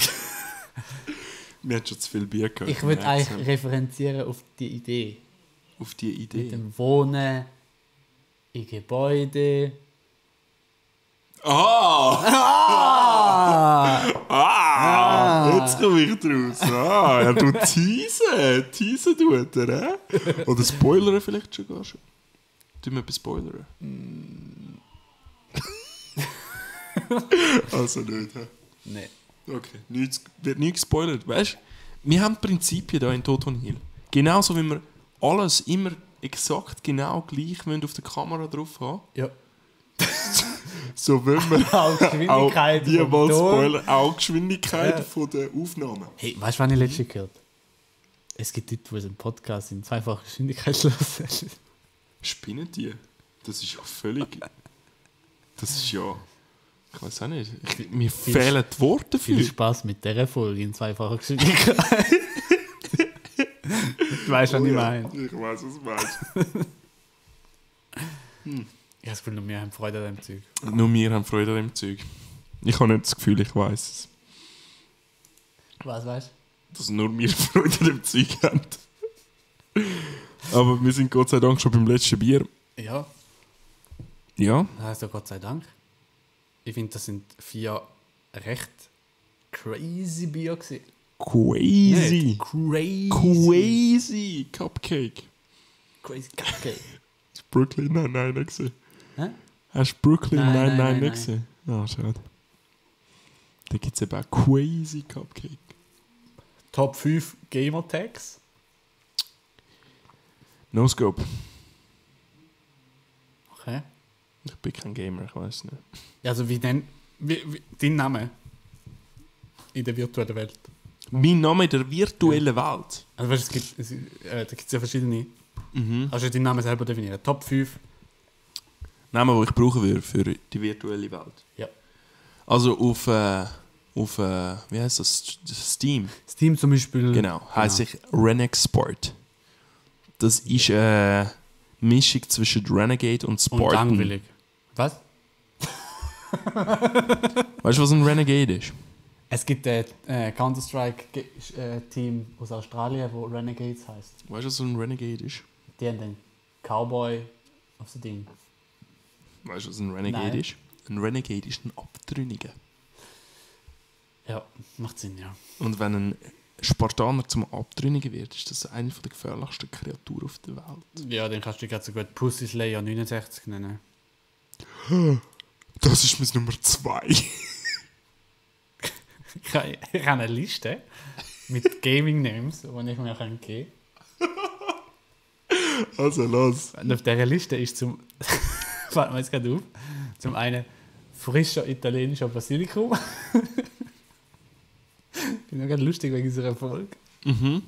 A: Mir hat schon zu viel Bier gehabt.
B: Ich würde
A: merk's nicht.
B: eigentlich referenzieren auf die Idee.
A: auf die
B: Mit
A: Idee.
B: dem Wohnen in Gebäude.
A: Ah!
B: Ah!
A: Ah! Jetzt komme ich draus. Ah, ja, du teasen. Teasen tut er, hä? Oder spoilern vielleicht schon gar schon. Tun wir etwas spoilern?
B: Mm.
A: also nicht, hä?
B: Nee.
A: Okay, nichts, wird nichts gespoilert. Weißt du, wir haben Prinzipien hier in Toton Hill. Genauso wie wir alles immer exakt genau gleich wollen auf der Kamera drauf haben.
B: Ja.
A: So wollen wir
B: Auch Geschwindigkeit.
A: auch, hier
B: vom
A: mal
B: Ton.
A: Spoiler, auch Geschwindigkeit
B: Ja.
A: von der Aufnahme.
B: Hey, weißt du, wann ich letztens gehört Es gibt Leute, die einen Podcast in zweifacher Geschwindigkeit hören.
A: Spinnen die? Das ist ja völlig... Das ist ja... Ich weiß auch nicht. Ich, mir fehlen die Worte
B: Viel
A: für.
B: Spaß mit dieser Folge in zweifacher Geschwindigkeit. du weißt, was ich meine.
A: Oh Ich weiß, was du meinst.
B: Ich habe das Gefühl, nur wir haben Freude an dem Zeug.
A: Nur wir haben Freude an dem Zeug. Ich habe nicht das Gefühl, ich weiß es.
B: Was weißt
A: Dass nur wir Freude an dem Zeug haben. Aber wir sind Gott sei Dank schon beim letzten Bier.
B: du? Ja,
A: Ja.
B: das heißt ja Gott sei Dank. Ich finde, das sind vier recht crazy Bier gewesen.
A: Crazy.
B: Nicht Crazy.
A: Crazy. Cupcake.
B: Crazy Kacke.
A: Brooklyn Nine-Nine nicht gesehen?
B: Hä?
A: Hast du Brooklyn
B: Nein, nein,
A: Nine-Nine
B: nein,
A: nicht
B: nein.
A: gesehen? Ah, schade. Da gibt es eben auch Crazy Cupcake.
B: Top 5 Gamertags.
A: No Scope.
B: Okay.
A: Ich bin kein Gamer, ich weiß nicht.
B: Also wie denn, wie, wie, dein Name in der virtuellen Welt.
A: Mein Name in der virtuellen Welt.
B: Also, weißt, du, es gibt, es, äh, da gibt es ja verschiedene.
A: Mhm.
B: Kannst du deinen Namen selber definieren? Top 5?
A: Name, den ich brauchen würde für die virtuelle Welt.
B: Ja.
A: Also auf, äh, auf äh, wie heißt das? Steam.
B: Steam zum Beispiel.
A: Genau, heißt ich Renexport. Das ist eine Mischung zwischen Renegade und
B: Und
A: Spartan.
B: langweilig. Was?
A: Weißt du, was ein Renegade ist?
B: Es gibt ein äh, Counter-Strike-Team äh, aus Australien, wo Renegades heißt.
A: Weißt du, was ein Renegade ist?
B: Die haben den Cowboy auf so Ding.
A: Weißt du, was ein Renegade
B: Nein.
A: ist? Ein Renegade ist ein Abtrünniger.
B: Ja, macht Sinn, ja.
A: Und wenn ein Spartaner zum Abtrünnigen wird, ist das eine der gefährlichsten Kreaturen auf der Welt.
B: Ja, dann kannst du gerade so gut Pussy Slayer 69 nennen.
A: Das ist mein Nummer 2.
B: Ich habe ich habe eine Liste mit Gaming-Names, die ich mir geben kann.
A: Also los.
B: Und auf dieser Liste ist zum. Fällt mir jetzt gerade auf. Zum einen frischer italienischer Basilikum. Ich bin noch gerade lustig wegen dieser Erfolg.
A: Mhm.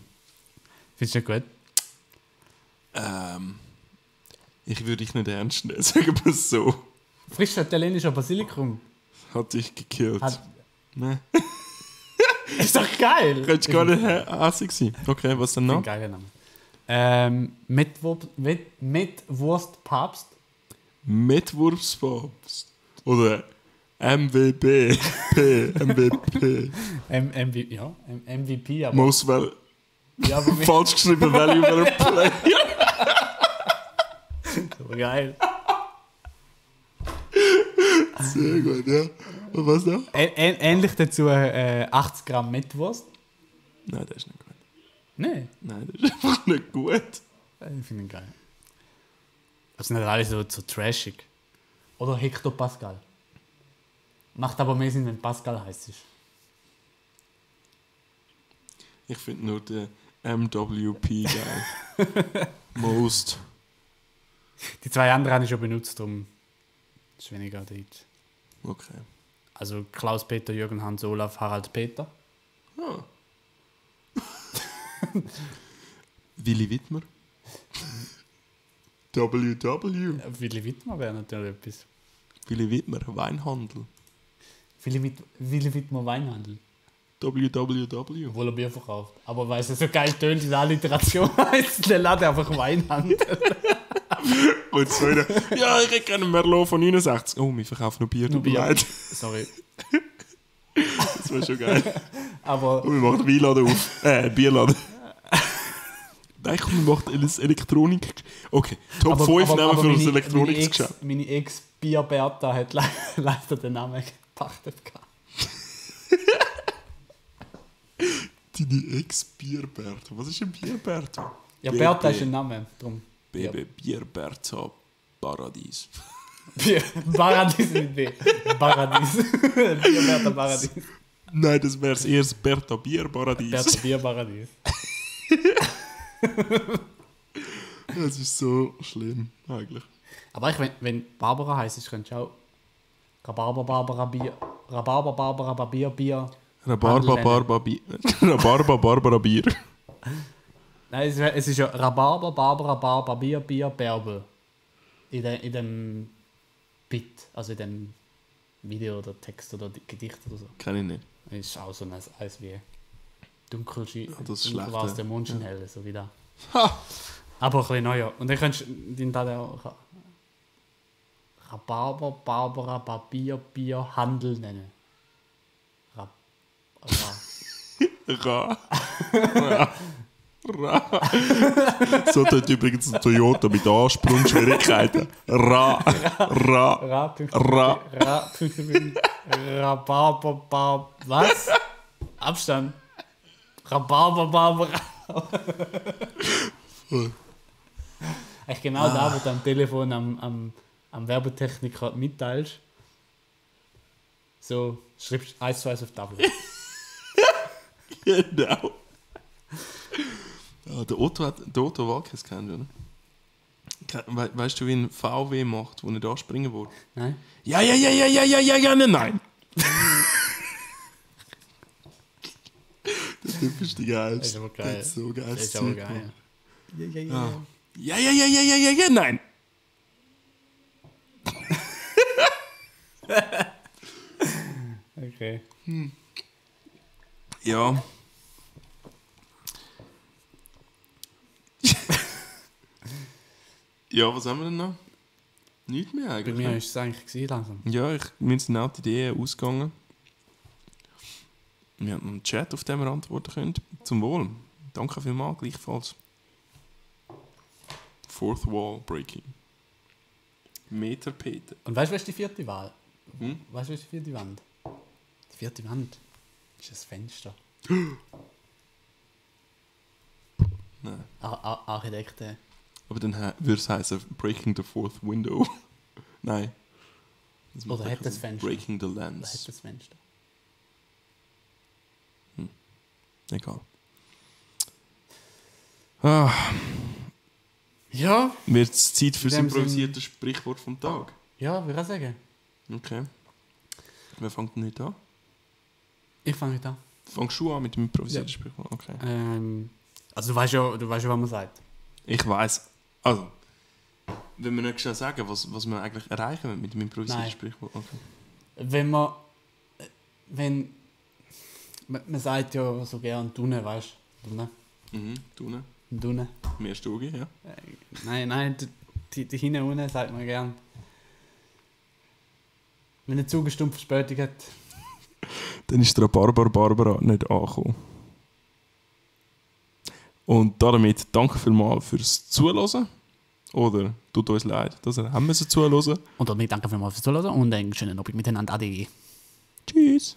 B: Findest du nicht gut?
A: Ähm, ich würde dich nicht ernst nehmen, sagen wir es so.
B: Frischer italienischer Basilikum.
A: Hat dich gekillt.
B: Hat,
A: Nein.
B: ist doch geil!
A: Könntest gar nicht hä- hassig sein. Okay, was denn
B: Ein
A: noch?
B: geiler Name. Ähm, Metwurst, Met, Metwurstpapst.
A: Mitwurfspapst. Oder MWB. P. MWP.
B: Ähm, M, MV, ja, M, MVP, aber.
A: Muss wel
B: ja, aber mit,
A: falsch geschrieben, Value über Player.
B: aber geil.
A: Sehr gut, ja. Und was noch?
B: Ä, ä, ähnlich dazu äh, 80 Gramm Metwurst.
A: Nein, das ist nicht gut.
B: Nein.
A: Nein, das ist einfach nicht gut.
B: Ich finde ihn geil. Das sind nicht alle so, so trashig. Oder Hector Pascal. Macht aber mehr Sinn, wenn Pascal heißt ist.
A: Ich finde nur den MWP geil. Most.
B: Die zwei anderen habe ich schon benutzt, darum ist weniger dort.
A: Okay.
B: Also Klaus-Peter, Jürgen, Hans, Olaf, Harald, Peter.
A: Ah. Willi Wittmer. WW.
B: Ja, Willi Wittmer wäre natürlich etwas.
A: Willi Wittmer, Weinhandel.
B: Willi, Witt Willi Wittmer Weinhandel,
A: WWW.
B: obwohl er Bier verkauft. Aber weil es so geil tönt in der Alliteration, heißt der Laden einfach Weinhandel.
A: Und so einer, ja, ich hätte gerne einen Merlot von 69. Oh, wir verkaufen nur Bier,
B: Nur
A: tut mir
B: Bier.
A: leid.
B: Sorry.
A: Das wäre schon geil.
B: Aber
A: Und wir machen Weinladen auf. Äh, Bierladen. Nein, komm, wir machen ein Elektronik... Okay, Top
B: aber,
A: 5
B: aber-
A: Namen
B: aber
A: für ein
B: meine-
A: Elektronikgeschäft.
B: Meine Ex- meine Ex-Bierberta hat le leider den Namen gepachtet. gehabt.
A: Deine Ex-Bierberta. Was ist ein Bierberta?
B: Ja,
A: BB.
B: Berta ist ein Name. Drum.
A: Baby, Bierberta Paradies.
B: Bier. Paradies mit B. Paradies. Bierberta Paradies.
A: Nein, das wäre eher das Berta Bierparadies.
B: Berta Bierparadies.
A: Das ist so schlimm, eigentlich.
B: Aber ich, wenn, wenn Barbara dus heißt, könntest du auch Rhabarber, Barbara, Bier. Rhabarber, Barbara, Barbier, Bier.
A: Rhabarber,
B: Handeln.
A: Barba, Bier. Rhabarber, Barbara, Bier.
B: Nein, es, wär- es ist ja Rhabarber, Barbara, Barber, Bier, Bier, Bärbel. In, de, in dem Bit, also in dem Video oder Text oder Di- Gedicht oder so.
A: Kenn ich nicht.
B: Ist auch so ein Eis wie dunkel, ja,
A: das ist schlecht,
B: war es
A: ja.
B: der Mond schon hell, so wie da.
A: Ha!
B: Aber ein bisschen neuer. Und dann kannst du den da der Ra- Rhabarber, Barbara, Barbier, Bier, Handel nennen. Ra Ra
A: Ra. Ra. Ra. So tut übrigens ein Toyota mit Ansprungschwierigkeiten. Ra. Ra.
B: Ra. Punkt-
A: Ra.
B: Ra. Punkt- Rhabarber, Bar. Was? Abstand. Rhabarber, Barbara. Eigentlich genau da, wo du am Telefon am, am, am Werbetechniker mitteilst. So, schreibst eins zu eins auf die Tafel.
A: Genau. Ja, der Otto, hat, der Otto Walkes kennt du, ne? Ke- We weißt du, wie ein VW macht, wo er da springen will?
B: Nein?
A: Ja, ja, ja, ja, ja, ja, ja, ja, nein, nein. das Typ ist die geilste.
B: Das ist aber geil.
A: Der hat so
B: Das
A: geiles
B: ist aber
A: Zeug
B: geil.
A: gemacht. Ja, ja, ja, ja, ja, ja, ja, nein.
B: Okay.
A: Ja. ja, was haben wir denn noch? Nicht mehr
B: Bei
A: eigentlich.
B: mir ist es eigentlich gewesen, langsam.
A: Ja, ich, mir sind auch die Ideen ausgegangen. Wir haben einen Chat, auf den wir antworten können. Zum Wohl. Danke vielmals, gleichfalls. Fourth Wall Breaking. Meter Peter.
B: Und weißt du, was ist die vierte Wahl?
A: Hm?
B: Weißt du, was ist die vierte Wand? Die vierte Wand ist das Fenster.
A: Nein.
B: Ar Ar Architekten.
A: Aber dann he- würde es heißen Breaking the Fourth Window. Nein. Das macht
B: Oder
A: keinen
B: hat das
A: Sinn.
B: Fenster.
A: Breaking the
B: Was
A: Lens.
B: heißt das Fenster?
A: Egal. Ah,
B: Ja.
A: wird es Zeit für das
B: In dem Sinn-
A: improvisierte Sprichwort vom Tag?
B: Ja, würde ich auch sagen.
A: Okay. Wer fängt denn heute an?
B: Ich fange heute an.
A: Fangst du an mit dem improvisierten Sprichwort? Okay.
B: Ähm, also du weißt ja, du weißt ja, was man sagt.
A: Ich weiß. Also, wenn wir nicht schnell sagen, was, was wir eigentlich erreichen wollen mit dem improvisierten
B: Nein.
A: Sprichwort. Okay.
B: Wenn man, äh, wenn, man, man sagt ja so gern Dunne, weißt du? Dunne,
A: Mhm, du ne?
B: Dunne.
A: Mehr Stuge, ja.
B: Nein, nein, die, die, die hinten unten sagt man gern. Wenn der Zug eine Stunde Verspätung hat,
A: Dann ist der Barbar Barbara nicht angekommen. Und damit danke vielmals fürs Zuhören. Oder tut uns leid, dass wir haben müssen zuhören.
B: Und damit danke vielmals fürs Zuhören und einen schönen Abend miteinander. Ade.
A: Tschüss.